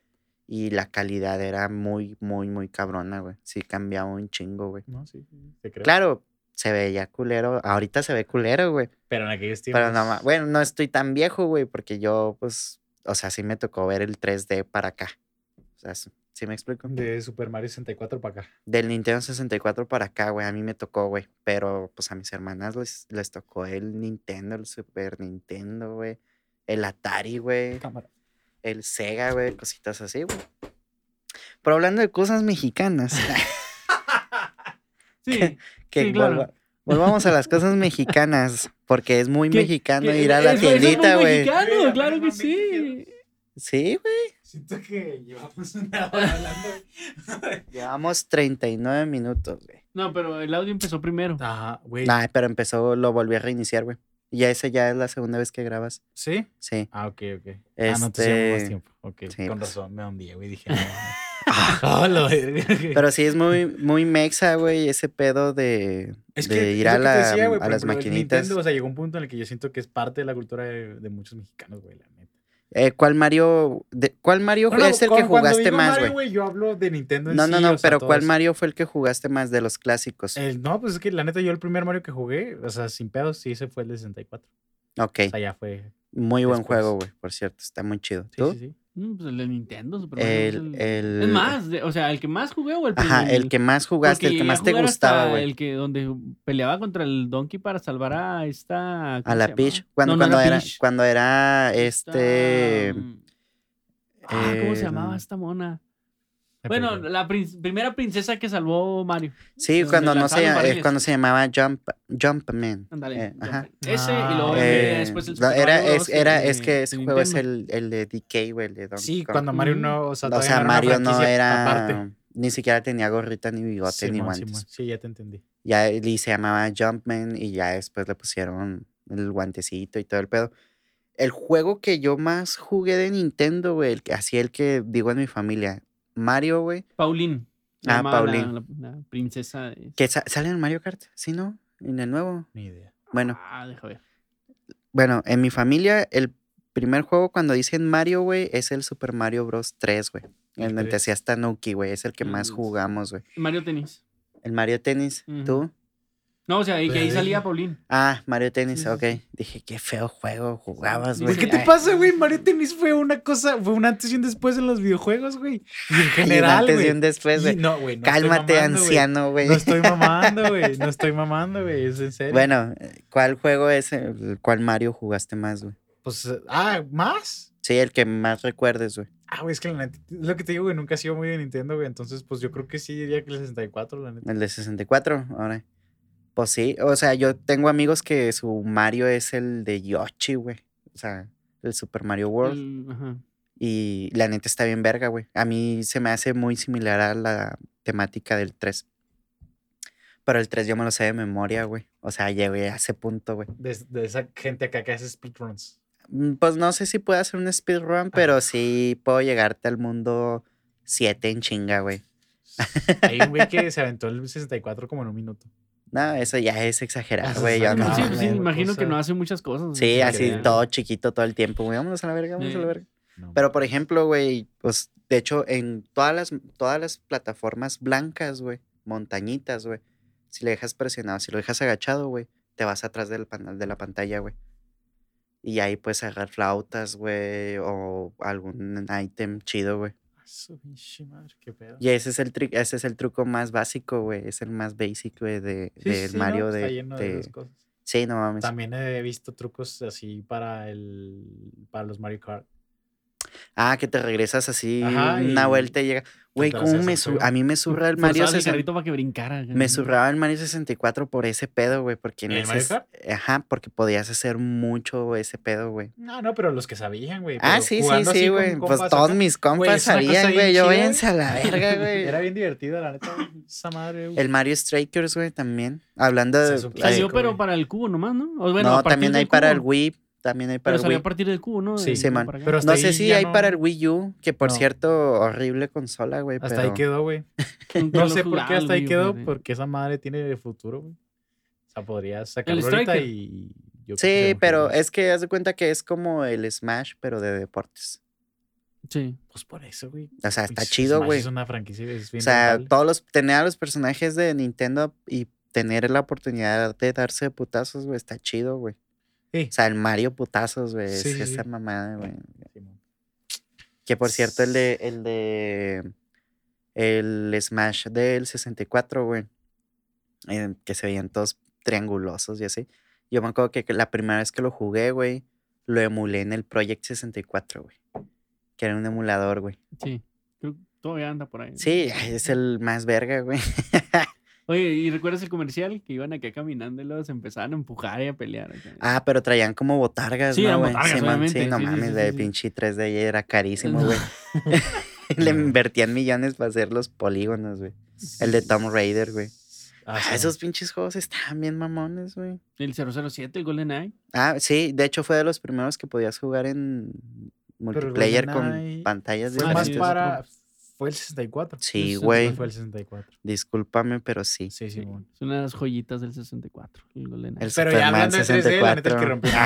[SPEAKER 3] Y la calidad era muy, muy, muy cabrona, güey. Sí, cambiaba un chingo, güey.
[SPEAKER 4] No, sí, sí, te creo.
[SPEAKER 3] Claro, se veía culero. Ahorita se ve culero, güey.
[SPEAKER 4] Pero en aquellos tiempos.
[SPEAKER 3] Pero no, ma- bueno, no estoy tan viejo, güey, porque yo, pues, o sea, sí me tocó ver el 3D para acá. O sea, sí sí me explico.
[SPEAKER 4] De Super Mario 64 para acá.
[SPEAKER 3] Del Nintendo 64 para acá, güey, a mí me tocó, güey. Pero pues a mis hermanas les, les tocó el Nintendo, el Super Nintendo, güey. El Atari, güey.
[SPEAKER 4] Cámara.
[SPEAKER 3] El Sega, güey. Cositas así, güey. Pero hablando de cosas mexicanas.
[SPEAKER 2] Sí.
[SPEAKER 3] que
[SPEAKER 2] Sí, claro.
[SPEAKER 3] volva- volvamos a las cosas mexicanas. Porque es muy
[SPEAKER 2] Que-
[SPEAKER 3] mexicano
[SPEAKER 2] que
[SPEAKER 3] ir a la
[SPEAKER 2] eso- eso es muy
[SPEAKER 3] tiendita, güey.
[SPEAKER 2] mexicano,
[SPEAKER 4] Güey,
[SPEAKER 2] claro que
[SPEAKER 4] mames,
[SPEAKER 2] sí.
[SPEAKER 3] Sí, güey.
[SPEAKER 4] Siento que llevamos una hora hablando.
[SPEAKER 3] Llevamos 39 minutos, güey.
[SPEAKER 2] No, pero el audio empezó primero.
[SPEAKER 4] Ajá, güey.
[SPEAKER 3] Nah, pero empezó, lo volví a reiniciar, güey. Y ya esa ya es la segunda vez que grabas.
[SPEAKER 4] ¿Sí?
[SPEAKER 3] Sí.
[SPEAKER 4] Ah, ok, ok. Ah, no te llevamos
[SPEAKER 3] Este,
[SPEAKER 4] más tiempo. Ok,
[SPEAKER 3] sí,
[SPEAKER 4] con
[SPEAKER 3] pues.
[SPEAKER 4] razón, me hundí, güey. Dije, no, Ah, no. Hola, güey.
[SPEAKER 3] Pero sí es muy, muy mexa, güey, ese pedo de,
[SPEAKER 4] Es
[SPEAKER 3] de
[SPEAKER 4] que
[SPEAKER 3] ir
[SPEAKER 4] es
[SPEAKER 3] a,
[SPEAKER 4] lo que te
[SPEAKER 3] la-
[SPEAKER 4] decía, güey,
[SPEAKER 3] a
[SPEAKER 4] por
[SPEAKER 3] las
[SPEAKER 4] ejemplo, el
[SPEAKER 3] maquinitas.
[SPEAKER 4] Nintendo, o sea, llegó un punto en el que yo siento que es parte de la cultura de, de muchos mexicanos, güey, la neta.
[SPEAKER 3] Eh, ¿Cuál Mario, de- cuál Mario
[SPEAKER 4] No, no,
[SPEAKER 3] es el que
[SPEAKER 4] cu- cuando
[SPEAKER 3] jugaste
[SPEAKER 4] digo
[SPEAKER 3] más,
[SPEAKER 4] Mario,
[SPEAKER 3] güey?
[SPEAKER 4] Yo hablo de Nintendo en
[SPEAKER 3] No,
[SPEAKER 4] sí,
[SPEAKER 3] no, no,
[SPEAKER 4] o sea,
[SPEAKER 3] pero
[SPEAKER 4] todo
[SPEAKER 3] ¿cuál
[SPEAKER 4] eso.
[SPEAKER 3] Mario fue el que jugaste más de los clásicos?
[SPEAKER 4] El- no, pues es que la neta, yo el primer Mario que jugué, o sea, sin pedos, sí, ese fue el de 64.
[SPEAKER 3] ok,
[SPEAKER 4] O sea, ya fue.
[SPEAKER 3] muy buen
[SPEAKER 4] después.
[SPEAKER 3] juego, güey, por cierto, está muy chido.
[SPEAKER 4] Sí,
[SPEAKER 3] ¿Tú?
[SPEAKER 4] sí, sí.
[SPEAKER 2] Mm, pues el de Nintendo, Super Mario Bros.
[SPEAKER 3] El,
[SPEAKER 2] es el- Es
[SPEAKER 3] el-
[SPEAKER 2] más, de- o sea, el que más jugué o el
[SPEAKER 3] Ajá, el que más jugaste, el
[SPEAKER 2] porque
[SPEAKER 3] que
[SPEAKER 2] llegué a
[SPEAKER 3] más te
[SPEAKER 2] jugar
[SPEAKER 3] gustaba,
[SPEAKER 2] hasta
[SPEAKER 3] güey.
[SPEAKER 2] El que donde peleaba contra el Donkey para salvar a esta.
[SPEAKER 3] A
[SPEAKER 2] ¿cómo se
[SPEAKER 3] la
[SPEAKER 2] llamaba?
[SPEAKER 3] Peach. Cuando,
[SPEAKER 2] No, no
[SPEAKER 3] cuando era,
[SPEAKER 2] Peach.
[SPEAKER 3] cuando era
[SPEAKER 2] Esta,
[SPEAKER 3] este. eh,
[SPEAKER 2] mm, ah, ¿Cómo se llamaba
[SPEAKER 3] el-
[SPEAKER 2] esta mona? Bueno, la prin- primera princesa que salvó Mario.
[SPEAKER 3] Sí,
[SPEAKER 2] donde
[SPEAKER 3] cuando no se,
[SPEAKER 2] lanzaban
[SPEAKER 3] llama- eh,
[SPEAKER 2] barriles.
[SPEAKER 3] cuando se llamaba Jump, Jumpman.
[SPEAKER 2] Ándale.
[SPEAKER 3] Eh, ajá.
[SPEAKER 2] Ese y luego
[SPEAKER 4] Ah,
[SPEAKER 2] eh,
[SPEAKER 3] Eh,
[SPEAKER 2] después el
[SPEAKER 3] no,
[SPEAKER 2] Super
[SPEAKER 3] era,
[SPEAKER 2] Mario
[SPEAKER 3] es,
[SPEAKER 2] Bros.
[SPEAKER 3] era,
[SPEAKER 2] de-
[SPEAKER 3] es que ese
[SPEAKER 2] de
[SPEAKER 3] juego es
[SPEAKER 2] Nintendo.
[SPEAKER 3] el, el de DK, güey, el de Donkey
[SPEAKER 4] Sí,
[SPEAKER 3] Kong.
[SPEAKER 4] cuando Mario
[SPEAKER 2] Ujú.
[SPEAKER 4] no. O sea,
[SPEAKER 3] O
[SPEAKER 4] todavía
[SPEAKER 3] sea,
[SPEAKER 4] no era una
[SPEAKER 3] Mario no
[SPEAKER 4] franquicia
[SPEAKER 3] era.
[SPEAKER 4] aparte.
[SPEAKER 3] Ni siquiera tenía gorrita, ni bigote, ni
[SPEAKER 4] Simón,
[SPEAKER 3] guantes.
[SPEAKER 4] Simón. Sí, ya te entendí.
[SPEAKER 3] Ya él- y se llamaba Jumpman y ya después le pusieron el guantecito y todo el pedo. El juego que yo más jugué de Nintendo, güey, el que- así el que digo en mi familia, Mario, güey.
[SPEAKER 2] Pauline. se
[SPEAKER 3] Ah,
[SPEAKER 2] llamaba la-
[SPEAKER 3] Pauline.
[SPEAKER 2] La, la princesa. de-
[SPEAKER 3] Que sa- sale en Mario Kart, ¿sí no? En el nuevo.
[SPEAKER 4] Ni idea.
[SPEAKER 3] Bueno,
[SPEAKER 2] Ah, deja ver.
[SPEAKER 3] bueno, en mi familia el primer juego cuando dicen Mario, güey, es el Super Mario Bros. 3, güey.
[SPEAKER 4] El
[SPEAKER 3] En el que
[SPEAKER 4] tres.
[SPEAKER 3] hacía Tanuki, güey, es el que más
[SPEAKER 2] Mm.
[SPEAKER 3] jugamos, güey.
[SPEAKER 2] Mario Tennis.
[SPEAKER 3] El Mario Tennis,
[SPEAKER 2] Ujú.
[SPEAKER 3] ¿tú?
[SPEAKER 2] No, o sea, y que ahí
[SPEAKER 4] Pues,
[SPEAKER 2] salía Pauline.
[SPEAKER 3] Ah, Mario Tennis,
[SPEAKER 2] sí,
[SPEAKER 3] ok.
[SPEAKER 2] sí.
[SPEAKER 3] Dije, qué feo juego jugabas,
[SPEAKER 2] Dice-
[SPEAKER 4] Güey,
[SPEAKER 3] güey.
[SPEAKER 4] Pues, ¿qué te
[SPEAKER 2] Ay.
[SPEAKER 4] pasa, güey? Mario Tennis fue una cosa, fue un antes y un después en los videojuegos, güey. Y en
[SPEAKER 3] Y un
[SPEAKER 4] general,
[SPEAKER 3] antes y
[SPEAKER 4] güey.
[SPEAKER 3] un después,
[SPEAKER 4] Y
[SPEAKER 3] güey.
[SPEAKER 4] No, güey. no estoy
[SPEAKER 3] pues, Cálmate,
[SPEAKER 4] mamando, güey.
[SPEAKER 3] anciano, güey.
[SPEAKER 4] No estoy mamando, güey. No estoy mamando, güey. Es en serio.
[SPEAKER 3] Bueno, ¿cuál juego es el cuál Mario jugaste más, güey?
[SPEAKER 4] Pues, eh, ah, ¿más?
[SPEAKER 3] Sí, el que más recuerdes, güey.
[SPEAKER 4] Ah, güey, es que la neta, es lo que te digo, güey, nunca he sido muy de Nintendo, güey. Entonces, pues yo creo que sí diría que el 64, la neta.
[SPEAKER 3] El de 64, ahora. Pues sí, o sea, yo tengo amigos que su Mario es el de Yoshi, güey. O sea, el Super Mario World.
[SPEAKER 2] El- ajá.
[SPEAKER 3] Y la neta está bien verga, güey. A mí se me hace muy similar a la temática del 3. Pero el 3 yo me lo sé de memoria, güey. O sea, llegué a ese punto, güey.
[SPEAKER 4] De, de esa gente acá que hace speedruns.
[SPEAKER 3] Mm, Pues no sé si puedo hacer un speedrun, pero sí puedo llegarte al mundo 7 en chinga, güey.
[SPEAKER 4] Hay un güey que se aventó el 64 como en un minuto.
[SPEAKER 3] No, eso ya es exagerar,
[SPEAKER 4] Eso
[SPEAKER 3] güey. yo
[SPEAKER 4] está
[SPEAKER 3] no,
[SPEAKER 2] Sí, pues,
[SPEAKER 4] cabrón,
[SPEAKER 3] güey.
[SPEAKER 2] sí,
[SPEAKER 4] güey,
[SPEAKER 2] imagino
[SPEAKER 4] cosa.
[SPEAKER 2] que no hace muchas cosas. o
[SPEAKER 3] Sí,
[SPEAKER 2] sea,
[SPEAKER 3] así
[SPEAKER 2] que-
[SPEAKER 3] todo chiquito todo el tiempo, güey. Vámonos a la verga, vámonos a la
[SPEAKER 2] Sí.
[SPEAKER 3] verga.
[SPEAKER 4] No,
[SPEAKER 3] Pero por ejemplo, güey, pues de hecho en todas las, todas las plataformas blancas, güey, montañitas, güey, si le dejas presionado, si lo dejas agachado, güey, te vas atrás del panel de la pantalla, güey. Y ahí puedes agarrar flautas, güey, o algún item chido, güey.
[SPEAKER 4] mames. Ah, su pinche madre, qué pedo.
[SPEAKER 3] Y ese es el tri- ese es el truco más básico, güey. Es el más basic, güey, de,
[SPEAKER 4] Sí, sí,
[SPEAKER 3] del
[SPEAKER 4] sí, ¿no?
[SPEAKER 3] Mario
[SPEAKER 4] Está
[SPEAKER 3] de,
[SPEAKER 4] lleno de
[SPEAKER 3] de-
[SPEAKER 4] esas cosas.
[SPEAKER 3] Sí, no mames.
[SPEAKER 4] También he visto trucos así para el para los Mario Kart.
[SPEAKER 3] Ah, que te regresas así
[SPEAKER 4] Ajá,
[SPEAKER 3] una
[SPEAKER 4] y-
[SPEAKER 3] vuelta y llega. Güey,
[SPEAKER 4] te
[SPEAKER 3] cómo
[SPEAKER 4] haces
[SPEAKER 3] me
[SPEAKER 4] el
[SPEAKER 3] su-
[SPEAKER 4] juego.
[SPEAKER 3] a mí me surra el Mario
[SPEAKER 2] Forzabas el
[SPEAKER 3] 64.
[SPEAKER 2] carrito para que brincara.
[SPEAKER 3] Me surraba el Mario 64 por ese pedo, güey, porque en
[SPEAKER 4] ¿El Mario
[SPEAKER 3] ese-
[SPEAKER 4] Kart?
[SPEAKER 3] ajá, porque podías hacer mucho ese pedo, güey.
[SPEAKER 4] No, no, pero los que sabían, güey.
[SPEAKER 3] Ah,
[SPEAKER 4] pero
[SPEAKER 3] sí, sí,
[SPEAKER 4] jugando así
[SPEAKER 3] sí,
[SPEAKER 4] con
[SPEAKER 3] güey. Pues
[SPEAKER 4] compas
[SPEAKER 3] todos
[SPEAKER 4] acá.
[SPEAKER 3] mis
[SPEAKER 4] Güey,
[SPEAKER 3] compas
[SPEAKER 4] es una cosa
[SPEAKER 3] sabían,
[SPEAKER 4] bien
[SPEAKER 3] güey. Yo
[SPEAKER 4] chida,
[SPEAKER 3] váyanse a la verga,
[SPEAKER 4] Era
[SPEAKER 3] güey.
[SPEAKER 4] bien divertido, la neta. güey. Esa madre, güey.
[SPEAKER 3] El Mario Strikers, güey, también. Hablando
[SPEAKER 4] Se
[SPEAKER 3] de.
[SPEAKER 4] supone
[SPEAKER 3] ay,
[SPEAKER 2] Salió,
[SPEAKER 4] Ay,
[SPEAKER 2] pero
[SPEAKER 4] güey.
[SPEAKER 2] para el cubo nomás, ¿no? O, bueno, a
[SPEAKER 3] no,
[SPEAKER 2] partir
[SPEAKER 3] también
[SPEAKER 2] del
[SPEAKER 3] hay para el
[SPEAKER 2] cubo.
[SPEAKER 3] Wii. También hay para
[SPEAKER 2] Pero
[SPEAKER 3] el
[SPEAKER 2] salió a
[SPEAKER 3] Wii.
[SPEAKER 2] partir del cubo, ¿no?
[SPEAKER 4] Sí,
[SPEAKER 2] Del
[SPEAKER 3] sí,
[SPEAKER 2] cubo
[SPEAKER 3] man.
[SPEAKER 2] para acá.
[SPEAKER 4] Pero- hasta
[SPEAKER 3] No sé
[SPEAKER 4] ahí
[SPEAKER 3] si
[SPEAKER 4] ya
[SPEAKER 3] hay
[SPEAKER 4] no-
[SPEAKER 3] para el Wii U, que por
[SPEAKER 4] No.
[SPEAKER 3] cierto, horrible consola, güey.
[SPEAKER 4] Hasta
[SPEAKER 3] pero-
[SPEAKER 4] ahí quedó, güey.
[SPEAKER 2] Nunca lo
[SPEAKER 4] No
[SPEAKER 2] he
[SPEAKER 4] sé por qué
[SPEAKER 2] jugado,
[SPEAKER 4] hasta ahí
[SPEAKER 2] güey,
[SPEAKER 4] quedó,
[SPEAKER 2] fíjate.
[SPEAKER 4] porque esa madre tiene futuro, güey. O sea, podrías sacarlo ahorita
[SPEAKER 2] Striker?
[SPEAKER 4] y... yo creo que sería
[SPEAKER 3] Sí,
[SPEAKER 4] mejor,
[SPEAKER 3] pero
[SPEAKER 4] güey.
[SPEAKER 3] es que haz de cuenta que es como el Smash, pero de deportes.
[SPEAKER 2] Sí.
[SPEAKER 4] Pues por eso, güey.
[SPEAKER 3] O sea, está
[SPEAKER 4] Pinche
[SPEAKER 3] chido,
[SPEAKER 4] Smash
[SPEAKER 3] güey.
[SPEAKER 4] Es una franquicia, es bien
[SPEAKER 3] O sea,
[SPEAKER 4] rentable.
[SPEAKER 3] todos los, tener a los personajes de Nintendo y tener la oportunidad de darse putazos, güey, está chido, güey.
[SPEAKER 4] Sí.
[SPEAKER 3] O sea, el Mario putazos, güey,
[SPEAKER 4] Sí,
[SPEAKER 3] es
[SPEAKER 4] sí,
[SPEAKER 3] esa
[SPEAKER 4] sí.
[SPEAKER 3] mamada, güey.
[SPEAKER 4] Simón.
[SPEAKER 3] Que por cierto, el de, el de, el Smash del 64, güey, eh, que se veían todos triangulosos y así. Yo me acuerdo que que la primera vez que lo jugué, güey, lo emulé en el Project 64, güey. Que era un emulador, güey.
[SPEAKER 2] Sí. Creo que todavía anda por ahí.
[SPEAKER 3] Sí, es el más verga, güey.
[SPEAKER 2] Oye, ¿y recuerdas el comercial? Que iban acá caminando y luego se empezaban a empujar y a pelear. acá.
[SPEAKER 3] Ah, pero traían como botargas,
[SPEAKER 2] Sí,
[SPEAKER 3] ¿no,
[SPEAKER 2] eran
[SPEAKER 3] güey?
[SPEAKER 2] botargas,
[SPEAKER 3] Simón, sí,
[SPEAKER 2] obviamente,
[SPEAKER 3] no
[SPEAKER 2] sí, sí,
[SPEAKER 3] mames,
[SPEAKER 2] sí,
[SPEAKER 3] de
[SPEAKER 2] sí.
[SPEAKER 3] pinche 3D ya era carísimo,
[SPEAKER 2] No.
[SPEAKER 3] güey. Le invertían millones para hacer los polígonos, güey. El de Tomb Raider, güey.
[SPEAKER 4] Ah,
[SPEAKER 3] Ah,
[SPEAKER 4] Simón.
[SPEAKER 3] esos pinches juegos estaban bien mamones, güey.
[SPEAKER 2] El 007, el Golden Eye.
[SPEAKER 3] Ah, sí, de hecho fue de los primeros que podías jugar en multiplayer con
[SPEAKER 4] GoldenEye
[SPEAKER 3] pantallas
[SPEAKER 4] Fue
[SPEAKER 2] Ah,
[SPEAKER 4] más
[SPEAKER 2] sí,
[SPEAKER 3] diferentes.
[SPEAKER 2] es
[SPEAKER 4] para... Fue el 64.
[SPEAKER 3] Sí,
[SPEAKER 2] Ese
[SPEAKER 3] güey.
[SPEAKER 4] Fue el 64.
[SPEAKER 3] Discúlpame, pero sí.
[SPEAKER 4] Sí,
[SPEAKER 2] Sí.
[SPEAKER 4] Simón.
[SPEAKER 2] Es una de las joyitas del 64, el Golden Eye.
[SPEAKER 3] El
[SPEAKER 4] Pero ya hablando de 3D, la neta el que
[SPEAKER 3] 64.
[SPEAKER 4] rompió.
[SPEAKER 2] No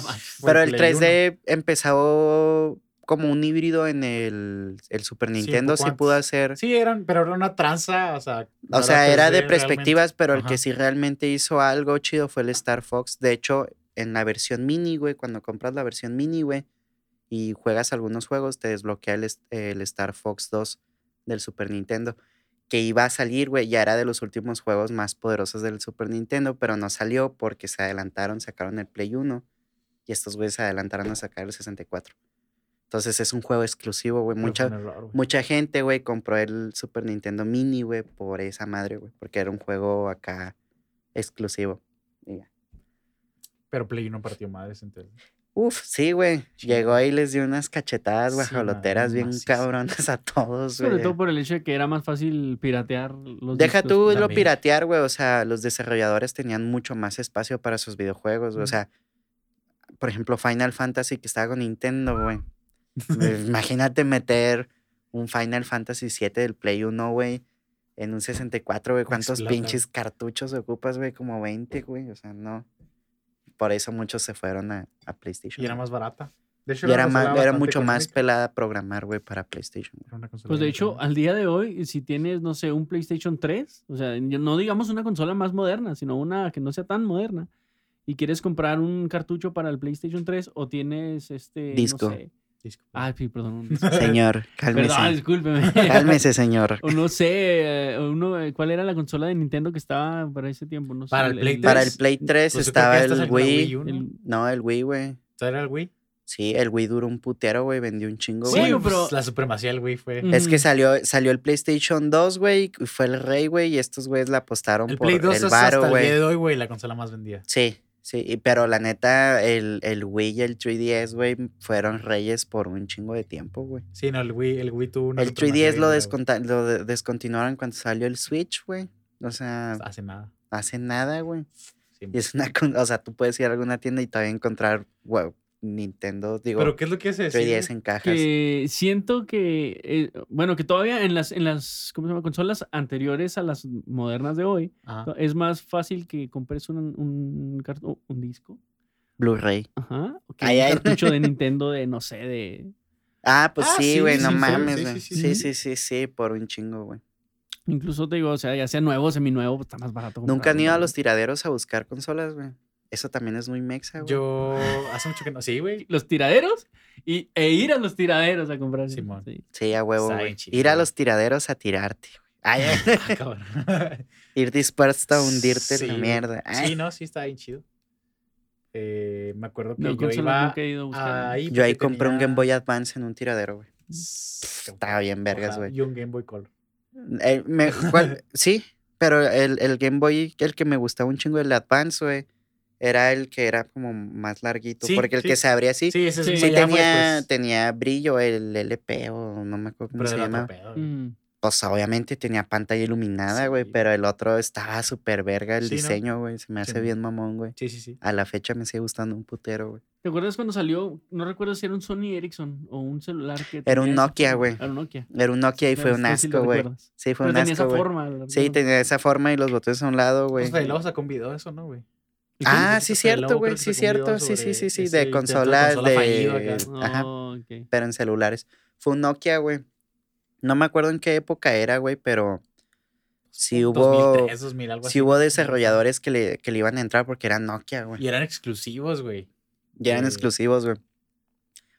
[SPEAKER 4] fue
[SPEAKER 2] manches.
[SPEAKER 3] Pero el
[SPEAKER 4] Play
[SPEAKER 3] 3D empezó como un híbrido en el, el Super
[SPEAKER 4] Sí, un
[SPEAKER 3] Nintendo, sí,
[SPEAKER 4] poco
[SPEAKER 3] pudo
[SPEAKER 4] antes.
[SPEAKER 3] hacer.
[SPEAKER 4] uno. Sí, eran, pero era una tranza, o sea... no
[SPEAKER 3] O sea, era
[SPEAKER 4] 3D
[SPEAKER 3] de
[SPEAKER 4] realmente.
[SPEAKER 3] perspectivas, pero el
[SPEAKER 4] Ajá.
[SPEAKER 3] que sí realmente hizo algo chido fue el Star Fox. De hecho, en la versión mini, güey, cuando compras la versión mini, güey, y juegas algunos juegos, te desbloquea el, es- el Star Fox 2 del Super Nintendo, que iba a salir, güey, ya era de los últimos juegos más poderosos del Super Nintendo, pero no salió porque se adelantaron, sacaron el Play 1 y estos güeyes se adelantaron a sacar el 64. Entonces es un juego exclusivo, güey.
[SPEAKER 4] Pero fue
[SPEAKER 3] Mucha,
[SPEAKER 4] un error, güey.
[SPEAKER 3] mucha gente, güey, compró el Super Nintendo Mini, güey, por esa madre, güey, porque era un juego acá exclusivo. Y ya.
[SPEAKER 4] Pero Play no partió madres, entonces.
[SPEAKER 3] Uf, sí, güey. Llegó y les dio unas cachetadas
[SPEAKER 4] Sí,
[SPEAKER 3] guajoloteras
[SPEAKER 4] madre,
[SPEAKER 3] bien
[SPEAKER 4] macizo.
[SPEAKER 3] cabronas a todos,
[SPEAKER 2] Sobre
[SPEAKER 3] güey.
[SPEAKER 2] todo por el hecho de que era más fácil piratear los
[SPEAKER 3] Deja
[SPEAKER 2] discos
[SPEAKER 3] tú
[SPEAKER 2] que-
[SPEAKER 3] lo
[SPEAKER 4] también.
[SPEAKER 3] piratear, güey. O sea, los desarrolladores tenían mucho más espacio para sus videojuegos, güey. O
[SPEAKER 4] Ujú.
[SPEAKER 3] sea, por ejemplo, Final Fantasy que estaba con Nintendo, güey. Eh, Imagínate meter un Final Fantasy VII del Play 1, güey, en un 64, güey. ¿Cuántos
[SPEAKER 4] Explota.
[SPEAKER 3] pinches cartuchos ocupas, güey? Como 20, güey. O sea, no. Por eso muchos se fueron a, a PlayStation.
[SPEAKER 4] Y era
[SPEAKER 3] güey.
[SPEAKER 4] más barata. De hecho,
[SPEAKER 3] Y era,
[SPEAKER 4] una
[SPEAKER 3] más-
[SPEAKER 4] consola
[SPEAKER 3] era
[SPEAKER 4] bastante
[SPEAKER 3] mucho más
[SPEAKER 4] económica.
[SPEAKER 3] pelada programar, güey, para PlayStation. güey.
[SPEAKER 4] Era una consola
[SPEAKER 2] Pues de
[SPEAKER 4] bien
[SPEAKER 2] hecho,
[SPEAKER 4] económica.
[SPEAKER 2] al día de hoy, si tienes, no sé, un PlayStation 3, o sea, yo- no digamos una consola más moderna, sino una que no sea tan moderna, y quieres comprar un cartucho para el PlayStation 3 o tienes este... no
[SPEAKER 3] Disco.
[SPEAKER 2] sé-
[SPEAKER 4] Disculpa.
[SPEAKER 2] Ah, sí, perdón. un disco.
[SPEAKER 3] Señor,
[SPEAKER 2] Perdón,
[SPEAKER 3] cálmese.
[SPEAKER 2] discúlpeme.
[SPEAKER 3] Cálmese, señor.
[SPEAKER 2] o no sé, eh, uno, eh, ¿cuál era la consola de Nintendo que estaba para ese tiempo? No sé,
[SPEAKER 4] Para el Play
[SPEAKER 3] Para el
[SPEAKER 4] tres.
[SPEAKER 3] Play 3
[SPEAKER 4] Pues yo creo que
[SPEAKER 3] estaba
[SPEAKER 4] ya está
[SPEAKER 3] el
[SPEAKER 4] saliendo la
[SPEAKER 3] Wii.
[SPEAKER 4] U, ¿no?
[SPEAKER 2] el-
[SPEAKER 3] No, el Wii, güey.
[SPEAKER 4] O sea, era el Wii.
[SPEAKER 3] Sí, el Wii duró un putero, güey. Vendió un chingo,
[SPEAKER 2] Sí,
[SPEAKER 3] güey.
[SPEAKER 2] Bueno, pero-
[SPEAKER 4] pues, la supremacía del Wii fue.
[SPEAKER 2] Mm.
[SPEAKER 3] Es que
[SPEAKER 2] Ujú.
[SPEAKER 3] salió, salió el PlayStation 2, güey, y fue el rey, güey, y estos güeyes la apostaron
[SPEAKER 4] El
[SPEAKER 3] por
[SPEAKER 4] Play 2 es
[SPEAKER 3] el
[SPEAKER 4] hasta
[SPEAKER 3] varo,
[SPEAKER 4] el día
[SPEAKER 3] güey.
[SPEAKER 4] de hoy, güey, la consola más vendida.
[SPEAKER 3] Sí, sí, y- pero la neta, el, el Wii y el 3DS, güey, fueron reyes por un chingo de tiempo, güey.
[SPEAKER 4] Sí, no, el Wii, el Wii tuvo una
[SPEAKER 3] El
[SPEAKER 4] supremacía
[SPEAKER 3] 3DS lo,
[SPEAKER 4] bien grande,
[SPEAKER 3] desconta- lo de- descontinuaron cuando salió el Switch, güey. O sea,
[SPEAKER 4] güey. Hace nada.
[SPEAKER 3] hace nada, güey.
[SPEAKER 4] Sí,
[SPEAKER 3] Ah. Y es una, con- o sea, tú puedes ir a alguna tienda y todavía encontrar, güey, Nintendo, digo,
[SPEAKER 4] Pero ¿qué es lo que hace decir?
[SPEAKER 3] 3DS en cajas.
[SPEAKER 2] que siento que, eh, bueno, que todavía en las, en las ¿cómo se llama? consolas anteriores a las modernas de hoy,
[SPEAKER 3] Ah,
[SPEAKER 4] Ajá.
[SPEAKER 2] es más fácil que compres un, un, cartu- un disco,
[SPEAKER 3] Blu-ray.
[SPEAKER 2] ajá, o que
[SPEAKER 3] Ay,
[SPEAKER 2] un
[SPEAKER 3] ay.
[SPEAKER 2] cartucho de Nintendo de, no sé, de...
[SPEAKER 3] Ah, pues
[SPEAKER 4] Ah,
[SPEAKER 3] sí,
[SPEAKER 4] sí,
[SPEAKER 3] güey,
[SPEAKER 4] sí,
[SPEAKER 3] no
[SPEAKER 4] sí,
[SPEAKER 3] mames,
[SPEAKER 4] sí,
[SPEAKER 3] güey. Sí
[SPEAKER 4] sí,
[SPEAKER 2] sí,
[SPEAKER 3] sí,
[SPEAKER 2] sí.
[SPEAKER 3] sí, sí, por un chingo, güey.
[SPEAKER 2] Incluso te digo, o sea, ya sea nuevo, seminuevo, pues, está más barato.
[SPEAKER 3] Nunca han
[SPEAKER 2] comprarlo,
[SPEAKER 3] ido a
[SPEAKER 2] ¿no?
[SPEAKER 3] los tiraderos a buscar consolas, güey. Eso también es muy mexa, güey.
[SPEAKER 4] Yo hace mucho que no. Sí, güey.
[SPEAKER 2] Los tiraderos y, e ir a los tiraderos a comprar.
[SPEAKER 4] Simón.
[SPEAKER 2] sí.
[SPEAKER 3] Sí, a huevo,
[SPEAKER 4] Está
[SPEAKER 3] güey.
[SPEAKER 4] bien chido,
[SPEAKER 3] Ir a
[SPEAKER 4] güey.
[SPEAKER 3] los tiraderos a tirarte, güey. Ay, ay,
[SPEAKER 4] Ah, cabrón.
[SPEAKER 3] ir dispuesto a hundirte en la
[SPEAKER 4] Sí,
[SPEAKER 3] mierda. Ay,
[SPEAKER 4] Sí, no, sí, está bien chido. Eh, me acuerdo que
[SPEAKER 2] No,
[SPEAKER 4] yo
[SPEAKER 2] consolas
[SPEAKER 4] iba
[SPEAKER 2] nunca he ido a buscar.
[SPEAKER 4] ahí.
[SPEAKER 3] yo ahí
[SPEAKER 4] porque
[SPEAKER 3] compré un
[SPEAKER 4] pues tenía-
[SPEAKER 3] Game Boy Advance en un tiradero, güey.
[SPEAKER 4] Pss,
[SPEAKER 3] Estaba bien vergas,
[SPEAKER 4] ojalá,
[SPEAKER 3] güey.
[SPEAKER 4] Y un Game Boy Color.
[SPEAKER 3] Eh, me- ¿cuál? Sí, pero el, el Game Boy, el que me gustaba un chingo, el Advance, güey, era el que era como más larguito.
[SPEAKER 4] Sí,
[SPEAKER 3] porque el
[SPEAKER 4] sí.
[SPEAKER 3] que se abría así,
[SPEAKER 4] Sí, ese
[SPEAKER 2] Sí,
[SPEAKER 4] es
[SPEAKER 3] Sí,
[SPEAKER 4] ya pues, fue
[SPEAKER 3] tenía,
[SPEAKER 4] después,
[SPEAKER 3] tenía brillo el LP o no me acuerdo cómo
[SPEAKER 4] Pero
[SPEAKER 3] se
[SPEAKER 4] era otro
[SPEAKER 3] llama.
[SPEAKER 4] pedo, güey.
[SPEAKER 2] Mm.
[SPEAKER 3] Pues obviamente tenía pantalla iluminada, güey,
[SPEAKER 4] Sí.
[SPEAKER 3] pero el otro estaba súper verga el
[SPEAKER 4] Sí, ¿no?
[SPEAKER 3] diseño, güey. Se me hace
[SPEAKER 4] Simón.
[SPEAKER 3] bien mamón, güey.
[SPEAKER 4] Sí, sí, sí.
[SPEAKER 3] A la fecha me sigue gustando un putero, güey.
[SPEAKER 2] ¿Te acuerdas cuando salió? No recuerdo si era un Sony Ericsson o un celular que
[SPEAKER 3] Era un
[SPEAKER 2] tenía esa
[SPEAKER 3] Nokia,
[SPEAKER 2] forma.
[SPEAKER 3] güey.
[SPEAKER 2] Era un Nokia.
[SPEAKER 3] Era un Nokia y
[SPEAKER 2] Ya
[SPEAKER 3] fue
[SPEAKER 2] ves,
[SPEAKER 3] un
[SPEAKER 2] tú sí lo
[SPEAKER 3] asco, güey.
[SPEAKER 2] recuerdas.
[SPEAKER 3] Sí, fue
[SPEAKER 2] Pero
[SPEAKER 3] un
[SPEAKER 2] tenía esa
[SPEAKER 3] asco, güey.
[SPEAKER 2] forma. la
[SPEAKER 3] Sí,
[SPEAKER 2] verdad.
[SPEAKER 3] tenía esa forma y los botones a un lado, güey.
[SPEAKER 4] Hasta de Pues, luego sacó un video de eso, ¿no, güey?
[SPEAKER 2] ¿Y cómo?
[SPEAKER 3] Ah,
[SPEAKER 4] que
[SPEAKER 3] sí,
[SPEAKER 4] sacó de
[SPEAKER 3] cierto,
[SPEAKER 4] luego,
[SPEAKER 3] güey.
[SPEAKER 4] creo que
[SPEAKER 3] Sí,
[SPEAKER 4] sacó un video
[SPEAKER 3] cierto. Sí, sí,
[SPEAKER 4] sobre
[SPEAKER 3] sí, sí.
[SPEAKER 4] ese
[SPEAKER 3] De
[SPEAKER 4] intento de
[SPEAKER 3] consolas
[SPEAKER 4] consola fallido
[SPEAKER 3] de.
[SPEAKER 4] acá.
[SPEAKER 3] Ajá.
[SPEAKER 2] Oh, ok.
[SPEAKER 3] pero en celulares. Fue un Nokia, güey. No me acuerdo en qué época era, güey, pero
[SPEAKER 4] Pues,
[SPEAKER 3] sí hubo,
[SPEAKER 4] 2003, 2000, algo así,
[SPEAKER 3] sí hubo
[SPEAKER 4] ¿no?
[SPEAKER 3] desarrolladores que le, que le iban a entrar porque eran Nokia, güey.
[SPEAKER 4] Y eran exclusivos, güey.
[SPEAKER 3] Ya eran
[SPEAKER 4] eh.
[SPEAKER 3] exclusivos, güey.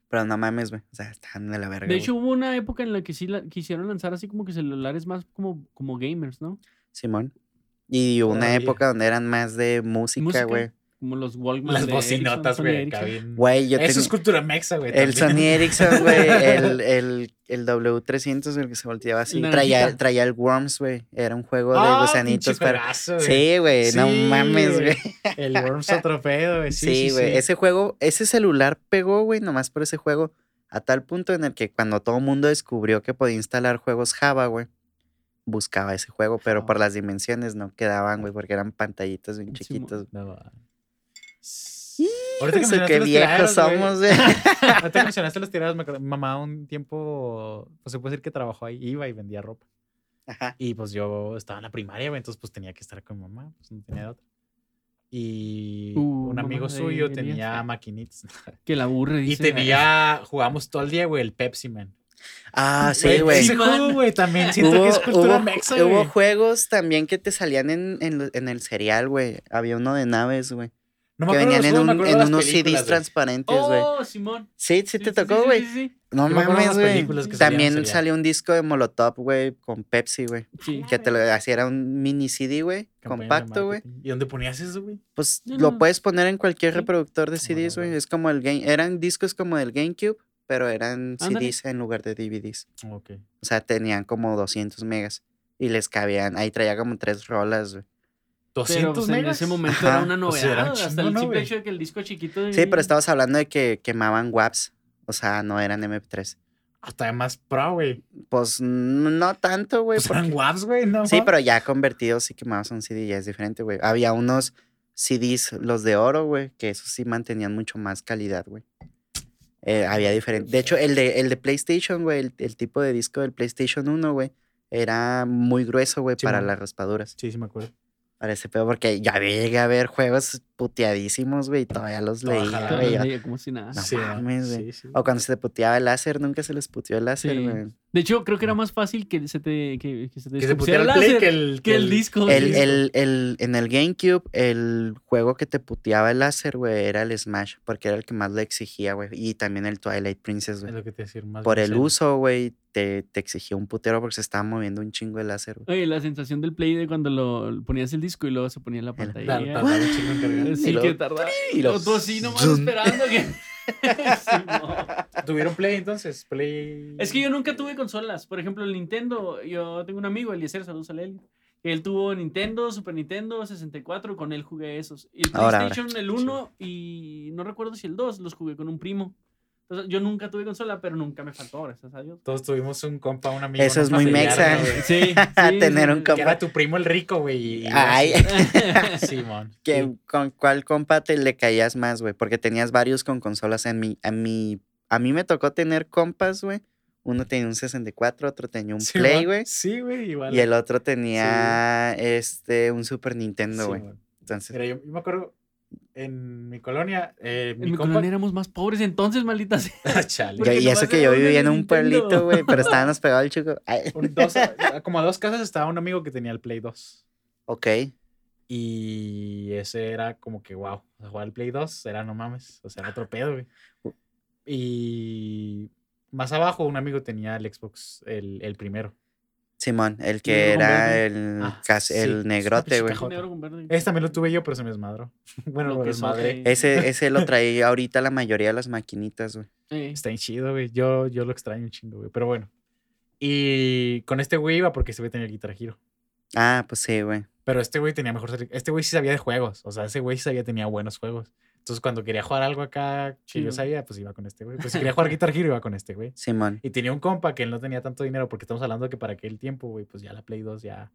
[SPEAKER 3] Pero no mames, güey. O sea, están de la verga.
[SPEAKER 2] De
[SPEAKER 3] güey.
[SPEAKER 2] hecho, hubo una época en la que sí la- quisieron lanzar así como que celulares más como, como gamers, ¿no?
[SPEAKER 3] Simón. Y una
[SPEAKER 4] Todavía.
[SPEAKER 3] época donde eran más de música,
[SPEAKER 2] Música.
[SPEAKER 3] güey.
[SPEAKER 2] Como los Walkman.
[SPEAKER 4] Las
[SPEAKER 2] de
[SPEAKER 4] bocinotas,
[SPEAKER 2] Ericsson, Sony
[SPEAKER 4] güey. acá
[SPEAKER 2] Ericsson.
[SPEAKER 4] bien-
[SPEAKER 3] Güey, yo
[SPEAKER 4] Eso
[SPEAKER 3] tenía.
[SPEAKER 4] es cultura mexa, güey. también.
[SPEAKER 3] El Sony Ericsson, güey, el, el, el W300, el que se volteaba así, traía,
[SPEAKER 2] naranjita.
[SPEAKER 3] traía el Worms, güey. Era un juego de
[SPEAKER 4] Ah,
[SPEAKER 3] gusanitos
[SPEAKER 4] pinche
[SPEAKER 3] para...
[SPEAKER 4] juegazo, güey.
[SPEAKER 3] Sí, güey, no
[SPEAKER 4] Sí,
[SPEAKER 3] mames,
[SPEAKER 4] güey.
[SPEAKER 3] güey.
[SPEAKER 4] El Worms atropello, güey. Sí,
[SPEAKER 3] Sí,
[SPEAKER 4] sí,
[SPEAKER 3] güey.
[SPEAKER 4] sí.
[SPEAKER 3] Ese juego, ese celular pegó, güey, nomás por ese juego. A tal punto en el que cuando todo el mundo descubrió que podía instalar juegos Java, güey, buscaba ese juego, pero por
[SPEAKER 2] Java.
[SPEAKER 3] las dimensiones no quedaban, güey, porque eran pantallitas bien
[SPEAKER 2] Simón.
[SPEAKER 3] chiquitas.
[SPEAKER 4] No, va.
[SPEAKER 3] Eso qué
[SPEAKER 4] los
[SPEAKER 3] viejos
[SPEAKER 4] tiraderos, güey.
[SPEAKER 3] somos, güey.
[SPEAKER 4] Ahorita que mencionaste los tirados, me acuerdo, mi mamá un tiempo, pues se puede decir que trabajó ahí, iba y vendía ropa.
[SPEAKER 3] Ajá.
[SPEAKER 4] Y pues yo estaba en la primaria, güey, entonces pues tenía que estar con mi mamá, pues no tenía de otra. Y
[SPEAKER 2] Uh,
[SPEAKER 4] un
[SPEAKER 2] mamá
[SPEAKER 4] amigo
[SPEAKER 2] de
[SPEAKER 4] suyo
[SPEAKER 2] Elías.
[SPEAKER 4] tenía maquinitas.
[SPEAKER 2] Que la aburre,
[SPEAKER 4] Y
[SPEAKER 2] dice. "Ah,
[SPEAKER 4] tenía, jugábamos todo el día, güey, el Pepsi Man.
[SPEAKER 3] Ah, sí, güey.
[SPEAKER 4] Ese
[SPEAKER 2] Sí,
[SPEAKER 4] juego,
[SPEAKER 2] man.
[SPEAKER 4] güey, también siento que es cultura
[SPEAKER 3] hubo-
[SPEAKER 4] mexa,
[SPEAKER 3] hubo
[SPEAKER 4] güey.
[SPEAKER 3] juegos también que te salían en, en lo- en el cereal, güey. Había uno de naves, güey.
[SPEAKER 4] No
[SPEAKER 3] que venían en, un- en unos
[SPEAKER 4] transparentes.
[SPEAKER 3] CDs transparentes, güey.
[SPEAKER 2] Oh, Simón.
[SPEAKER 3] Sí, sí te
[SPEAKER 2] Sí, sí,
[SPEAKER 3] tocó,
[SPEAKER 2] sí,
[SPEAKER 3] güey.
[SPEAKER 2] Sí, sí,
[SPEAKER 3] No
[SPEAKER 4] Yo me acuerdo de
[SPEAKER 3] mames,
[SPEAKER 4] las
[SPEAKER 3] güey.
[SPEAKER 4] películas que salían,
[SPEAKER 3] También
[SPEAKER 4] salían.
[SPEAKER 3] salió un disco de Molotov, güey, con Pepsi, güey.
[SPEAKER 2] sí. Sí.
[SPEAKER 3] Que te lo así era un mini CD, güey,
[SPEAKER 4] Campaña de
[SPEAKER 3] compacto, güey.
[SPEAKER 4] marketing. ¿Y dónde ponías eso, güey?
[SPEAKER 3] Pues
[SPEAKER 2] No,
[SPEAKER 3] lo
[SPEAKER 2] no.
[SPEAKER 3] puedes poner en cualquier
[SPEAKER 2] Sí.
[SPEAKER 3] reproductor de
[SPEAKER 4] la
[SPEAKER 3] CDs, güey.
[SPEAKER 4] verga.
[SPEAKER 3] Es como el game, eran discos como del GameCube, pero eran
[SPEAKER 2] Ándale.
[SPEAKER 3] CDs en lugar de DVDs.
[SPEAKER 4] Ok.
[SPEAKER 3] O sea, tenían como 200 megas y les cabían, ahí traía como tres rolas, güey.
[SPEAKER 4] 200
[SPEAKER 2] Pero pues, en
[SPEAKER 4] megas.
[SPEAKER 2] ese momento
[SPEAKER 3] Ajá.
[SPEAKER 2] era una
[SPEAKER 4] O sea, era
[SPEAKER 2] novedad. hasta
[SPEAKER 4] chingón,
[SPEAKER 2] el
[SPEAKER 4] ¿no,
[SPEAKER 2] simple
[SPEAKER 4] güey?
[SPEAKER 2] hecho de que el disco chiquito. de-
[SPEAKER 3] Sí, pero estabas hablando de que quemaban WAPs, o sea, no eran MP3.
[SPEAKER 4] Hasta además pro, güey.
[SPEAKER 3] Pues n- no tanto, güey.
[SPEAKER 4] Pues eran
[SPEAKER 3] porque-
[SPEAKER 4] WAPs, güey, no.
[SPEAKER 3] Sí,
[SPEAKER 4] mames.
[SPEAKER 3] pero ya convertidos y quemados a un CD ya es diferente, güey. Había unos CDs, los de oro, güey, que esos sí mantenían mucho más calidad, güey. Eh, había diferente. De hecho, el de, el de PlayStation, güey, el, el tipo de disco del PlayStation 1, güey, era muy grueso, güey, para
[SPEAKER 4] Simón.
[SPEAKER 3] las raspaduras.
[SPEAKER 4] Sí, sí me acuerdo.
[SPEAKER 3] Para ese pedo, porque ya llegué a ver juegos puteadísimos, güey, y todavía los
[SPEAKER 4] Toda
[SPEAKER 3] leía,
[SPEAKER 4] jalada,
[SPEAKER 2] Todo
[SPEAKER 3] güey.
[SPEAKER 2] el
[SPEAKER 3] yo-
[SPEAKER 2] día, Como si nada.
[SPEAKER 3] No
[SPEAKER 4] sí,
[SPEAKER 3] mames, güey.
[SPEAKER 4] sí, sí.
[SPEAKER 3] O cuando se te puteaba el láser, nunca se les puteó el láser,
[SPEAKER 2] Sí.
[SPEAKER 3] güey.
[SPEAKER 2] De hecho, creo que era más fácil que se te. Que, que se te
[SPEAKER 4] Que se
[SPEAKER 2] descompusiera
[SPEAKER 4] pusiera el play
[SPEAKER 2] láser
[SPEAKER 4] "Pues, que el,
[SPEAKER 2] que el disco.
[SPEAKER 3] El,
[SPEAKER 2] Oh, sí.
[SPEAKER 3] el, el, en el GameCube, el juego que te puteaba el láser, güey, era el Smash, porque era el que más le exigía, güey. Y también el Twilight Princess,
[SPEAKER 4] Es
[SPEAKER 3] güey.
[SPEAKER 4] lo que te iba a decir más.
[SPEAKER 3] Por el
[SPEAKER 4] grosero.
[SPEAKER 3] uso, güey, te, te exigía un putero porque se estaba moviendo un chingo el láser, güey.
[SPEAKER 2] Oye, la sensación del play de cuando lo ponías el disco y luego se ponía en la pantalla.
[SPEAKER 4] Tar- tardaba un chingo en cargar.
[SPEAKER 2] Sí,
[SPEAKER 3] Y luego-
[SPEAKER 2] que tardaba.
[SPEAKER 3] y luego-
[SPEAKER 2] Tú así nomás
[SPEAKER 3] Zum.
[SPEAKER 2] esperando que. Simón.
[SPEAKER 4] ¿Tuvieron Play entonces? Play.
[SPEAKER 2] Es que yo nunca tuve consolas. Por ejemplo, el Nintendo. Yo tengo un amigo, Eliezer, saludos a él. Él tuvo Nintendo, Super Nintendo, 64, con él jugué esos. Y el
[SPEAKER 3] Ahora, ahora.
[SPEAKER 2] PlayStation, el 1 y no recuerdo si el 2, los jugué con un primo. Entonces, yo nunca tuve consola, pero nunca me faltó, gracias a Dios.
[SPEAKER 4] Todos tuvimos un compa, un amigo.
[SPEAKER 3] Eso
[SPEAKER 4] un
[SPEAKER 3] es muy
[SPEAKER 4] familiar,
[SPEAKER 3] mexa.
[SPEAKER 4] ¿no, güey?
[SPEAKER 2] Sí.
[SPEAKER 3] Tener un
[SPEAKER 4] Que
[SPEAKER 3] compa.
[SPEAKER 4] era tu primo el rico, güey. y-
[SPEAKER 3] Ay,
[SPEAKER 4] Simón.
[SPEAKER 3] que-
[SPEAKER 4] Sí.
[SPEAKER 3] ¿con cuál compa te le caías más, güey? Porque tenías varios con consolas en mi, a mi, a mí me tocó tener compas, güey. Uno tenía un 64, otro tenía un
[SPEAKER 4] Simón.
[SPEAKER 3] Play, güey.
[SPEAKER 4] Sí, güey, igual.
[SPEAKER 3] Y el otro tenía este un Super Nintendo, güey.
[SPEAKER 4] Simón.
[SPEAKER 3] Entonces,
[SPEAKER 4] Mira, yo, yo me acuerdo en mi colonia, eh, mi,
[SPEAKER 2] En mi
[SPEAKER 4] compa.
[SPEAKER 2] colonia éramos más pobres entonces, maldita sea.
[SPEAKER 4] Chale.
[SPEAKER 2] Porque
[SPEAKER 3] Yo- y
[SPEAKER 2] nomás
[SPEAKER 3] eso que
[SPEAKER 2] era
[SPEAKER 3] yo
[SPEAKER 2] uno
[SPEAKER 3] vivía
[SPEAKER 2] de
[SPEAKER 3] en un pueblito,
[SPEAKER 2] Nintendo.
[SPEAKER 3] güey, pero estábamos pegados al chico. Ay,
[SPEAKER 4] Un- dos- como a dos casas estaba un amigo que tenía el Play 2.
[SPEAKER 3] ok.
[SPEAKER 4] Y ese era como que, wow, o sea, jugar al Play 2 era no mames, o sea, era otro pedo, güey. Y más abajo un amigo tenía el Xbox, el, el primero.
[SPEAKER 3] Simón, el
[SPEAKER 4] luego
[SPEAKER 3] que era
[SPEAKER 4] verde.
[SPEAKER 3] el,
[SPEAKER 4] Ah,
[SPEAKER 3] cas-
[SPEAKER 4] sí, es
[SPEAKER 3] el
[SPEAKER 4] una
[SPEAKER 3] negrote,
[SPEAKER 4] pinche
[SPEAKER 3] güey.
[SPEAKER 4] cajota.
[SPEAKER 2] Negro con verde.
[SPEAKER 4] Ese también lo tuve yo, pero se me desmadró. Bueno,
[SPEAKER 2] Lo
[SPEAKER 4] lo
[SPEAKER 2] que es
[SPEAKER 4] desmadré.
[SPEAKER 2] oje.
[SPEAKER 3] Ese, ese lo traía ahorita la mayoría de las maquinitas, güey.
[SPEAKER 2] Eh,
[SPEAKER 4] Está bien chido, güey. Yo, yo lo extraño un chingo, güey. Pero bueno. Y con este güey iba porque ese güey tenía el Guitar Hero.
[SPEAKER 3] Ah, pues sí, güey.
[SPEAKER 4] Pero este güey tenía mejor. sele- Este güey sí sabía de juegos. O sea, ese güey sí sabía, tenía buenos juegos. Entonces, cuando quería jugar algo acá que
[SPEAKER 2] Chido.
[SPEAKER 4] yo sabía, pues iba con este güey. Pues si quería jugar Guitar Hero, iba con este güey.
[SPEAKER 3] Simón.
[SPEAKER 4] Y tenía un compa que él no tenía tanto dinero, porque estamos hablando que para aquel tiempo, güey, pues ya la Play 2 ya.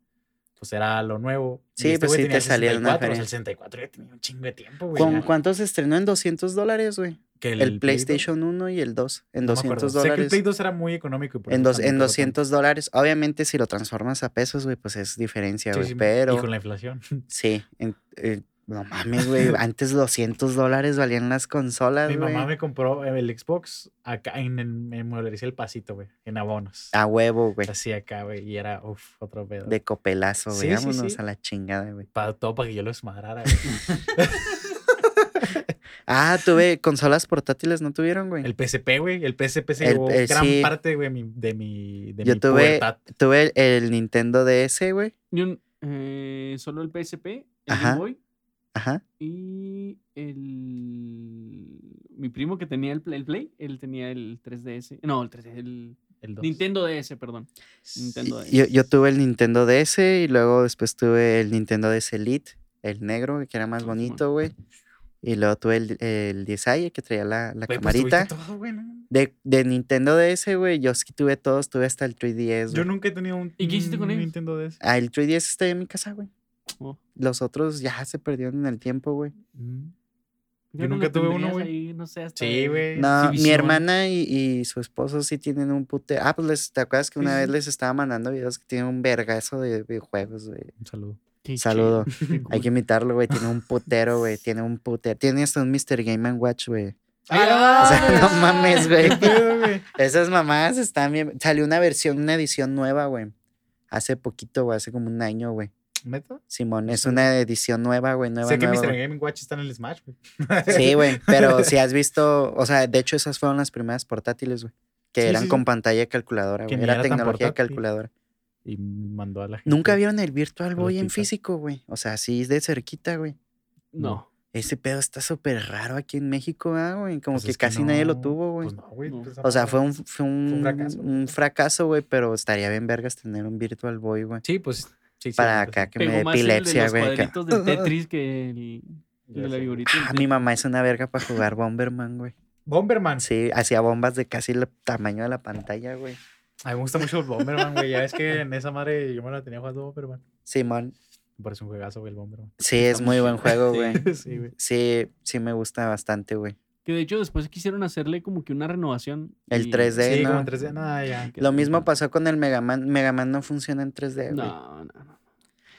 [SPEAKER 4] Pues era lo nuevo. Y este
[SPEAKER 3] Sí, pues
[SPEAKER 4] güey
[SPEAKER 3] sí
[SPEAKER 4] tenía
[SPEAKER 3] te salía en una
[SPEAKER 4] 64, o sea,
[SPEAKER 3] feria.
[SPEAKER 4] El 64 ya tenía un chingo de tiempo, güey.
[SPEAKER 3] ¿Con
[SPEAKER 4] ya.
[SPEAKER 3] cuánto se estrenó? En 200 dólares, güey.
[SPEAKER 4] Que
[SPEAKER 3] El, PlayStation 1 y el 2. En
[SPEAKER 4] no me acuerdo.
[SPEAKER 3] 200
[SPEAKER 4] Sé que el
[SPEAKER 3] dólares.
[SPEAKER 4] Play 2 era muy económico. y por
[SPEAKER 3] En,
[SPEAKER 4] eso
[SPEAKER 3] dos,
[SPEAKER 4] también
[SPEAKER 3] en
[SPEAKER 4] pegó tanto.
[SPEAKER 3] 200 dólares. Obviamente, si lo transformas a pesos, güey, pues es diferencia,
[SPEAKER 4] Sí,
[SPEAKER 3] güey.
[SPEAKER 4] sí,
[SPEAKER 3] pero.
[SPEAKER 4] Y con la inflación.
[SPEAKER 3] Sí. en- eh, no mames, güey. Antes 200 dólares valían las consolas,
[SPEAKER 4] Mi
[SPEAKER 3] Ah, güey.
[SPEAKER 4] mamá me compró el Xbox acá en, en, en Mueblería El Pasito, güey, en abonos.
[SPEAKER 3] A huevo, güey.
[SPEAKER 4] Así acá, güey, y era, uff, otro pedo.
[SPEAKER 3] De copelazo, güey.
[SPEAKER 4] Sí, sí,
[SPEAKER 3] Vámonos
[SPEAKER 4] sí.
[SPEAKER 3] a la chingada, güey.
[SPEAKER 4] Pa- todo para que yo lo desmadrara. güey.
[SPEAKER 3] Ah, tuve consolas portátiles, ¿no tuvieron, güey?
[SPEAKER 4] El PSP, güey, el PSP se
[SPEAKER 3] El-
[SPEAKER 4] llevó
[SPEAKER 3] eh,
[SPEAKER 4] gran
[SPEAKER 3] sí.
[SPEAKER 4] parte, güey, mi- de mi, de
[SPEAKER 3] Yo
[SPEAKER 4] mi
[SPEAKER 3] tuve-
[SPEAKER 4] pubertad.
[SPEAKER 3] Tuve el, el Nintendo DS, güey.
[SPEAKER 2] y un, eh, solo el PSP, el
[SPEAKER 3] Ajá.
[SPEAKER 2] Game Boy
[SPEAKER 3] Ajá.
[SPEAKER 2] y el. Mi primo que tenía el, pl- el Play, él tenía el 3DS. No, el 3DS, el
[SPEAKER 4] El 2.
[SPEAKER 2] Nintendo DS, perdón. Nintendo
[SPEAKER 3] Y- Yo,
[SPEAKER 2] DS.
[SPEAKER 3] yo tuve el Nintendo DS y luego después tuve el Nintendo DS Elite, el negro, que era más
[SPEAKER 2] Ah, Simón.
[SPEAKER 3] bonito, güey. Y luego tuve el, el 10i, que traía la, la
[SPEAKER 4] Güey, pues, tuviste
[SPEAKER 3] camarita.
[SPEAKER 4] todo, güey, ¿no?
[SPEAKER 3] De, de Nintendo DS, güey, yo sí tuve todos, tuve hasta el 3DS,
[SPEAKER 4] Yo
[SPEAKER 3] Pues, güey.
[SPEAKER 4] nunca he tenido un,
[SPEAKER 2] ¿Y qué hiciste con
[SPEAKER 4] un
[SPEAKER 2] ellos?
[SPEAKER 4] Nintendo DS.
[SPEAKER 3] Ah, el 3DS está en mi casa, güey.
[SPEAKER 2] Oh.
[SPEAKER 3] Los otros ya se perdieron en el tiempo, güey.
[SPEAKER 4] Mm.
[SPEAKER 2] Ya
[SPEAKER 4] Yo
[SPEAKER 2] no
[SPEAKER 4] nunca
[SPEAKER 2] lo
[SPEAKER 4] tuve uno,
[SPEAKER 2] tendrías
[SPEAKER 4] güey.
[SPEAKER 2] ahí, No sé, hasta
[SPEAKER 4] Sí,
[SPEAKER 2] el-
[SPEAKER 4] güey.
[SPEAKER 3] No, mi
[SPEAKER 2] exhibición.
[SPEAKER 3] hermana y, y su esposo sí tienen un pute. Ah, pues les- ¿te acuerdas que
[SPEAKER 2] Sí,
[SPEAKER 3] una
[SPEAKER 2] sí,
[SPEAKER 3] vez
[SPEAKER 2] sí.
[SPEAKER 3] les estaba mandando videos que tienen un vergazo de videojuegos, güey?
[SPEAKER 4] Un saludo.
[SPEAKER 2] Qué
[SPEAKER 3] Saludo.
[SPEAKER 2] chido, qué
[SPEAKER 3] Hay que
[SPEAKER 2] cool.
[SPEAKER 3] invitarlo, güey. Tiene un putero, güey. Tiene un putero. Tiene hasta un Mr. Game and Watch, güey. O sea, no mames, güey.
[SPEAKER 4] ¿Qué pedo, güey?
[SPEAKER 3] Esas mamás están bien. Salió una versión, una edición nueva, güey. Hace poquito, güey. Hace como un año, güey.
[SPEAKER 4] ¿Neta?
[SPEAKER 3] Simón, es
[SPEAKER 4] Sí.
[SPEAKER 3] una edición nueva, güey, nueva,
[SPEAKER 4] sé que
[SPEAKER 3] nueva,
[SPEAKER 4] Mr.
[SPEAKER 3] güey.
[SPEAKER 4] Gaming Watch está en el Smash, güey.
[SPEAKER 3] Sí, güey, pero si has visto, o sea, de hecho esas fueron las primeras portátiles, güey, que
[SPEAKER 4] Sí,
[SPEAKER 3] eran
[SPEAKER 4] sí, sí.
[SPEAKER 3] con pantalla calculadora,
[SPEAKER 4] Que
[SPEAKER 3] güey,
[SPEAKER 4] ni
[SPEAKER 3] era
[SPEAKER 4] era tan
[SPEAKER 3] tecnología
[SPEAKER 4] portátil.
[SPEAKER 3] calculadora.
[SPEAKER 4] Y mandó a la gente. Pues
[SPEAKER 3] Nunca vieron el Virtual
[SPEAKER 4] Pero
[SPEAKER 3] Boy en
[SPEAKER 4] pita.
[SPEAKER 3] físico, güey, o sea, así de cerquita, güey.
[SPEAKER 2] No.
[SPEAKER 3] Ese pedo está súper raro aquí en México, ¿verdad, güey, como
[SPEAKER 4] Pues
[SPEAKER 3] que
[SPEAKER 4] es
[SPEAKER 3] casi nadie lo
[SPEAKER 4] no,
[SPEAKER 3] tuvo, güey.
[SPEAKER 4] Pues no, güey.
[SPEAKER 2] No.
[SPEAKER 4] pues esa
[SPEAKER 3] o sea,
[SPEAKER 4] madre-
[SPEAKER 3] fue un, fue un,
[SPEAKER 4] fracaso.
[SPEAKER 3] un fracaso, güey, pero estaría bien vergas tener un Virtual Boy, güey.
[SPEAKER 4] Sí, pues. Sí, sí,
[SPEAKER 3] para
[SPEAKER 4] la neta,
[SPEAKER 3] acá
[SPEAKER 4] sí.
[SPEAKER 3] que me dé
[SPEAKER 2] Pegó más el de
[SPEAKER 3] epilepsia,
[SPEAKER 2] los
[SPEAKER 3] güey. acá.
[SPEAKER 2] cuadritos del Tetris que el, el de
[SPEAKER 4] Ya
[SPEAKER 2] la
[SPEAKER 4] sé.
[SPEAKER 2] viborita.
[SPEAKER 3] Ah, mi mamá es una verga para jugar Bomberman, güey.
[SPEAKER 4] Bomberman.
[SPEAKER 3] Sí, hacía bombas de casi el tamaño de la pantalla, güey.
[SPEAKER 4] A mí me gusta mucho el Bomberman, güey. Ya es que en esa madre yo me la tenía jugando Bomberman.
[SPEAKER 3] Simón.
[SPEAKER 4] Me parece un juegazo, güey, el Bomberman.
[SPEAKER 3] Sí, es muy buen juego,
[SPEAKER 2] Sí.
[SPEAKER 3] güey.
[SPEAKER 4] Sí, güey.
[SPEAKER 3] Sí, sí me gusta bastante, güey.
[SPEAKER 2] Que de hecho después quisieron hacerle como que una renovación.
[SPEAKER 3] El
[SPEAKER 2] y-
[SPEAKER 3] 3D.
[SPEAKER 4] Sí,
[SPEAKER 3] no.
[SPEAKER 4] como en 3D. Nada, ya.
[SPEAKER 2] que
[SPEAKER 3] Lo
[SPEAKER 2] no-
[SPEAKER 3] mismo pasó con el Mega Man. Mega Man no funciona en 3D, güey.
[SPEAKER 2] No, no, no.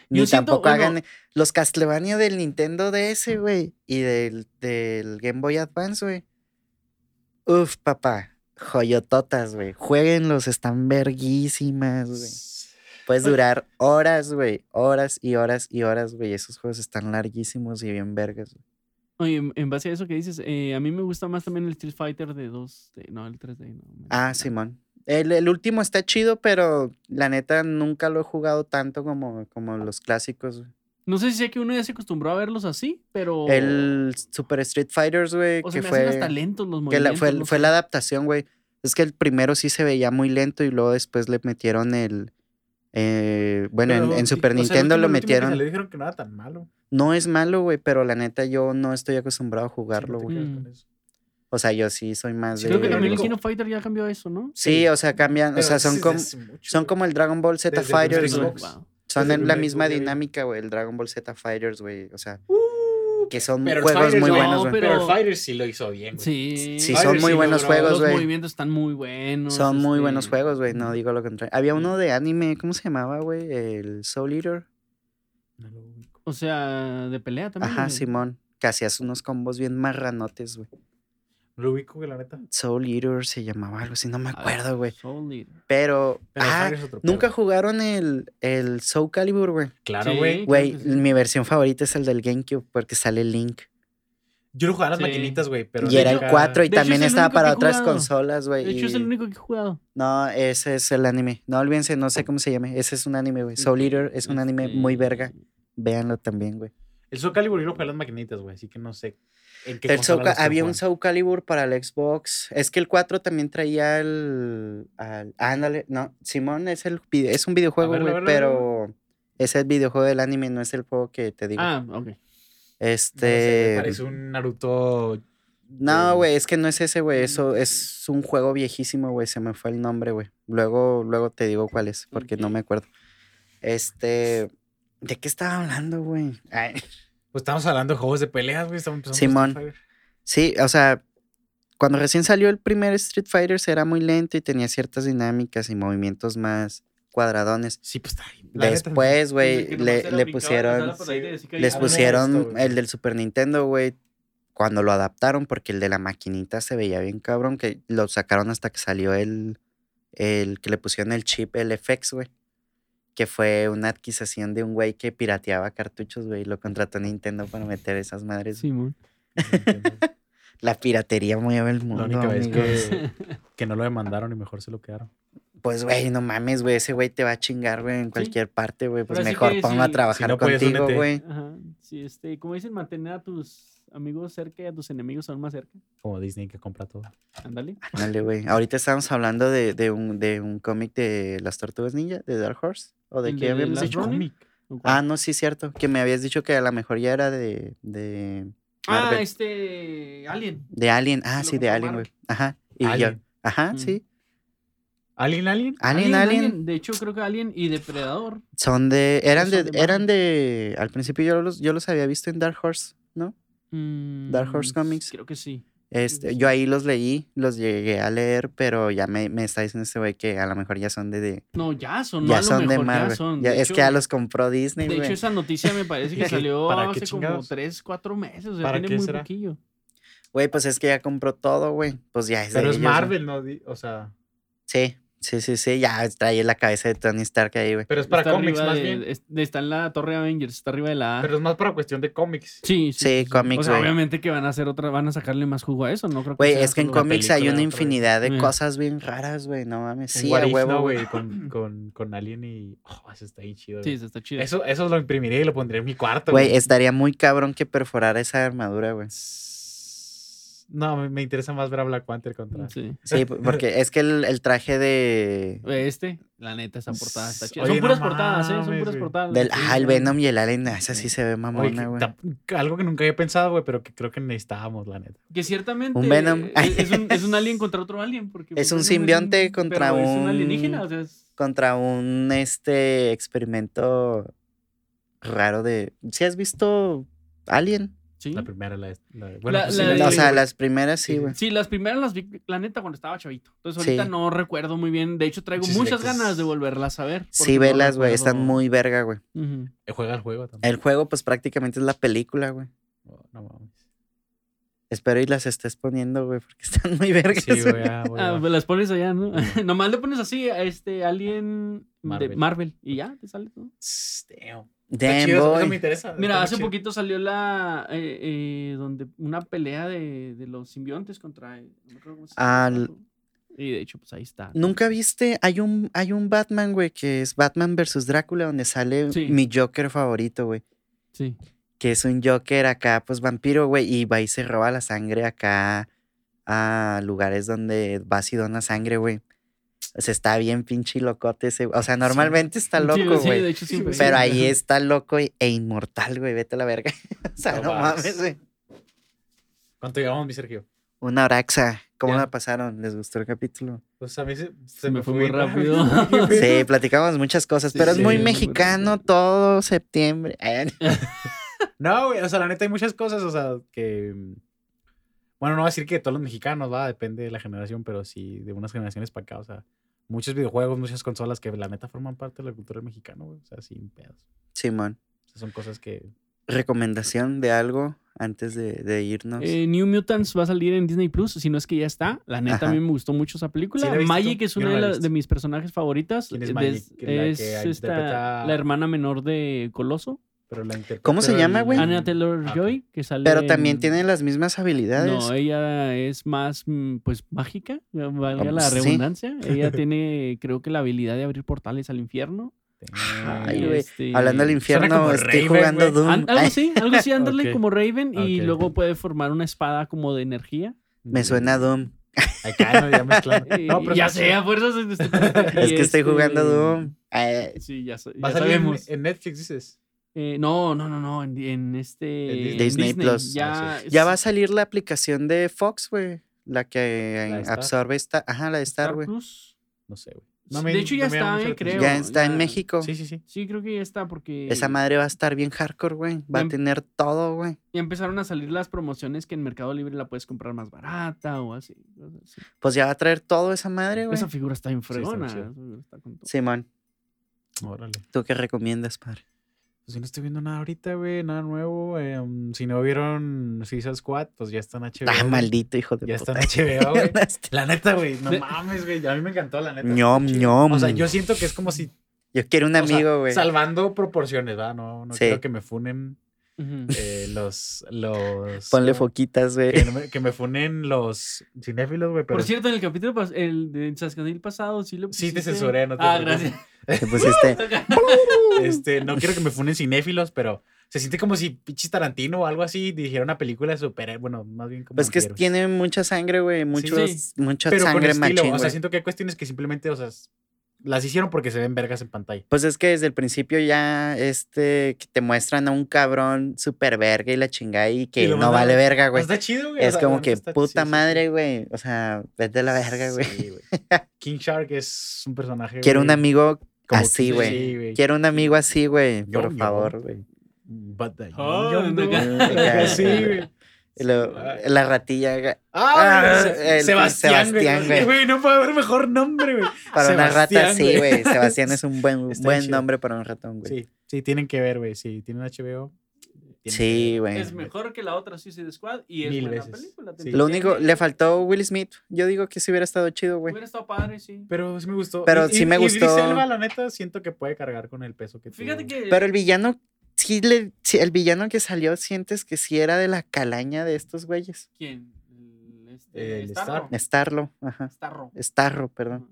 [SPEAKER 3] Ni
[SPEAKER 2] Yo siento-
[SPEAKER 3] tampoco
[SPEAKER 2] bueno-
[SPEAKER 3] hagan los Castlevania del Nintendo DS, güey. Y del, del Game Boy Advance, güey. Uf, papá. Joyototas, güey. Jueguenlos, están verguísimas, güey. Puedes durar horas, güey. Horas y horas y horas, güey. Esos juegos están larguísimos y bien vergas. güey.
[SPEAKER 2] Oye, en, en base a eso que dices, eh, a mí me gusta más también el Street Fighter de 2D. No, el 3D. No, me-
[SPEAKER 3] Ah, Simón. El, el último está chido, pero la neta nunca lo he jugado tanto como, como los clásicos. güey.
[SPEAKER 2] No sé si sé que uno ya se acostumbró a verlos así, pero.
[SPEAKER 3] El Super Street Fighters, güey,
[SPEAKER 2] Oh. O sea,
[SPEAKER 3] que
[SPEAKER 2] me hacen
[SPEAKER 3] fue...
[SPEAKER 2] hasta lentos los
[SPEAKER 3] Que
[SPEAKER 2] movimientos.
[SPEAKER 3] la- fue,
[SPEAKER 2] no
[SPEAKER 3] fue
[SPEAKER 2] sé.
[SPEAKER 3] la adaptación, güey. Es que el primero sí se veía muy lento y luego después le metieron el. eh, bueno, en- en,
[SPEAKER 4] Pero,
[SPEAKER 3] Super
[SPEAKER 4] o sea, el
[SPEAKER 3] Nintendo lo
[SPEAKER 4] último- el último que
[SPEAKER 3] metieron.
[SPEAKER 4] Le dijeron que no era tan malo.
[SPEAKER 3] No es malo, güey, pero la neta yo no estoy acostumbrado a jugarlo,
[SPEAKER 4] Sí, no
[SPEAKER 3] güey.
[SPEAKER 4] te quedes
[SPEAKER 2] güey.
[SPEAKER 4] con
[SPEAKER 2] Mm.
[SPEAKER 4] eso.
[SPEAKER 3] O sea, yo sí soy más
[SPEAKER 4] Sí,
[SPEAKER 3] de.
[SPEAKER 2] Creo que
[SPEAKER 4] el
[SPEAKER 2] también el
[SPEAKER 4] único-
[SPEAKER 2] King of Fighter ya cambió eso, ¿no?
[SPEAKER 3] Sí, o sea, cambian. O
[SPEAKER 4] Pero
[SPEAKER 3] sea,
[SPEAKER 4] ese
[SPEAKER 3] son,
[SPEAKER 4] es
[SPEAKER 3] como
[SPEAKER 4] desde hace mucho,
[SPEAKER 3] son
[SPEAKER 4] güey.
[SPEAKER 3] como el Dragon Ball Z
[SPEAKER 4] Desde el primer
[SPEAKER 3] Fighters,
[SPEAKER 2] Pero,
[SPEAKER 3] güey.
[SPEAKER 4] Xbox.
[SPEAKER 2] wow.
[SPEAKER 3] Son
[SPEAKER 4] desde
[SPEAKER 3] en
[SPEAKER 4] el
[SPEAKER 3] la
[SPEAKER 4] primer
[SPEAKER 3] misma
[SPEAKER 4] Xbox ya vi.
[SPEAKER 3] dinámica, güey, el Dragon Ball Z Fighters, güey. O sea,
[SPEAKER 4] Uh,
[SPEAKER 3] que son
[SPEAKER 4] pero el
[SPEAKER 3] juegos muy
[SPEAKER 4] Fighters no, pues,
[SPEAKER 3] buenos, güey.
[SPEAKER 2] pero-
[SPEAKER 4] Pero el Fighters sí lo hizo bien, güey.
[SPEAKER 2] Sí.
[SPEAKER 3] Sí,
[SPEAKER 4] Fighters
[SPEAKER 3] son muy
[SPEAKER 4] sí
[SPEAKER 3] buenos
[SPEAKER 4] logró-
[SPEAKER 3] juegos,
[SPEAKER 2] Los
[SPEAKER 3] güey.
[SPEAKER 2] movimientos están muy buenos.
[SPEAKER 3] Son muy buenos
[SPEAKER 2] este,
[SPEAKER 3] juegos, güey, no digo lo contrario. Había uno de anime, ¿cómo se llamaba, güey? El Soul Eater.
[SPEAKER 4] No lo ubico.
[SPEAKER 2] O sea, de pelea también.
[SPEAKER 3] Ajá,
[SPEAKER 2] güey.
[SPEAKER 3] Simón. Que hacías unos combos bien marranotes, güey.
[SPEAKER 4] No lo ubico, que la neta.
[SPEAKER 3] Soul Eater se llamaba algo así, no
[SPEAKER 2] A
[SPEAKER 3] me
[SPEAKER 2] ver,
[SPEAKER 3] acuerdo, güey.
[SPEAKER 2] Soul Eater.
[SPEAKER 3] Pero,
[SPEAKER 4] Pero el
[SPEAKER 3] ah,
[SPEAKER 4] Fighters es otro pedo.
[SPEAKER 3] nunca jugaron el, el Soul Calibur, güey.
[SPEAKER 4] Claro,
[SPEAKER 2] Sí.
[SPEAKER 4] güey.
[SPEAKER 3] Güey,
[SPEAKER 2] que sí.
[SPEAKER 3] mi versión favorita es el del GameCube porque sale Link.
[SPEAKER 4] Yo lo jugaba a las
[SPEAKER 2] Sí.
[SPEAKER 4] maquinitas, güey, pero...
[SPEAKER 3] y era el
[SPEAKER 4] nunca-
[SPEAKER 3] 4 y
[SPEAKER 2] de hecho, es
[SPEAKER 3] también
[SPEAKER 2] el
[SPEAKER 3] estaba
[SPEAKER 2] único que
[SPEAKER 3] para
[SPEAKER 2] he
[SPEAKER 3] otras
[SPEAKER 2] jugado.
[SPEAKER 3] consolas, güey.
[SPEAKER 2] De hecho, es el
[SPEAKER 3] y-
[SPEAKER 2] único que he jugado.
[SPEAKER 3] No, ese es el anime. No olvídense,
[SPEAKER 2] Ah.
[SPEAKER 3] no sé cómo se llame. Ese es un anime, güey. Soul Eater es un anime muy verga. Véanlo también, güey.
[SPEAKER 4] El Soul Calibur yo lo jugué a las maquinitas, güey, así que no sé en qué
[SPEAKER 3] El
[SPEAKER 4] consola
[SPEAKER 3] Soul Ca-
[SPEAKER 4] lo estoy
[SPEAKER 3] había un
[SPEAKER 4] jugando.
[SPEAKER 3] Soul Calibur para el Xbox. Es que el 4 también traía el. al- ándale, no. Simón es, el, vide- es un videojuego,
[SPEAKER 4] verlo, a
[SPEAKER 3] güey,
[SPEAKER 4] verlo, a
[SPEAKER 3] pero es el videojuego del anime, no es el juego que te digo.
[SPEAKER 2] Ah, ok.
[SPEAKER 4] No sé,
[SPEAKER 3] este.
[SPEAKER 4] Parece un Naruto...
[SPEAKER 3] No,
[SPEAKER 4] de-
[SPEAKER 3] güey, es que no es ese, güey. Eso es un juego viejísimo, güey. Se me fue el nombre, güey. Luego, luego te digo cuál es, porque no
[SPEAKER 2] Ok.
[SPEAKER 3] me acuerdo. Este. ¿De qué estaba hablando, güey? Ay,
[SPEAKER 4] Pues estamos hablando de juegos de peleas, güey. Estamos empezando
[SPEAKER 3] Simón.
[SPEAKER 4] con Street Fighter.
[SPEAKER 3] Sí, o sea, cuando recién salió el primer Street Fighter era muy lento y tenía ciertas dinámicas y movimientos más cuadradones.
[SPEAKER 4] Sí, pues está ahí. la neta.
[SPEAKER 3] Después, güey,
[SPEAKER 2] Desde que nomás
[SPEAKER 3] le,
[SPEAKER 2] se la brincaba
[SPEAKER 3] le
[SPEAKER 2] de la
[SPEAKER 3] pusieron.
[SPEAKER 2] sala para ahí, decía que ahí
[SPEAKER 3] Les
[SPEAKER 2] había-
[SPEAKER 4] Ándale, esto,
[SPEAKER 3] pusieron
[SPEAKER 4] güey.
[SPEAKER 3] el del Super Nintendo, güey. Cuando lo adaptaron, porque el de la maquinita se veía bien cabrón, que lo sacaron hasta que salió el, el que le pusieron el chip, el FX, güey. Que fue una adquisición de un güey que pirateaba cartuchos, güey. y Lo contrató Nintendo para meter esas madres.
[SPEAKER 2] Simón.
[SPEAKER 3] La piratería mueve el mundo.
[SPEAKER 4] La única vez
[SPEAKER 3] amigo.
[SPEAKER 4] que, que no lo demandaron y mejor se lo quedaron.
[SPEAKER 3] Pues, güey, no mames, güey. Ese güey te va a chingar, güey, en cualquier parte, güey. Pues
[SPEAKER 2] Ahora sí
[SPEAKER 3] mejor
[SPEAKER 2] que
[SPEAKER 3] ponlo a
[SPEAKER 2] si- si
[SPEAKER 3] trabajar
[SPEAKER 4] no puedes,
[SPEAKER 3] contigo,
[SPEAKER 4] únete.
[SPEAKER 3] güey.
[SPEAKER 2] Ajá. Sí, este, como dicen, mantener a tus amigos cerca y a tus enemigos aún más cerca.
[SPEAKER 4] Como Disney que compra todo.
[SPEAKER 2] Ándale.
[SPEAKER 3] Ándale, güey. Ahorita estábamos hablando de, de un, de un cómic de las tortugas ninja, de Dark Horse. ¿O de
[SPEAKER 2] ¿El
[SPEAKER 3] qué
[SPEAKER 2] de
[SPEAKER 3] habíamos
[SPEAKER 2] Last
[SPEAKER 3] dicho?
[SPEAKER 2] Ronin? ¿O cuál?
[SPEAKER 3] Ah, no, sí, cierto. Que me habías dicho que a lo mejor ya era de. de
[SPEAKER 2] Ah,
[SPEAKER 3] Marvel.
[SPEAKER 2] este. Alien.
[SPEAKER 3] De Alien. Ah,
[SPEAKER 2] lo
[SPEAKER 3] sí, de
[SPEAKER 2] compró
[SPEAKER 3] Alien, güey.
[SPEAKER 2] Marvel.
[SPEAKER 3] Ajá. Y yo.
[SPEAKER 4] Alien.
[SPEAKER 3] Ajá,
[SPEAKER 2] Mm.
[SPEAKER 3] sí.
[SPEAKER 4] ¿Alien, Alien?
[SPEAKER 3] Alien, Alien.
[SPEAKER 2] De hecho, creo que Alien y Depredador.
[SPEAKER 3] Son de. Eran
[SPEAKER 2] son
[SPEAKER 3] de.
[SPEAKER 2] de
[SPEAKER 3] eran de. Al principio yo los, yo los había visto en Dark Horse, ¿no? Dark Horse
[SPEAKER 2] Mm,
[SPEAKER 3] Comics.
[SPEAKER 2] Creo que sí.
[SPEAKER 3] Este,
[SPEAKER 2] sí.
[SPEAKER 3] yo ahí los leí, los llegué a leer, pero ya me, me está diciendo este güey que a lo mejor ya son de. de-
[SPEAKER 2] No, ya son.
[SPEAKER 3] ya
[SPEAKER 2] no, a lo
[SPEAKER 3] son de
[SPEAKER 2] mejor,
[SPEAKER 3] Marvel.
[SPEAKER 2] Ya son.
[SPEAKER 3] Ya-
[SPEAKER 2] De
[SPEAKER 3] es que
[SPEAKER 2] hecho-
[SPEAKER 3] ya los compró Disney,
[SPEAKER 2] De
[SPEAKER 3] güey.
[SPEAKER 2] hecho, esa noticia me parece que salió
[SPEAKER 4] ¿Para qué
[SPEAKER 2] hace como
[SPEAKER 4] chingados?
[SPEAKER 2] 3, 4 meses. O sea,
[SPEAKER 4] ¿Para
[SPEAKER 2] tiene
[SPEAKER 4] qué
[SPEAKER 2] muy
[SPEAKER 4] será?
[SPEAKER 2] poquillo.
[SPEAKER 3] Güey, pues es que ya compró todo, güey. Pues ya es de
[SPEAKER 4] Pero es
[SPEAKER 3] ellos, güey.
[SPEAKER 4] Marvel, ¿no? Di- O sea,
[SPEAKER 3] Sí, Sí, sí, sí, ya trae la cabeza de Tony Stark ahí, güey.
[SPEAKER 4] Pero es para
[SPEAKER 2] Está
[SPEAKER 4] cómics,
[SPEAKER 2] arriba
[SPEAKER 4] más
[SPEAKER 2] de- ah.
[SPEAKER 4] bien.
[SPEAKER 2] es- de- está en la torre Avengers, está arriba de la A.
[SPEAKER 4] Pero es más para cuestión de cómics.
[SPEAKER 2] sí,
[SPEAKER 3] Sí, cómics,
[SPEAKER 2] O sea,
[SPEAKER 3] güey.
[SPEAKER 2] obviamente que van a hacer otra, van a sacarle más jugo a eso, ¿no? Creo que
[SPEAKER 3] Güey,
[SPEAKER 2] sea
[SPEAKER 3] es que en
[SPEAKER 2] solo-
[SPEAKER 3] cómics hay
[SPEAKER 4] película otra
[SPEAKER 3] una
[SPEAKER 4] vez.
[SPEAKER 3] infinidad de
[SPEAKER 2] Mira.
[SPEAKER 3] cosas bien raras, güey, no mames.
[SPEAKER 4] Un
[SPEAKER 3] Sí,
[SPEAKER 4] What
[SPEAKER 3] a
[SPEAKER 4] If, ¿no,
[SPEAKER 3] huevo, güey.
[SPEAKER 4] güey. Con, con, con Alien y. Oh, eso está bien chido.
[SPEAKER 2] Sí,
[SPEAKER 4] güey.
[SPEAKER 2] eso está chido.
[SPEAKER 4] Eso, eso lo imprimiría y lo pondría en mi cuarto.
[SPEAKER 3] Güey, estaría muy cabrón que perforara esa armadura, güey.
[SPEAKER 4] No, me, me interesa más ver a Black Panther contra.
[SPEAKER 2] Sí.
[SPEAKER 3] Sí, p- porque es que el, el traje de...
[SPEAKER 2] Güey, Este, la neta, esa portada está chida.
[SPEAKER 4] Oye,
[SPEAKER 2] son puras
[SPEAKER 4] no
[SPEAKER 2] portadas, ¿eh? Son
[SPEAKER 4] mames,
[SPEAKER 2] puras
[SPEAKER 4] güey.
[SPEAKER 2] portadas.
[SPEAKER 3] Del,
[SPEAKER 2] Sí,
[SPEAKER 3] ah, el
[SPEAKER 2] sí.
[SPEAKER 3] Venom y el Alien, ah, esa sí se ve
[SPEAKER 4] Oye, que
[SPEAKER 3] mamona, güey.
[SPEAKER 4] tap- algo que nunca había pensado, güey, pero que creo que necesitábamos, la neta.
[SPEAKER 2] Que ciertamente.
[SPEAKER 3] Un Venom.
[SPEAKER 2] Es, es un, es un alien contra otro alien. Porque
[SPEAKER 3] Es
[SPEAKER 2] pues,
[SPEAKER 3] un
[SPEAKER 2] Venom
[SPEAKER 3] simbionte contra
[SPEAKER 2] pero Es un
[SPEAKER 3] un-
[SPEAKER 2] alienígena, o sea. es-
[SPEAKER 3] Contra un, este, experimento raro de... ¿Sí has visto Alien?
[SPEAKER 2] Sí.
[SPEAKER 4] La primera, la. la bueno,
[SPEAKER 2] La-
[SPEAKER 4] pues sí,
[SPEAKER 2] la-
[SPEAKER 4] la-
[SPEAKER 3] No, o
[SPEAKER 2] sí,
[SPEAKER 3] sea,
[SPEAKER 2] güey.
[SPEAKER 3] las primeras
[SPEAKER 4] Sí,
[SPEAKER 3] sí,
[SPEAKER 4] sí.
[SPEAKER 3] güey.
[SPEAKER 2] Sí, las primeras las vi, la neta, cuando estaba chavito. Entonces, ahorita
[SPEAKER 3] Sí.
[SPEAKER 2] no recuerdo muy bien. De hecho, traigo
[SPEAKER 4] Sí, sí,
[SPEAKER 2] muchas
[SPEAKER 4] de que es-
[SPEAKER 2] ganas de volverlas a ver. porque
[SPEAKER 3] Sí,
[SPEAKER 2] no
[SPEAKER 3] velas, güey, están
[SPEAKER 2] recuerdo-
[SPEAKER 3] muy verga, güey.
[SPEAKER 2] Ujú.
[SPEAKER 4] Juega el juego también.
[SPEAKER 3] El juego, pues, prácticamente es la película, güey.
[SPEAKER 2] Eh.
[SPEAKER 4] Oh, no mames.
[SPEAKER 3] Espero y las estés poniendo, güey, porque están muy vergas.
[SPEAKER 4] Sí,
[SPEAKER 3] güey.
[SPEAKER 4] güey. ah, güey,
[SPEAKER 2] Ah,
[SPEAKER 4] va.
[SPEAKER 2] pues las pones allá, ¿no? Nomás le pones así a este alien de
[SPEAKER 4] Marvel.
[SPEAKER 2] Marvel y ya te sale todo.
[SPEAKER 4] Tss, damn. Está
[SPEAKER 3] Damn,
[SPEAKER 4] chido, eso me
[SPEAKER 3] boy.
[SPEAKER 4] interesa.
[SPEAKER 2] Mira,
[SPEAKER 4] está
[SPEAKER 2] hace
[SPEAKER 4] chido.
[SPEAKER 2] poquito salió la. eh, eh, donde una pelea de, de los simbiontes contra. eh, no me acuerdo cómo se llama el
[SPEAKER 3] Al-
[SPEAKER 2] vato. Y de hecho, pues ahí está.
[SPEAKER 3] ¿Nunca viste? Hay un, hay un Batman, güey, que es Batman versus Drácula, donde sale
[SPEAKER 2] Sí.
[SPEAKER 3] mi Joker favorito, güey.
[SPEAKER 2] Sí.
[SPEAKER 3] Que es un Joker acá, pues vampiro, güey, y va y se roba la sangre acá a lugares donde vas y donas sangre, güey. O sea, está bien pinche locote ese. güey. O sea, normalmente está
[SPEAKER 2] Sí,
[SPEAKER 3] loco,
[SPEAKER 2] Sí, de
[SPEAKER 3] güey.
[SPEAKER 2] hecho, sí, güey.
[SPEAKER 3] pero ahí está loco y- e inmortal, güey. Vete a la verga. o sea,
[SPEAKER 4] No
[SPEAKER 3] no
[SPEAKER 4] mames.
[SPEAKER 3] mames, güey.
[SPEAKER 4] ¿Cuánto llevamos, mi Sergio?
[SPEAKER 3] Una oraxa. ¿Cómo
[SPEAKER 4] Ya.
[SPEAKER 3] la pasaron? ¿Les gustó el capítulo?
[SPEAKER 4] Pues a mí se,
[SPEAKER 2] Se me fue muy
[SPEAKER 4] bien
[SPEAKER 2] rápido.
[SPEAKER 3] Sí, platicamos muchas cosas,
[SPEAKER 2] Sí,
[SPEAKER 3] pero es
[SPEAKER 2] sí,
[SPEAKER 3] muy
[SPEAKER 2] es muy
[SPEAKER 3] mexicano
[SPEAKER 2] rápido.
[SPEAKER 3] todo septiembre. Eh,
[SPEAKER 4] No, güey, o sea, la neta hay muchas cosas, o sea, que... mm, Bueno, no voy a decir que todos los mexicanos, va, depende de la generación, pero sí de unas generaciones para acá, o sea, muchos videojuegos, muchas consolas que la neta forman parte de la cultura mexicana, güey, o sea, sin pedos.
[SPEAKER 3] Simón,
[SPEAKER 4] O sea, son cosas que...
[SPEAKER 3] recomendación de algo antes de, de irnos.
[SPEAKER 2] Eh, New Mutants va a salir en Disney Plus, si no es que ya está. La neta,
[SPEAKER 3] Ajá.
[SPEAKER 2] a mí me gustó mucho esa película.
[SPEAKER 4] ¿Sí la viste
[SPEAKER 2] Magic
[SPEAKER 4] tú?
[SPEAKER 2] es
[SPEAKER 4] Yo
[SPEAKER 2] una
[SPEAKER 4] no
[SPEAKER 2] de,
[SPEAKER 4] la he
[SPEAKER 2] las-
[SPEAKER 4] visto.
[SPEAKER 2] de mis personajes favoritas.
[SPEAKER 4] ¿Quién es
[SPEAKER 2] Eh,
[SPEAKER 4] Magic?
[SPEAKER 2] des-
[SPEAKER 4] La que
[SPEAKER 2] es esta-
[SPEAKER 4] interpreta-
[SPEAKER 2] la hermana menor de Coloso,
[SPEAKER 4] Pero la interpreta
[SPEAKER 3] ¿Cómo se llama, güey?
[SPEAKER 2] Anna Taylor Joy, que sale.
[SPEAKER 3] pero también
[SPEAKER 2] en-
[SPEAKER 3] tiene las mismas habilidades.
[SPEAKER 2] No, ella es más, mm, pues, mágica, ya valga
[SPEAKER 3] Ah,
[SPEAKER 2] la
[SPEAKER 3] pues, sí.
[SPEAKER 2] redundancia. Ella tiene, creo que la habilidad de abrir portales al infierno.
[SPEAKER 4] Ah, pues,
[SPEAKER 3] Ay, güey.
[SPEAKER 2] Este,
[SPEAKER 3] Hablando del infierno,
[SPEAKER 4] como Raven,
[SPEAKER 3] estoy jugando
[SPEAKER 4] güey.
[SPEAKER 2] an-
[SPEAKER 3] Doom.
[SPEAKER 2] algo
[SPEAKER 3] Ay,
[SPEAKER 2] así, algo así, ándale
[SPEAKER 4] Ok.
[SPEAKER 2] como Raven y
[SPEAKER 4] Ok.
[SPEAKER 2] luego puede formar una espada como de energía.
[SPEAKER 3] me suena a Doom.
[SPEAKER 4] Acá, no, ya mezclando.
[SPEAKER 2] Eh,
[SPEAKER 4] No, pero
[SPEAKER 2] ya
[SPEAKER 4] es-
[SPEAKER 2] sé, a fuerzas. este,
[SPEAKER 3] Es
[SPEAKER 2] y
[SPEAKER 3] que estoy jugando
[SPEAKER 2] este,
[SPEAKER 3] Doom.
[SPEAKER 4] Eh,
[SPEAKER 3] Ay,
[SPEAKER 2] Sí, ya, sa-
[SPEAKER 4] Va a
[SPEAKER 2] ya
[SPEAKER 4] salir en-
[SPEAKER 2] sabemos.
[SPEAKER 4] en Netflix, dices.
[SPEAKER 2] Eh, no, no, no, no, en, en este...
[SPEAKER 4] En
[SPEAKER 2] en
[SPEAKER 3] Disney Plus.
[SPEAKER 2] Ya,
[SPEAKER 4] Ah,
[SPEAKER 2] es-
[SPEAKER 3] ya va a salir la aplicación de Fox, güey. La que
[SPEAKER 4] La de Star.
[SPEAKER 3] absorbe esta. Ajá, la de Star, güey.
[SPEAKER 2] Plus.
[SPEAKER 4] No sé, güey.
[SPEAKER 2] De hecho, ya está, eh, creo.
[SPEAKER 3] Ya está
[SPEAKER 2] ya.
[SPEAKER 3] en México.
[SPEAKER 4] Sí, sí, sí.
[SPEAKER 2] Sí, creo que ya está porque...
[SPEAKER 3] Esa madre va a estar bien hardcore, güey. Va
[SPEAKER 2] Em-
[SPEAKER 3] a tener todo, güey.
[SPEAKER 2] Ya empezaron a salir las promociones que en Mercado Libre la puedes comprar más barata o así. cosas así.
[SPEAKER 3] Pues ya va a traer todo esa madre, güey.
[SPEAKER 2] Esa figura está bien
[SPEAKER 4] está muy
[SPEAKER 2] fregona.
[SPEAKER 4] chida.
[SPEAKER 2] esa figura está con todo.
[SPEAKER 3] Simón,
[SPEAKER 4] Órale.
[SPEAKER 3] ¿tú qué recomiendas, padre?
[SPEAKER 4] Pues yo no estoy viendo nada ahorita, güey, nada nuevo. eh, um, si no vieron Suicide Squad, pues ya están HBO.
[SPEAKER 3] Ah,
[SPEAKER 4] güey.
[SPEAKER 3] maldito hijo de
[SPEAKER 4] Ya
[SPEAKER 3] puta.
[SPEAKER 4] están HBO, güey.
[SPEAKER 3] Andaste-
[SPEAKER 4] La neta, güey, no
[SPEAKER 2] De-
[SPEAKER 4] mames, güey. A mí me encantó, la neta.
[SPEAKER 3] ñom,
[SPEAKER 4] Sí.
[SPEAKER 3] ñom.
[SPEAKER 4] O sea, yo siento que es como si.
[SPEAKER 3] Yo quiero un
[SPEAKER 4] o sea,
[SPEAKER 3] amigo, güey.
[SPEAKER 4] Salvando proporciones, ¿verdad? No, no
[SPEAKER 3] Sí.
[SPEAKER 4] quiero que me funen
[SPEAKER 2] Ujú.
[SPEAKER 4] eh, los. los
[SPEAKER 3] Ponle
[SPEAKER 4] ¿cómo?
[SPEAKER 3] foquitas, güey.
[SPEAKER 4] Que, no me- que me funen los cinéfilos, güey. Pero
[SPEAKER 2] Por cierto, en el capítulo pas- el de Chascanil pasado sí lo
[SPEAKER 4] Sí, te
[SPEAKER 2] pusiste.
[SPEAKER 4] censuré, no te
[SPEAKER 2] Ah,
[SPEAKER 4] preocupes.
[SPEAKER 2] gracias.
[SPEAKER 3] Te pusiste.
[SPEAKER 4] Este, no quiero que me funen cinéfilos, pero se siente como si Pichis Tarantino o algo así dirigiera una película de super. Bueno, más bien como.
[SPEAKER 3] Pues que
[SPEAKER 4] antihéroes.
[SPEAKER 3] tiene mucha sangre, güey. Muchos, Mucha
[SPEAKER 4] pero
[SPEAKER 3] sangre
[SPEAKER 4] con estilo.
[SPEAKER 3] machín,
[SPEAKER 4] o sea,
[SPEAKER 3] güey.
[SPEAKER 4] siento que hay cuestiones que simplemente, o sea, s- las hicieron porque se ven vergas en pantalla.
[SPEAKER 3] Pues es que desde el principio ya, este, que te muestran a un cabrón super verga y la chingada y que
[SPEAKER 4] Y lo
[SPEAKER 3] no
[SPEAKER 4] mandan-
[SPEAKER 3] vale verga, güey.
[SPEAKER 4] Está chido, güey. o
[SPEAKER 3] Es
[SPEAKER 4] sea, la
[SPEAKER 3] como
[SPEAKER 4] neta
[SPEAKER 3] que
[SPEAKER 4] está-
[SPEAKER 3] puta
[SPEAKER 4] sí, sí,
[SPEAKER 3] madre,
[SPEAKER 4] sí.
[SPEAKER 3] güey. O sea, vete a la verga, güey.
[SPEAKER 4] Sí, güey. King Shark es un personaje.
[SPEAKER 3] Quiero un
[SPEAKER 4] güey,
[SPEAKER 3] amigo
[SPEAKER 4] como
[SPEAKER 3] así,
[SPEAKER 4] que-
[SPEAKER 3] güey.
[SPEAKER 4] sí, güey.
[SPEAKER 3] Quiero un amigo así, güey.
[SPEAKER 4] Yo,
[SPEAKER 3] Por
[SPEAKER 4] yo.
[SPEAKER 3] favor, güey.
[SPEAKER 4] But the-
[SPEAKER 2] Oh,
[SPEAKER 4] yo no-
[SPEAKER 2] acá.
[SPEAKER 4] Sí, güey.
[SPEAKER 3] Y luego,
[SPEAKER 4] Ah.
[SPEAKER 3] La ratilla güey,
[SPEAKER 4] Ah,
[SPEAKER 3] Ah,
[SPEAKER 4] güey,
[SPEAKER 3] el
[SPEAKER 4] Sebastián,
[SPEAKER 3] Sebastián,
[SPEAKER 4] güey.
[SPEAKER 3] güey.
[SPEAKER 4] Güey, no puede haber mejor nombre, güey.
[SPEAKER 3] para una rata,
[SPEAKER 4] Sebastián,
[SPEAKER 3] sí, güey. Sebastián es un buen,
[SPEAKER 4] Está
[SPEAKER 3] buen
[SPEAKER 4] chido.
[SPEAKER 3] nombre para un ratón, güey.
[SPEAKER 4] Sí, sí, tienen que ver, güey. Sí, tienen HBO. tiene
[SPEAKER 3] Sí,
[SPEAKER 4] que-
[SPEAKER 3] güey.
[SPEAKER 2] Es mejor que la otra Suicide Squad y es
[SPEAKER 4] Mil
[SPEAKER 2] buena
[SPEAKER 4] veces.
[SPEAKER 2] película.
[SPEAKER 4] Sí.
[SPEAKER 2] tiene-
[SPEAKER 3] Lo único,
[SPEAKER 2] tiene-
[SPEAKER 3] le faltó Will Smith. Yo digo que si hubiera estado chido, güey.
[SPEAKER 2] Hubiera estado padre, sí.
[SPEAKER 4] Pero sí me gustó.
[SPEAKER 3] Pero
[SPEAKER 4] Y-
[SPEAKER 3] sí
[SPEAKER 4] y-
[SPEAKER 3] me
[SPEAKER 4] y Idris
[SPEAKER 3] gustó.
[SPEAKER 4] Elba, la neta, siento que puede cargar con el peso que
[SPEAKER 2] Fíjate
[SPEAKER 4] tuvo.
[SPEAKER 2] que.
[SPEAKER 3] Pero el villano, sí le, sí, el villano que salió, sientes que sí era de la calaña de estos güeyes.
[SPEAKER 2] ¿Quién? El, este,
[SPEAKER 4] El
[SPEAKER 2] Starro.
[SPEAKER 3] Starlo, ajá.
[SPEAKER 2] Starro.
[SPEAKER 3] Starro, perdón.
[SPEAKER 2] Ajá.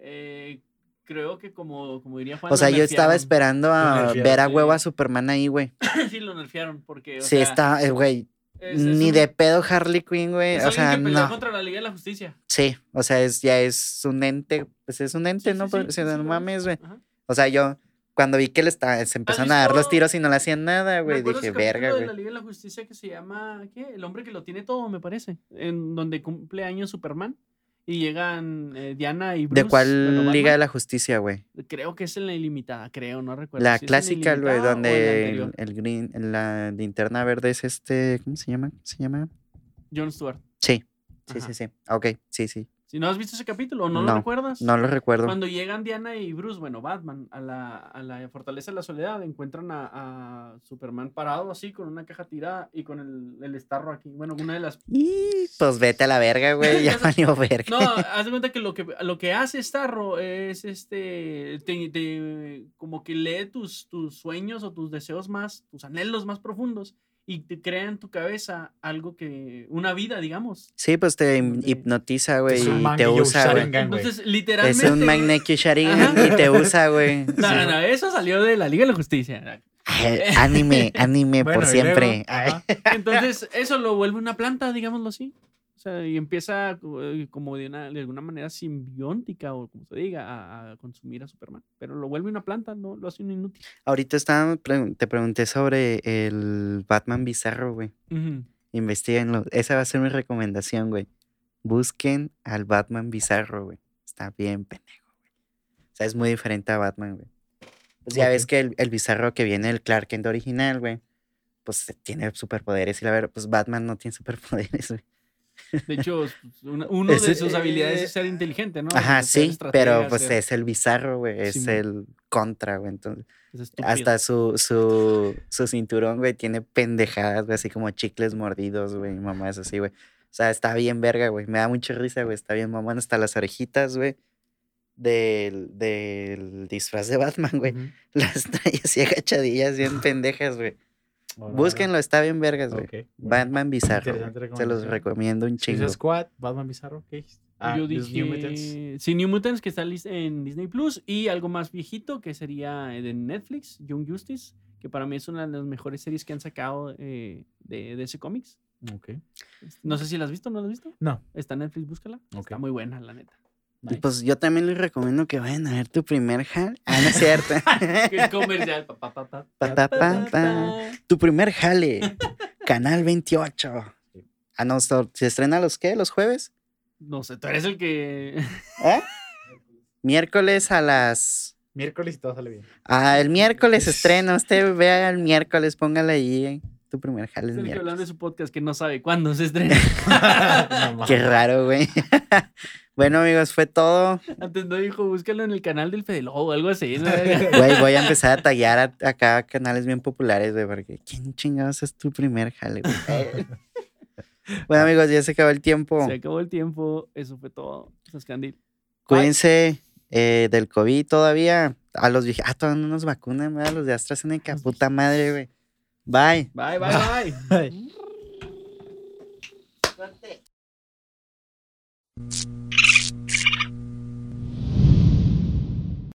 [SPEAKER 2] Eh, creo que como, como diría Juan.
[SPEAKER 3] O
[SPEAKER 2] lo
[SPEAKER 3] sea, yo estaba
[SPEAKER 2] nerfearon.
[SPEAKER 3] esperando a
[SPEAKER 4] nerfearon,
[SPEAKER 3] ver a
[SPEAKER 2] sí.
[SPEAKER 3] huevo a Superman ahí, güey.
[SPEAKER 2] sí, lo nerfearon porque. o
[SPEAKER 3] Sí,
[SPEAKER 2] sea,
[SPEAKER 3] está, eh, güey.
[SPEAKER 2] es- es
[SPEAKER 3] Ni
[SPEAKER 2] un-
[SPEAKER 3] de pedo Harley Quinn, güey.
[SPEAKER 2] es
[SPEAKER 3] Eh, O
[SPEAKER 2] alguien
[SPEAKER 3] sea,
[SPEAKER 2] que peleó
[SPEAKER 3] no.
[SPEAKER 2] contra la Liga de la Justicia.
[SPEAKER 3] Sí, o sea, es, ya es un ente. Pues es un ente,
[SPEAKER 2] Sí,
[SPEAKER 3] ¿no?
[SPEAKER 2] sí,
[SPEAKER 3] Pero-
[SPEAKER 2] sí,
[SPEAKER 3] o
[SPEAKER 2] sí,
[SPEAKER 3] sea,
[SPEAKER 2] sí,
[SPEAKER 3] no
[SPEAKER 2] lo es.
[SPEAKER 3] mames, güey.
[SPEAKER 2] Ajá.
[SPEAKER 3] O sea, yo cuando vi que le esta- se empezaron a dar los
[SPEAKER 2] visto-
[SPEAKER 3] tiros y no le hacían nada,
[SPEAKER 2] Me
[SPEAKER 3] güey,
[SPEAKER 2] acuerdo de
[SPEAKER 3] dije,
[SPEAKER 2] ese
[SPEAKER 3] verga,
[SPEAKER 2] capítulo de
[SPEAKER 3] güey.
[SPEAKER 2] la Liga de la Justicia que se llama, ¿qué? El hombre que lo tiene todo, me parece. En donde cumple años Superman. Y llegan eh, Diana y Bruce.
[SPEAKER 3] ¿De cuál
[SPEAKER 2] bueno,
[SPEAKER 3] Liga de
[SPEAKER 2] Batman.
[SPEAKER 3] la Justicia, güey?
[SPEAKER 2] Creo que es en la ilimitada, creo, no recuerdo.
[SPEAKER 3] La
[SPEAKER 2] si es en
[SPEAKER 3] clásica,
[SPEAKER 2] Ilimitada
[SPEAKER 3] güey,
[SPEAKER 2] o en la
[SPEAKER 3] donde
[SPEAKER 2] anterior.
[SPEAKER 3] el, el green, la linterna verde es este, ¿cómo se llama? ¿Cómo se llama?
[SPEAKER 2] Jon Stewart.
[SPEAKER 3] Sí, sí,
[SPEAKER 2] Ajá.
[SPEAKER 3] sí, sí. Ok, sí, sí.
[SPEAKER 2] Si no has visto ese capítulo, ¿no, lo
[SPEAKER 3] No,
[SPEAKER 2] recuerdas?
[SPEAKER 3] No lo recuerdo.
[SPEAKER 2] Cuando llegan Diana y Bruce, bueno, Batman, a la, a la Fortaleza de la Soledad, encuentran a, a Superman parado así, con una caja tirada y con el, el estarro aquí. Bueno, una de las...
[SPEAKER 3] Y pues vete a la verga, güey, ya
[SPEAKER 2] Entonces-
[SPEAKER 3] valió verga.
[SPEAKER 2] No, haz de cuenta que lo que, lo que hace Starro es este, te- te- como que lee tus, tus sueños o tus deseos más, tus anhelos más profundos y te crea en tu cabeza algo que, una vida, digamos.
[SPEAKER 3] Sí, pues te him-
[SPEAKER 2] Sí.
[SPEAKER 3] hipnotiza, güey,
[SPEAKER 4] un
[SPEAKER 3] y te
[SPEAKER 4] Mangekyou
[SPEAKER 3] usa, güey.
[SPEAKER 4] Sharingan, güey.
[SPEAKER 2] Entonces,
[SPEAKER 3] Es
[SPEAKER 2] literalmente...
[SPEAKER 3] un Magneki Sharingan
[SPEAKER 2] Ajá.
[SPEAKER 3] y te usa, güey.
[SPEAKER 2] No,
[SPEAKER 3] Sí.
[SPEAKER 2] no, no, eso salió de la Liga de la Justicia.
[SPEAKER 3] Eh, Anime, anime
[SPEAKER 4] Bueno,
[SPEAKER 3] Eh, por
[SPEAKER 4] y luego,
[SPEAKER 3] siempre. Ay,
[SPEAKER 4] ajá.
[SPEAKER 2] Entonces, eso lo vuelve una planta, digámoslo así. O sea, y empieza eh, como de, una, de alguna manera simbiótica o como se diga, a, a consumir a Superman. Pero lo vuelve una planta, no lo hace un inútil.
[SPEAKER 3] Ahorita estaba, pregun- te pregunté sobre el Batman Bizarro, güey. Investíguenlo. Esa va a ser mi recomendación, güey. Busquen al Batman bizarro, güey. Está bien pendejo, güey. O sea, es muy diferente a Batman, güey. Pues ya ves
[SPEAKER 4] Ok.
[SPEAKER 3] que el, el bizarro que viene del Clark Kent original, güey, pues eh, tiene superpoderes y la verdad, pues Batman no tiene superpoderes, güey.
[SPEAKER 2] De hecho, s- una uno de
[SPEAKER 3] Ese-
[SPEAKER 2] sus habilidades
[SPEAKER 4] eh,
[SPEAKER 2] es ser inteligente, ¿no?
[SPEAKER 3] Ajá,
[SPEAKER 2] Ser
[SPEAKER 3] sí,
[SPEAKER 2] estratega,
[SPEAKER 3] pero pues
[SPEAKER 2] ser-
[SPEAKER 3] es el bizarro, güey. Es
[SPEAKER 2] Simón.
[SPEAKER 3] el contra, güey. Entonces,
[SPEAKER 2] es estúpido.
[SPEAKER 3] hasta su, su, su cinturón, güey, tiene pendejadas, güey, así como chicles mordidos, güey, mamás así, güey. O sea, está bien verga, güey. Me da mucha risa, güey. Está bien mamón hasta las orejitas, güey. Del, del disfraz de Batman, güey.
[SPEAKER 4] Ujú.
[SPEAKER 3] Las trae así agachadillas, bien pendejas, güey.
[SPEAKER 4] Ahora,
[SPEAKER 3] Búsquenlo, está bien vergas, güey.
[SPEAKER 4] ahora. Ok, bueno.
[SPEAKER 3] Batman Bizarro.
[SPEAKER 4] Interesante
[SPEAKER 3] güey. Se los
[SPEAKER 4] recomendación.
[SPEAKER 3] recomiendo un
[SPEAKER 4] Suicide
[SPEAKER 3] chingo.
[SPEAKER 4] Squad, Batman Bizarro, ¿qué dijiste? Ah,
[SPEAKER 2] Yo
[SPEAKER 4] los
[SPEAKER 2] dije.
[SPEAKER 4] New Mutants.
[SPEAKER 2] Sí, New Mutants, que está lis- en Disney Plus. Y algo más viejito, que sería eh, de Netflix, Young Justice, que para mí es una de las mejores series que han sacado eh, de, de ese cómics.
[SPEAKER 4] Ok.
[SPEAKER 2] No sé si la has visto, ¿no la has visto?
[SPEAKER 4] No.
[SPEAKER 2] Está en Netflix, búscala.
[SPEAKER 4] Ok.
[SPEAKER 2] Está muy buena, la neta.
[SPEAKER 3] Y Pues yo también les recomiendo que vayan a ver tu primer jal. Ah, no es cierto.
[SPEAKER 2] Qué comercial. pa, pa, pa, pa,
[SPEAKER 3] Pa, pa, pa, pa. Tu primer jale. Canal 28.
[SPEAKER 4] Sí.
[SPEAKER 3] Ah, no, so- ¿se estrena los qué? ¿Los jueves?
[SPEAKER 2] No sé, tú eres el que.
[SPEAKER 3] ¿Eh? Miércoles a las.
[SPEAKER 4] Miércoles y todo sale bien.
[SPEAKER 3] Ah, el miércoles estrena. Usted vea el miércoles, póngale ahí. eh, Tu primer jale es
[SPEAKER 2] Sergio
[SPEAKER 3] miércoles.
[SPEAKER 2] hablando de su podcast que no sabe cuándo se estrena.
[SPEAKER 4] No mames.
[SPEAKER 3] Qué raro, güey. bueno, amigos, fue todo.
[SPEAKER 2] Antes no dijo, búscalo en el canal del Fede Lobo o algo así. ¿no?
[SPEAKER 3] Güey, voy a empezar a tallar a- acá a canales bien populares, güey, porque ¿quién chingados es tu primer jale, güey? bueno, amigos, ya se acabó el tiempo.
[SPEAKER 2] Se acabó el tiempo. Eso fue todo. Pues, Sascandil.
[SPEAKER 3] Cuídense eh, del COVID todavía. A los viejitos. Ah, todavía no nos vacunan, ¿verdad? Los de AstraZeneca.
[SPEAKER 2] Los
[SPEAKER 3] Puta madre, güey. Bye.
[SPEAKER 2] Bye, bye, bye.
[SPEAKER 4] Ay.